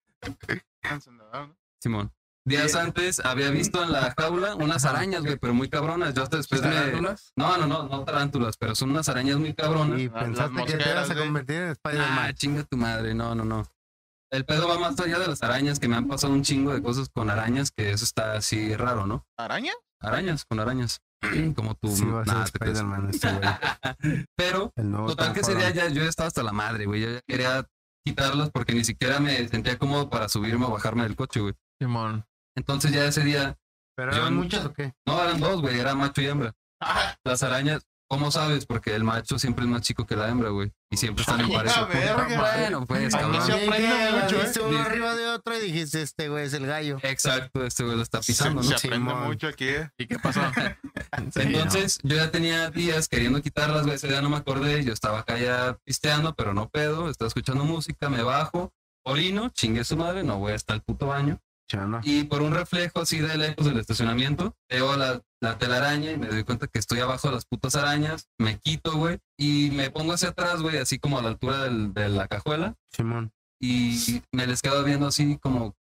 D: Encendedor, ¿no?
B: Simón. Días antes había visto en la jaula unas arañas, güey, pero muy cabronas. Yo hasta después me.
A: ¿Tarántulas?
B: No, no, no, no tarántulas, pero son unas arañas muy cabronas.
C: Y
D: Las-
C: pensaste
D: las
C: que te
D: mosqueras,
C: ibas a
D: güey.
C: convertir en
B: Ah,
C: Spider-Man.
B: chinga tu madre, no, no, no. El pedo va más allá de las arañas, que me han pasado un chingo de cosas con arañas, que eso está así raro, ¿no?
D: ¿Araña?
B: Arañas, con arañas. Como tú.
C: sí, va a ser
B: nah, te creas.
C: Spider-Man este güey.
B: Pero,
C: El nuevo
B: total que ese día
C: Transformer.
B: ya yo estaba hasta la madre, güey. Yo ya quería quitarlas porque ni siquiera me sentía cómodo para subirme o bajarme del coche, güey.
A: Simón.
B: Entonces ya ese día,
C: ¿Pero
B: yo
C: eran
B: en-
C: muchas o qué?
B: no eran dos, güey, era macho y hembra.
C: Ah.
B: Las arañas, ¿cómo sabes? Porque el macho siempre es más chico que la hembra, güey. Y siempre están en
D: Ay,
B: pareja.
D: la verga.
B: Bueno, pues,
D: Ay, no
B: cabrón.
D: se aprende mucho,
C: Viste
D: ¿eh?
C: este uno arriba de otro y dijiste, este güey es el gallo.
B: Exacto, este güey lo está pisando, ¿no?
D: Se aprende
C: Simón.
D: mucho aquí, eh.
A: ¿Y qué pasó?
B: Entonces, yo ya tenía días queriendo quitarlas, güey, ese día no me acordé, yo estaba acá ya pisteando, pero no pedo, estaba escuchando música, me bajo, orino, chingue su madre, no voy hasta el puto baño.
C: Chano.
B: Y por un reflejo así de lejos del estacionamiento, veo la, la telaraña y me doy cuenta que estoy abajo de las putas arañas, me quito, güey, y me pongo hacia atrás, güey, así como a la altura del- de la cajuela,
C: Simón.
B: y me les quedo viendo así como,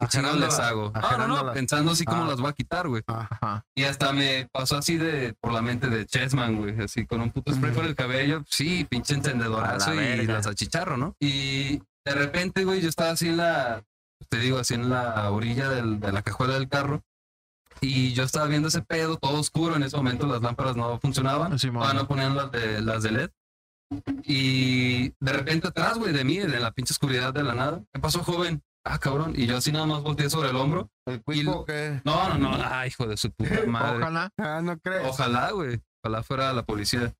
B: ¿qué chingados les hago? Ah, No, no, no,
C: Ajerándola.
B: pensando así como
C: Ah.
B: las voy a quitar, güey.
A: Ajá.
B: Y hasta me pasó así de por la mente de Chessman, güey, así con un puto spray por el cabello. Sí, pinche encendedorazo
C: A la
B: y
C: verga.
B: las achicharro, ¿no? Y de repente, güey, yo estaba así en la, te digo, así en la orilla del- de la cajuela del carro. Y yo estaba viendo ese pedo todo oscuro. En ese momento las lámparas no funcionaban.
A: Simón.
B: Todavía Ah, no ponían las de, las de LED. Y de repente atrás, güey, de mí, de la pinche oscuridad de la nada. ¿Qué pasó, joven? Ah, cabrón. Y yo así nada más volteé sobre el hombro.
C: ¿El
B: cuico
C: cuico qué?
B: No, no, no. Ay, hijo de su puta madre.
A: Ojalá.
C: Ah, no creo.
B: Ojalá, güey. Ojalá fuera la policía.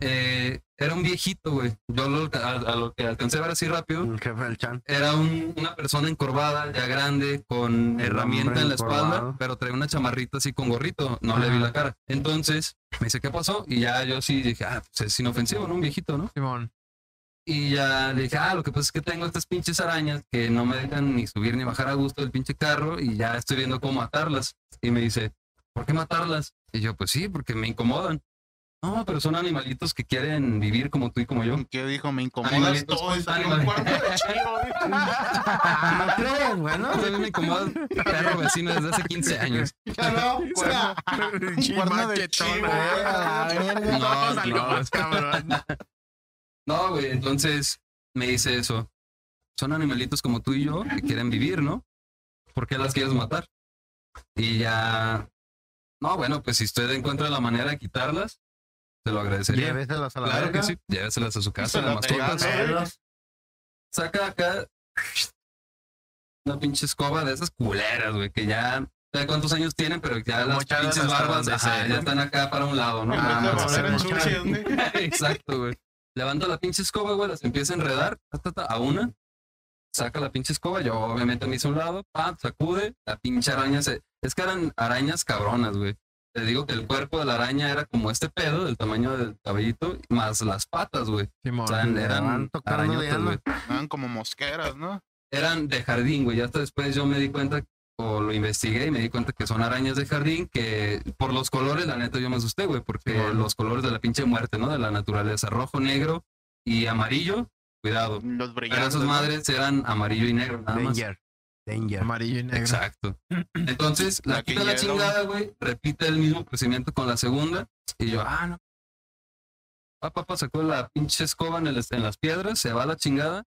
B: Eh, era un viejito, güey. Yo lo, alca- a, a lo que alcancé a ver así rápido,
C: El jefe del chan.
B: era un- una persona encorvada, ya grande, con herramienta en la espalda,
C: encorvado.
B: pero traía una chamarrita así con gorrito. No le vi la cara. Entonces me dice, ¿qué pasó? Y ya yo sí dije, ah, pues es inofensivo, ¿no? Un viejito, ¿no?
A: Simón.
B: Y ya le dije, ah, lo que pasa es que tengo estas pinches arañas que no me dejan ni subir ni bajar a gusto del pinche carro y ya estoy viendo cómo matarlas. Y me dice, ¿por qué matarlas? Y yo, pues sí, porque me incomodan. No, pero son animalitos que quieren vivir como tú y como yo.
D: ¿Qué dijo? Me incomodas
B: Animalitos,
D: todo. Está en un
B: animal-
D: cuarto de chino,
C: Ah, no creo, bueno.
B: A mí me incomoda un perro vecino desde hace 15 años.
C: Chano, cuerno.
D: Cuerno de
C: Eh,
D: chivo,
C: a la verga.
B: No,
A: salió, cabrón.
B: No, güey, entonces me dice eso. Son animalitos como tú y yo que quieren vivir, ¿no? ¿Por qué las quieres matar? Y ya... No, bueno, pues si usted encuentra la manera de quitarlas, se lo agradecería.
C: Lléveselas a la
B: Claro
C: verga.
B: que sí. Lléveselas a su casa,
D: Se
B: las
D: la pegaron.
B: mascotas.
C: ¿eh?
B: Saca acá una pinche escoba de esas culeras, güey, que ya... no sé cuántos años tienen, pero ya las
A: Mochadas
B: pinches
A: hasta
B: barbas
A: donde
B: ajá,
A: se-
B: ya están acá para un lado, Ah, ¿no?
D: En
C: Ah,
B: Nada
D: vez de
B: más
D: volver
B: hacer-
D: en sucia, ¿dónde?
B: Exacto, güey. Levanta la pinche escoba, güey, las empieza a enredar, ta, ta, ta, a una, saca la pinche escoba, yo obviamente me hice a un lado, pam, sacude, la pinche araña se... Es que eran arañas cabronas, güey. Te digo que el cuerpo de la araña era como este pedo, del tamaño del cabellito, más las patas, güey. O sea,
A: Simón.
B: eran
C: Van tocando
B: arañotas,
C: diana.
B: güey.
D: Andaban como mosqueras, ¿no?
B: Eran de jardín, güey. Y hasta después yo me di cuenta, o lo investigué y me di cuenta que son arañas de jardín, que por los colores, la neta, yo me asusté, güey, porque
A: Simón.
B: los colores de la pinche muerte, ¿no? De la naturaleza, rojo, negro y amarillo, cuidado.
D: Los
B: Pero
D: brillantes.
B: esas madres eran amarillo y negro, nada más.
C: Danger. Danger.
A: Amarillo y negro.
B: Exacto. Entonces, la
D: La que
B: quita la
D: llega.
B: chingada, güey, repite el mismo procedimiento con la segunda. Y yo, ah, no. Papá sacó la pinche escoba en, el- en las piedras, se va la chingada.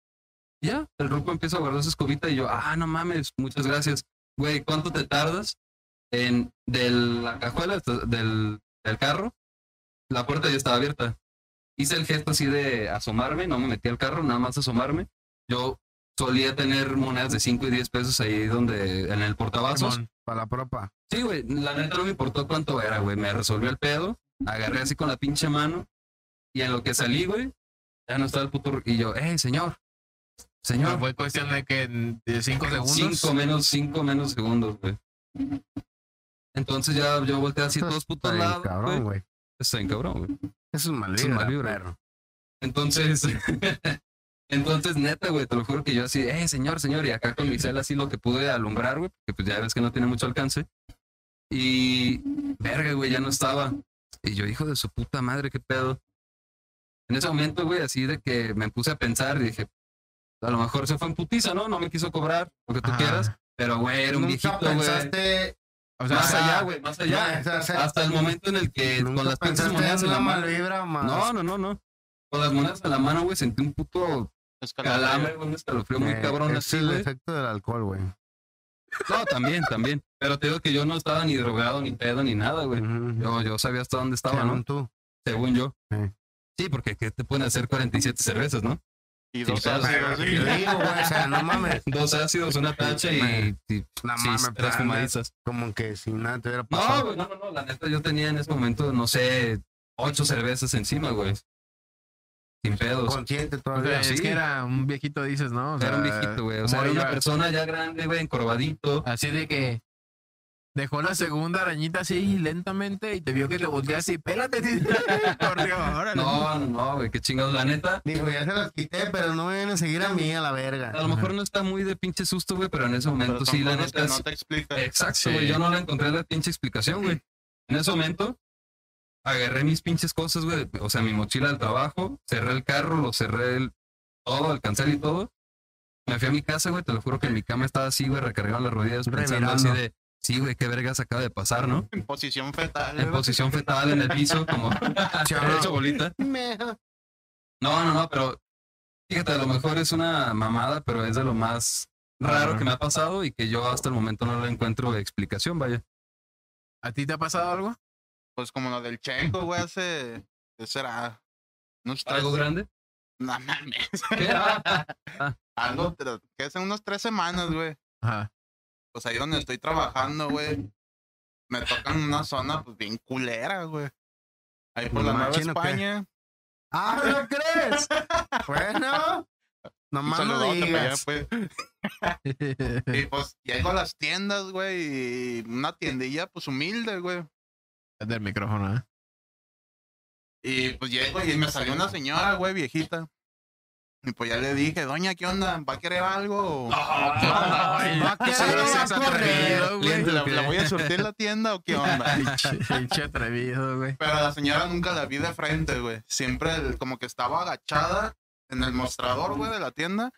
B: y Ya, el ruco empieza a guardar su escobita y yo, ah, no mames, muchas gracias. Güey, ¿cuánto te tardas en de la cajuela hasta- del, del carro? La puerta ya estaba abierta. Hice el gesto así de asomarme, no me metí al carro, nada más asomarme. Yo solía tener monedas de 5 y 10 pesos ahí donde, en el portavasos.
A: Simón.
C: Para la propa.
B: Sí, güey, la neta no me importó cuánto era, güey. Me resolvió el pedo, agarré así con la pinche mano y en lo que salí, güey, ya no estaba el puto. ru- Y yo, eh, señor,
A: No,
B: señor,
A: Ah, fue cuestión de que en- de cinco segundos.
B: 5 menos 5 menos segundos, güey. Entonces ya yo volteé así todos putos
C: Ay,
B: lados. güey.
C: cabrón, güey.
B: Está bien cabrón, güey.
C: Es un mal
B: Es un mal vibra.
C: perro.
B: Entonces, entonces, neta, güey, te lo juro que yo así, eh, señor, señor, y acá con mi cel así lo que pude alumbrar, güey, porque pues ya ves que no tiene mucho alcance. Y, verga, güey, ya no estaba. Y yo, hijo de su puta madre, qué pedo. En ese momento, güey, así de que me puse a pensar y dije, a lo mejor se fue en putiza, ¿no? No me quiso cobrar, lo que tú
A: Ajá.
B: quieras, pero, güey, era un
C: Nunca
B: viejito, güey.
C: pensaste...
A: O sea,
B: Más
C: Ah,
B: allá, güey, más allá.
C: o sea,
B: Hasta el momento en el que
C: nunca
B: con las pinches
C: pensaste
B: monedas
C: en
B: en la
C: una
B: mano.
C: mal vibra más.
B: No, no, no, no. Con las monedas en la mano, güey, sentí un puto
D: Escaladores.
B: calambre, güey, un escalofrío muy
C: Eh,
B: cabrón
C: ese
B: así,
C: Es el
B: güey.
C: efecto del alcohol, güey.
B: No, también, también. Pero te digo que yo no estaba ni drogado, ni pedo, ni nada, güey. Yo, yo sabía hasta dónde estaba,
C: Según
B: ¿no?
C: tú.
B: Según yo.
C: Sí.
B: Sí, porque ¿qué te pueden hacer 47 cervezas, ¿no?
D: Y dos
B: Sí,
D: ácidos.
C: Pero te
D: y-
C: digo, güey, o sea, no mames.
B: Dos ácidos, una tacha y, y
C: No
B: sí,
C: mames,
B: tres
C: pero
B: fumadizas.
C: Como que si nada te hubiera
B: No,
C: pasado.
B: güey, no, no, no. La neta, yo tenía en ese momento, no sé, ocho cervezas encima, güey. Sin pedos.
C: consciente
A: O sea,
C: todavía.
A: es
B: sí.
A: que era un viejito, dices, ¿no? O
B: era un
A: sea,
B: viejito, güey. O sea, era
A: Moy
B: una
A: iba-
B: persona ya grande, güey, encorvadito.
A: Así de que dejó la segunda arañita así lentamente y te vio que te volteaste y pélate. Corrió, órale.
B: No, no, no, güey, qué chingados. La neta,
C: Dijo, ya se las quité, pero no vayan a seguir a mí a la verga.
B: a lo mejor no está muy de pinche susto, güey, pero en ese
D: pero
B: momento
D: son
B: sí, la
D: cosas
B: neta.
D: que no
B: sí-
D: te explican.
B: Exacto,
A: Sí.
B: güey. Yo no le encontré la pinche explicación, güey. En ese momento, agarré mis pinches cosas, güey. O sea, mi mochila al trabajo, cerré el carro, lo cerré el, todo, alcancé y todo. Me fui a mi casa, güey. Te lo juro que en mi cama estaba así, güey, recargado en las rodillas, pensando
C: Revirando.
B: así de, sí, güey, qué vergas acaba de pasar, ¿no?
D: En posición fetal.
B: En
D: güey.
B: posición fetal en el piso, como hecho bolita.
C: Me-
B: No, no, no, pero fíjate, a lo mejor es una mamada, pero es de lo más raro que me ha pasado y que yo hasta el momento no le encuentro explicación, vaya.
A: ¿A ti te ha pasado algo?
D: Pues como lo del checo, güey, hace. ¿Qué será? Unos tres.
B: ¿Algo grande?
D: No mames.
B: ¿Qué? Ah,
D: Algo, pero que hace unos tres semanas, güey.
A: Ajá.
D: Pues ahí donde estoy trabajando, güey. Me tocan una zona, pues bien culera, güey. Ahí por
C: ¿No
D: la Nueva
C: machín o qué?
D: España.
C: Ah, ¿no crees? Bueno,
D: Un
C: nomás no
D: saludote para allá,
C: digas.
D: pues. Y pues llego a las tiendas, güey, y una tiendilla, pues humilde, güey.
A: Del micrófono, ¿eh?
D: Y pues llego y me salió una señora, güey, viejita. Y pues ya le dije, doña, ¿qué onda? ¿Va a querer algo? o
A: Ay,
C: va
A: Ah,
C: a querer,
A: sí,
C: va
A: seas
C: a correr,
A: atrevido, güey.
D: ¿La, la voy a surtir la tienda o qué onda?
A: Pinche- Pinche atrevido, güey.
D: Pero a la señora nunca la vi de frente, güey. Siempre el- como que estaba agachada en el mostrador, güey, de la tienda,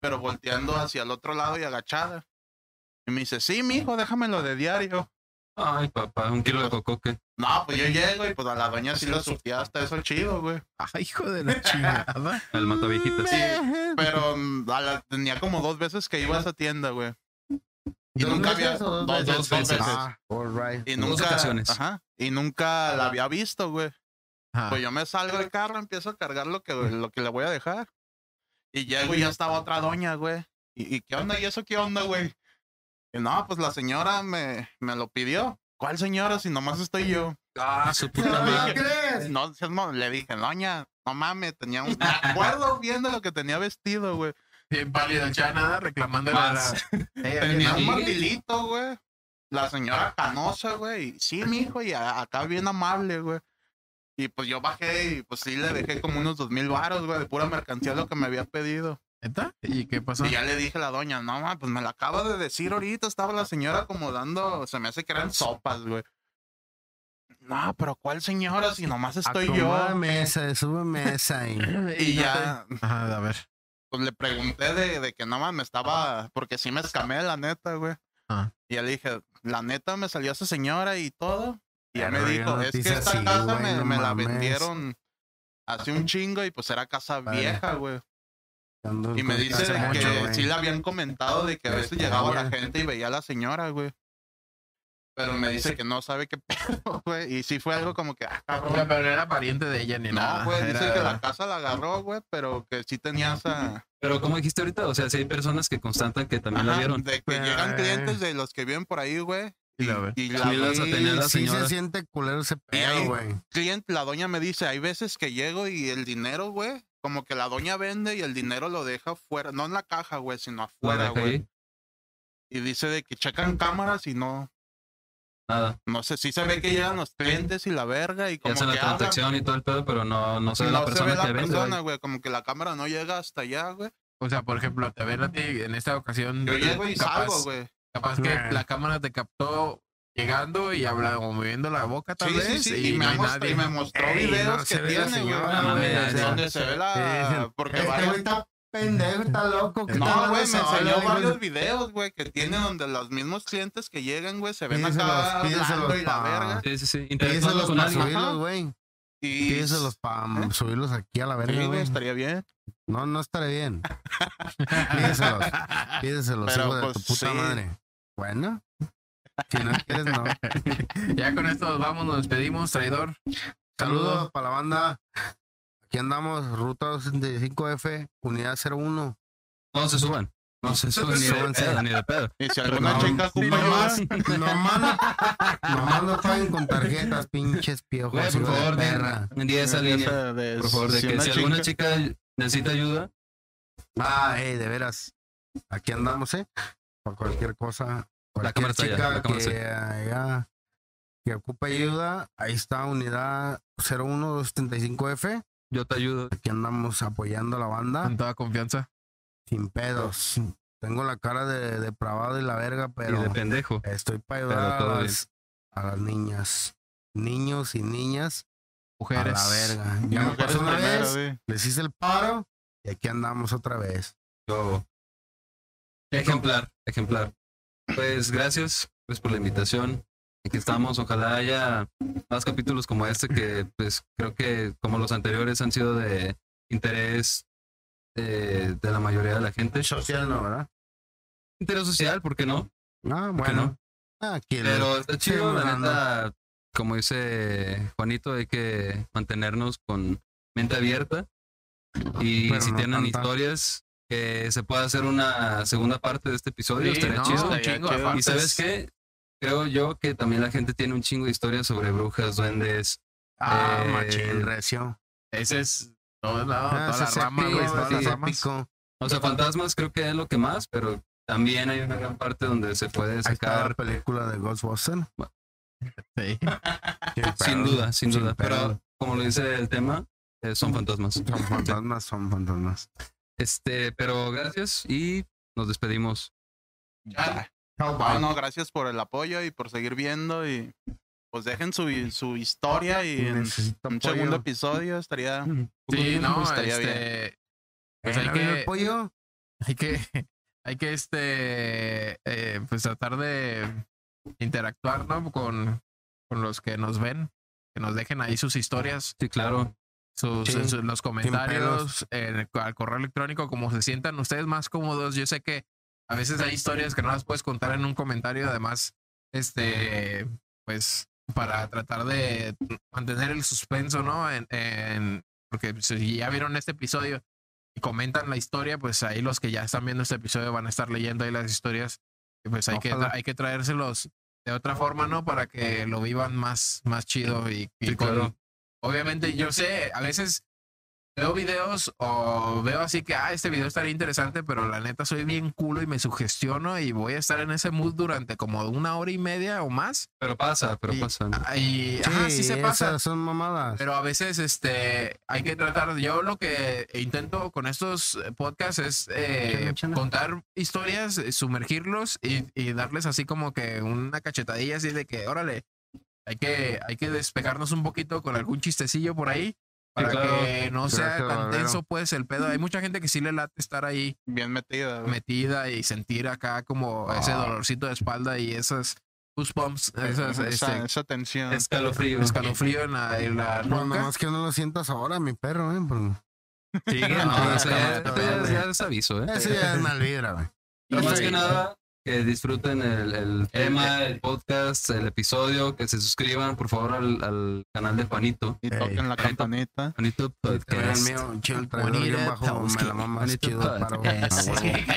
D: pero volteando hacia el otro lado y agachada. Y me dice, sí, mijo, déjamelo de diario.
B: Ay, papá, un kilo de cocoque.
D: No, pues yo llego y pues a la doña sí lo surtía hasta eso chido, güey.
A: Ay, hijo de la chingada.
B: El mata viejitas.
D: Pero mm, a la- tenía como dos veces que iba a esa tienda, güey. Y
C: ¿Dos
D: nunca
C: veces
D: había.
C: o dos
D: Dos,
B: veces? Dos
D: dos, dos veces.
B: veces.
C: Ah, all right.
D: Y
B: Dos
D: nunca.
B: ocasiones.
D: Ajá. Y nunca la había visto, güey.
A: Ajá.
D: Pues yo me salgo del carro, empiezo a cargar lo que, lo que le voy a dejar. Y llego y ya estaba otra doña, güey. ¿Y, y qué onda? ¿Y eso qué onda, güey? Y no, pues la señora me, me lo pidió. ¿Cuál señora? Si nomás estoy yo.
B: Ah, su puta
C: ¿No
B: madre.
C: crees?
D: No, seas mo- le dije, doña, no mames, tenía un. Me acuerdo bien de lo que tenía vestido, güey.
A: Bien pálido, ya nada, reclamando la.
B: Más.
A: Eh, eh,
D: Tenía
A: no,
D: un
B: ¿Sí?
D: martilito, güey. La señora canosa, güey. y Sí, mijo, y a- acá bien amable, güey. Y pues yo bajé y pues sí le dejé como unos dos mil baros, güey, de pura mercancía lo que me había pedido.
A: ¿Neta? ¿Y qué pasó?
D: Y ya le dije a la doña, no, ma, pues me la acaba de decir ahorita, estaba la señora acomodando, se me hace que eran sopas, güey. No, pero ¿cuál señora? Si nomás estoy
C: Acomoda
D: yo.
C: Ah, mesa, sube mesa ahí.
D: Y
A: no
D: ya,
A: te- Ajá, a ver.
D: pues le pregunté de, de que nada más me estaba, porque sí me escamé, la neta, güey.
A: Ah.
D: Y ya le dije, la neta me salió esa señora y todo. Y ya me
C: Pero ya
D: dijo,
C: no
D: es
C: te
D: que
C: hice
D: esta
C: así,
D: casa
C: güey,
D: me,
C: no
D: me la
C: mames".
D: vendieron hace un chingo y pues era casa
C: Padre.
D: vieja, güey.
C: Ando
D: Y me
C: con-
D: dice
C: Pues, hace
D: de
C: mucho,
D: que
C: güey.
D: sí le habían comentado de que a
C: Pero
D: veces
C: está
D: llegaba la
C: buena.
D: gente y veía a la señora, güey. Pero me dice que no sabe qué pedo, güey. Y sí fue algo como que, ah,
A: O
D: cabrón.
A: sea, pero no era pariente de ella ni nada.
D: No, güey, dice
A: era-
D: que la casa la agarró, güey, pero que sí tenía esa...
B: Pero como dijiste ahorita, o sea, si hay personas que constatan que también la
D: Ajá,
B: vieron.
D: De que
C: Pero,
D: llegan
C: eh.
D: clientes de los que viven por ahí, güey.
A: Y
D: Y,
A: la ven.
D: y
B: Sí, las
D: vi-
B: atendían. tenía la
C: Sí se
B: señora.
C: siente culero ese pedo,
D: ahí-
C: güey.
D: cliente, la doña me dice, hay veces que llego y el dinero, güey, como que la doña vende y el dinero lo deja afuera, no en la caja, güey, sino
B: La
D: afuera,
B: dejé
D: güey.
B: ahí,
D: Y dice de que checan cámaras y no,
B: nada.
D: no sé, sí se ve que llegan los clientes y la verga y
B: Y
D: como que
B: hacen la
D: hablan,
B: transacción y todo el pedo, pero no, no se ve
D: no
B: la persona
D: se ve
B: que
D: la
B: vende.
D: persona,
B: vaya.
D: güey, como que la cámara no llega hasta allá, güey.
A: O sea, por ejemplo, te ven a ti en esta ocasión.
D: Yo llego y
A: capaz,
D: salgo, güey.
A: Capaz que
C: Nah.
A: la cámara te captó llegando y hablando, o moviendo la boca tal
D: Sí,
A: vez.
D: sí, sí, y,
A: no
D: me
A: hay
D: mostra- y
A: nadie.
D: me mostró
C: Ey,
D: videos
C: no
D: que
C: se ve la
D: tiene, güey.
C: señora,
B: no mames,
D: de
B: sí.
D: Donde se ve la.
C: Dicen,
D: ah, Porque
C: "Este
D: varios
C: güey está pendejo, está loco. ¿qué
D: No,
C: tal
D: güey, me
C: ese
D: salió
C: señor, güey?"
D: varios videos, güey, que tiene donde los mismos clientes que llegan, güey, se ven
C: Pídeselos,
D: acá
C: pídeselos
D: hablando y la
C: pa-
D: verga.
B: Sí, sí, sí. Interactuando
C: Pídeselos
B: con
C: para
B: alguien.
D: Ajá.
C: subirlos, güey.
D: Y
C: Pídeselos para
D: ¿Eh?
C: subirlos aquí a la
D: Sí,
C: verga,
D: güey,
C: güey.
D: estaría bien.
C: No, no estaré bien. Pídeselos. Pídeselos,
D: Pero,
C: hijo de tu
D: pues,
C: puta
D: sí.
C: madre. Bueno. Si no quieres, no.
A: Ya con esto nos vamos, nos despedimos, traidor.
C: Saludos para la banda. Aquí andamos, ruta 65F, unidad 01.
B: No se suban. No se suban ni de
C: Súbanse.
B: pedo, ni de pedo.
D: Y si alguna
C: No,
D: chica
C: ni
D: ocupa ayuda,
C: nomás, nomás no, nomás no paguen con tarjetas, pinches piojos.
B: Güey, por
C: hijo de
B: favor,
C: perra.
B: di, di esa
D: de-
B: línea.
D: de-
B: Por favor, de
D: si
B: que
D: una
B: si alguna chica necesita ayuda,
C: Ah, eh, de veras. Aquí andamos, ¿eh? Por cualquier cosa.
B: La
C: Cualquier
B: cámara está allá,
C: chica
B: la cámara
C: que, haya- que ocupe ayuda, ahí está unidad 01275F.
B: yo te ayudo.
C: Aquí andamos apoyando a la
D: Ah.
C: banda
A: Con toda confianza.
C: sin pedos. Tengo la cara de depravado y la verga, pero
B: Y de pendejo.
C: estoy para
B: pero
C: ayudar
B: todo
C: a
B: bien.
C: las, a las niñas. Niños y niñas a
A: Mujeres.
C: la verga. Ya me
D: mujeres
C: pasó una
D: primero,
C: vez,
D: sí.
C: les hice el paro y aquí andamos otra vez.
B: Yo. Ejemplar, ejemplar. Pues gracias pues, por la invitación. Aquí estamos. Ojalá haya más capítulos como este que pues creo que como los anteriores han sido de interés eh, de la mayoría de la gente.
C: Social no, ¿verdad?
B: Interés social, ¿por qué no?
C: Ah,
B: ¿Por qué
C: bueno. Aquí el-
B: Pero está chido,
C: seguimos
B: la
C: dando.
B: neta, como dice Juanito, hay que mantenernos con mente abierta. Y
C: Pero
B: si
C: no
B: tienen
C: tanta.
B: historias, que se pueda hacer una segunda parte de este episodio,
A: Sí,
B: estaría
A: no,
B: chido.
A: un chingo,
D: chido.
A: aparte
B: Y sabes qué? Creo yo que también la gente tiene un chingo de historias sobre brujas, duendes.
C: Ah,
B: Eh,
C: machín, recio.
A: Ese es todo lado,
C: Ah,
A: toda la
C: ese
A: rama,
C: épico,
A: güey.
C: ese
A: Todas las
C: es
A: ramas.
C: épico.
B: O sea, fantasmas creo que es lo que más, pero también hay una gran parte donde se puede
C: Ahí está la
B: sacar
C: película de Ghostbusters.
A: Sí.
B: sin duda, sin duda.
C: Pero
B: Pero como lo dice el tema, eh, son fantasmas.
C: son fantasmas, son fantasmas.
B: Este, pero gracias y nos despedimos.
D: Ya. Ah, No, no, gracias por el apoyo y por seguir viendo y pues dejen su, su historia y en
C: Necesito
D: un
C: pollo.
D: segundo episodio estaría...
A: Sí, no,
D: estaría bien.
A: este, pues
C: Eh,
A: hay
C: ¿no vino
A: que-
C: el pollo?
A: hay que, hay que este, eh, pues tratar de interactuar, ¿no? Con, con los que nos ven, que nos dejen ahí sus historias,
B: Sí, claro.
A: sus,
C: Sí,
A: sus- los comentarios, en- al correo electrónico, como se sientan ustedes más cómodos. Yo sé que a veces hay historias que no las puedes contar en un comentario, además, este, pues para tratar de mantener el suspenso, ¿no? En, en- porque si ya vieron este episodio y comentan la historia, pues ahí los que ya están viendo este episodio van a estar leyendo ahí las historias. Y pues hay, que,
C: Ojalá.
A: hay que traérselos de otra forma, ¿no? Para que lo vivan más, más chido y, y
B: Sí,
A: con-
B: claro.
A: Obviamente, yo sé, a veces veo videos o veo así que, ah, este video estaría interesante, pero la neta soy bien culo y me sugestiono y voy a estar en ese mood durante como una hora y media o más.
B: Pero pasa, pero
A: Y-
B: pasa.
A: Y, ajá, sí se pasa.
C: esas son mamadas.
A: Pero a veces este, hay que tratar, yo lo que intento con estos eh, podcasts es eh,
C: Chale, chale.
A: contar historias, eh, sumergirlos y, y darles así como que una cachetadilla así de que, órale, hay que, hay que despejarnos un poquito con algún chistecillo por ahí para
B: claro.
A: que no sea
C: Gracias,
A: tan
C: Barbero.
A: tenso pues el pedo. Hay mucha gente que sí le late estar ahí
D: bien metida. güey.
A: metida y sentir acá como ese dolorcito de espalda y esas goosebumps, esas,
D: esa,
A: este,
D: esa tensión.
B: Escalofrío.
A: escalofrío en la, en la
C: Bueno,
A: nuca.
C: Pues nomás que no lo sientas ahora, mi perro, ¿eh? Porque-
B: Sí, no,
C: no,
B: eso ya, eso
C: no,
B: ya-
C: no,
B: ya les aviso, ¿eh?
C: Ese ya es mal vibra, güey.
B: Pero más
A: Sí.
B: que nada, que disfruten el, el tema, el podcast, el episodio, que se suscriban, por favor, al, al canal de Juanito.
D: Y toquen la
B: Ey.
D: campanita.
B: Juanito
C: pues, Que vean el
B: Podcast.
C: mío, chido el traidor, bien
A: Bonita,
C: bajo, me la mamas,
B: bonito
C: chido, paro,
B: podcast.
C: a huevo.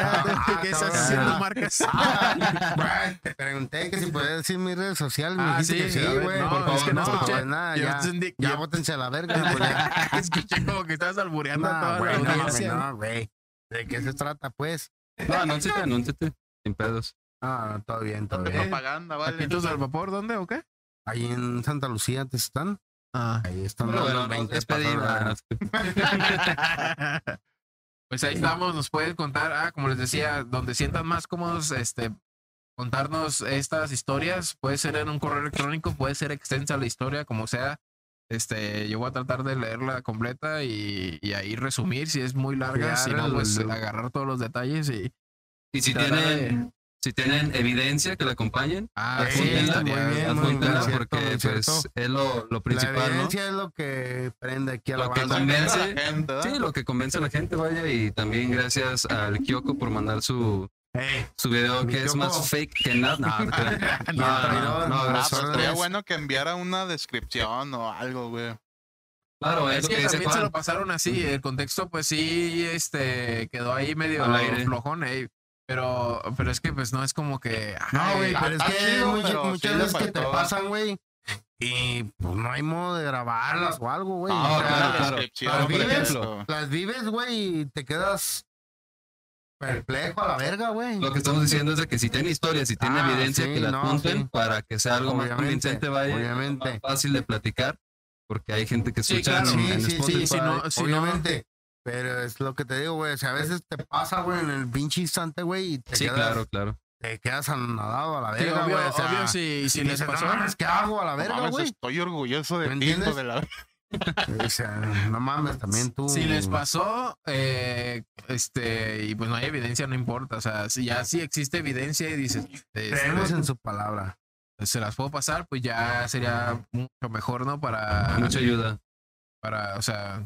C: Ah,
A: que estás
C: cabrón.
A: haciendo marcas.
C: Ah, güey, te pregunté que si podías decir mis redes sociales. Me
A: Ah,
C: dijiste
A: sí,
C: que sí,
A: a ver,
C: güey.
A: no,
C: por
A: es
C: favor,
A: que no
C: no,
A: escuché.
C: pues nada,
A: Yo
C: ya,
A: entendí-
C: ya
A: yo-
C: bótense a la verga. pues, ya.
A: Escuché como que estabas albureando a
C: No,
A: toda
C: güey,
A: la
C: no,
A: audiencia.
C: güey, no, güey. ¿De qué se trata, pues?
B: No, anúnciate, anúnciate. Sin pedos.
C: Ah, no, todo bien, todo
A: Ok.
C: bien.
D: Propaganda, vale.
A: ¿Taquitos al vapor dónde o qué?
C: Ahí en Santa Lucía te están.
A: Ah.
C: Ahí están
B: Pero bueno,
C: dando
B: ah, no,
C: 20
B: despedí,
C: pasados de
B: nada,
C: verga.
B: no.
A: Pues ahí estamos, nos pueden contar, ah, como les decía, donde sientan más cómodos, este, contarnos estas historias, puede ser en un correo electrónico, puede ser extensa la historia, como sea, este, yo voy a tratar de leerla completa y, y ahí resumir si es muy larga,
C: Ya,
A: si no, pues
C: resolu-
A: agarrar todos los detalles y...
B: Y si
A: tratar de-
B: tienen, si tienen evidencia que la acompañen,
A: Ah,
C: Eh,
A: sí,
C: muy
A: estaría-
C: bien, muy bien,
B: apúntenla
C: cierto,
B: porque
C: muy
B: pues,
C: cierto.
B: es lo, lo
C: La
B: principal, ¿no?
C: evidencia es lo que prende aquí a la
B: Lo que
C: banda.
B: conven-
D: Convence a
B: Sí.
D: la gente, ¿verdad?
B: Sí, lo que convence a la gente, vaya, y también gracias al Kyoko por mandar su,
C: Ey,
B: su video
C: Mi
B: que es
C: Kyoko.
B: más fake que nada. No, no,
C: y el
B: no, no,
C: traidor,
B: no,
C: a
D: Ah,
C: las
D: pues, estaría
C: órdenes.
D: bueno que enviara una descripción o algo, güey.
B: Claro, es,
A: Es
B: lo que,
A: que
B: dice
A: Eh, también se
B: Juan.
A: lo pasaron así. El contexto, pues sí, este, quedó ahí medio
B: Al aire.
A: flojón, ey. Pero, pero es que, pues, no es como que...
C: No,
A: ay,
C: güey,
D: ah,
C: pero es
D: está
C: que
D: chido,
C: mucha-
D: pero sí
C: muchas
D: le
C: veces que te
D: faltó.
C: pasan, güey. Y pues no hay modo de grabarlas o algo, güey.
D: Ah,
C: O sea,
D: una
B: claro, claro.
D: descripción,
C: Las
D: por
C: vives,
D: ejemplo.
C: Las vives, güey, y te quedas perplejo a la verga, güey.
B: Lo que estamos diciendo es de que si tiene historia, si tiene
C: Ah,
B: evidencia,
C: sí,
B: que la
C: no,
B: apunten
C: sí.
B: para que sea algo más
C: Obviamente,
B: convincente, vaya
C: obviamente.
B: más fácil de platicar, porque hay gente que
A: Sí,
B: escucha
A: claro.
B: en,
C: Sí,
B: en este
C: sí, sí,
B: Spotify.
A: si no, si no,
C: Obviamente. Pero es lo que te digo, güey. O sea, a veces te pasa, güey, en el pinche instante, güey, y te
B: Sí,
C: quedas,
B: claro, claro.
C: te quedas anonadado a la
A: sí,
C: verga,
A: obvio,
C: güey. O sea,
A: obvio, si, si
C: y
A: les
C: dices, "No
A: pasó...
C: mames, ¿qué hago a la
D: No
C: verga,
D: mames,
C: güey?
D: estoy orgulloso de
C: ¿Me
D: ti, hijo
C: entiendes?
D: de la...
C: O sea, no mames, también tú.
A: Si les pasó, eh, este, y pues no hay evidencia, no importa. O sea, si ya sí existe evidencia y dices, este,
C: Creemos en su palabra.
A: se las puedo pasar, pues ya sería mucho mejor, ¿no? Para,
B: Mucha ayuda.
A: para o sea,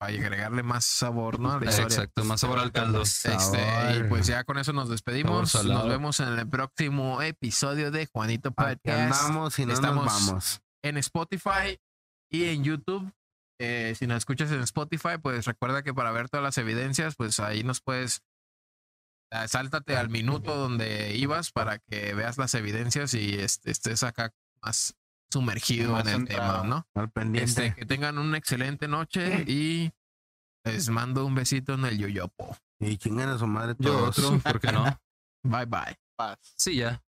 A: para agregarle más sabor, ¿no? A la historia.
B: Exacto, más sabor al caldo.
C: Pues,
A: Este, y pues ya con eso nos despedimos.
B: Sabor salado.
A: Nos vemos en el próximo episodio de Juanito
C: Aquí
A: Podcast
C: andamos y no
A: Estamos-
C: nos vamos.
A: en Spotify y en YouTube. Eh, si nos escuchas en Spotify, pues recuerda que para ver todas las evidencias, pues ahí nos puedes. ah, Sáltate al minuto donde ibas para que veas las evidencias y este, estés acá más sumergido
D: Más
A: en el
D: centrado.
A: tema, ¿no?
C: Al pendiente.
A: Este, que tengan una excelente noche y les mando un besito en el yoyopo.
C: Y chinguen a su madre
B: Yo
C: todos.
B: otro, ¿por qué no?
A: Bye bye.
D: Paz.
B: Sí, ya.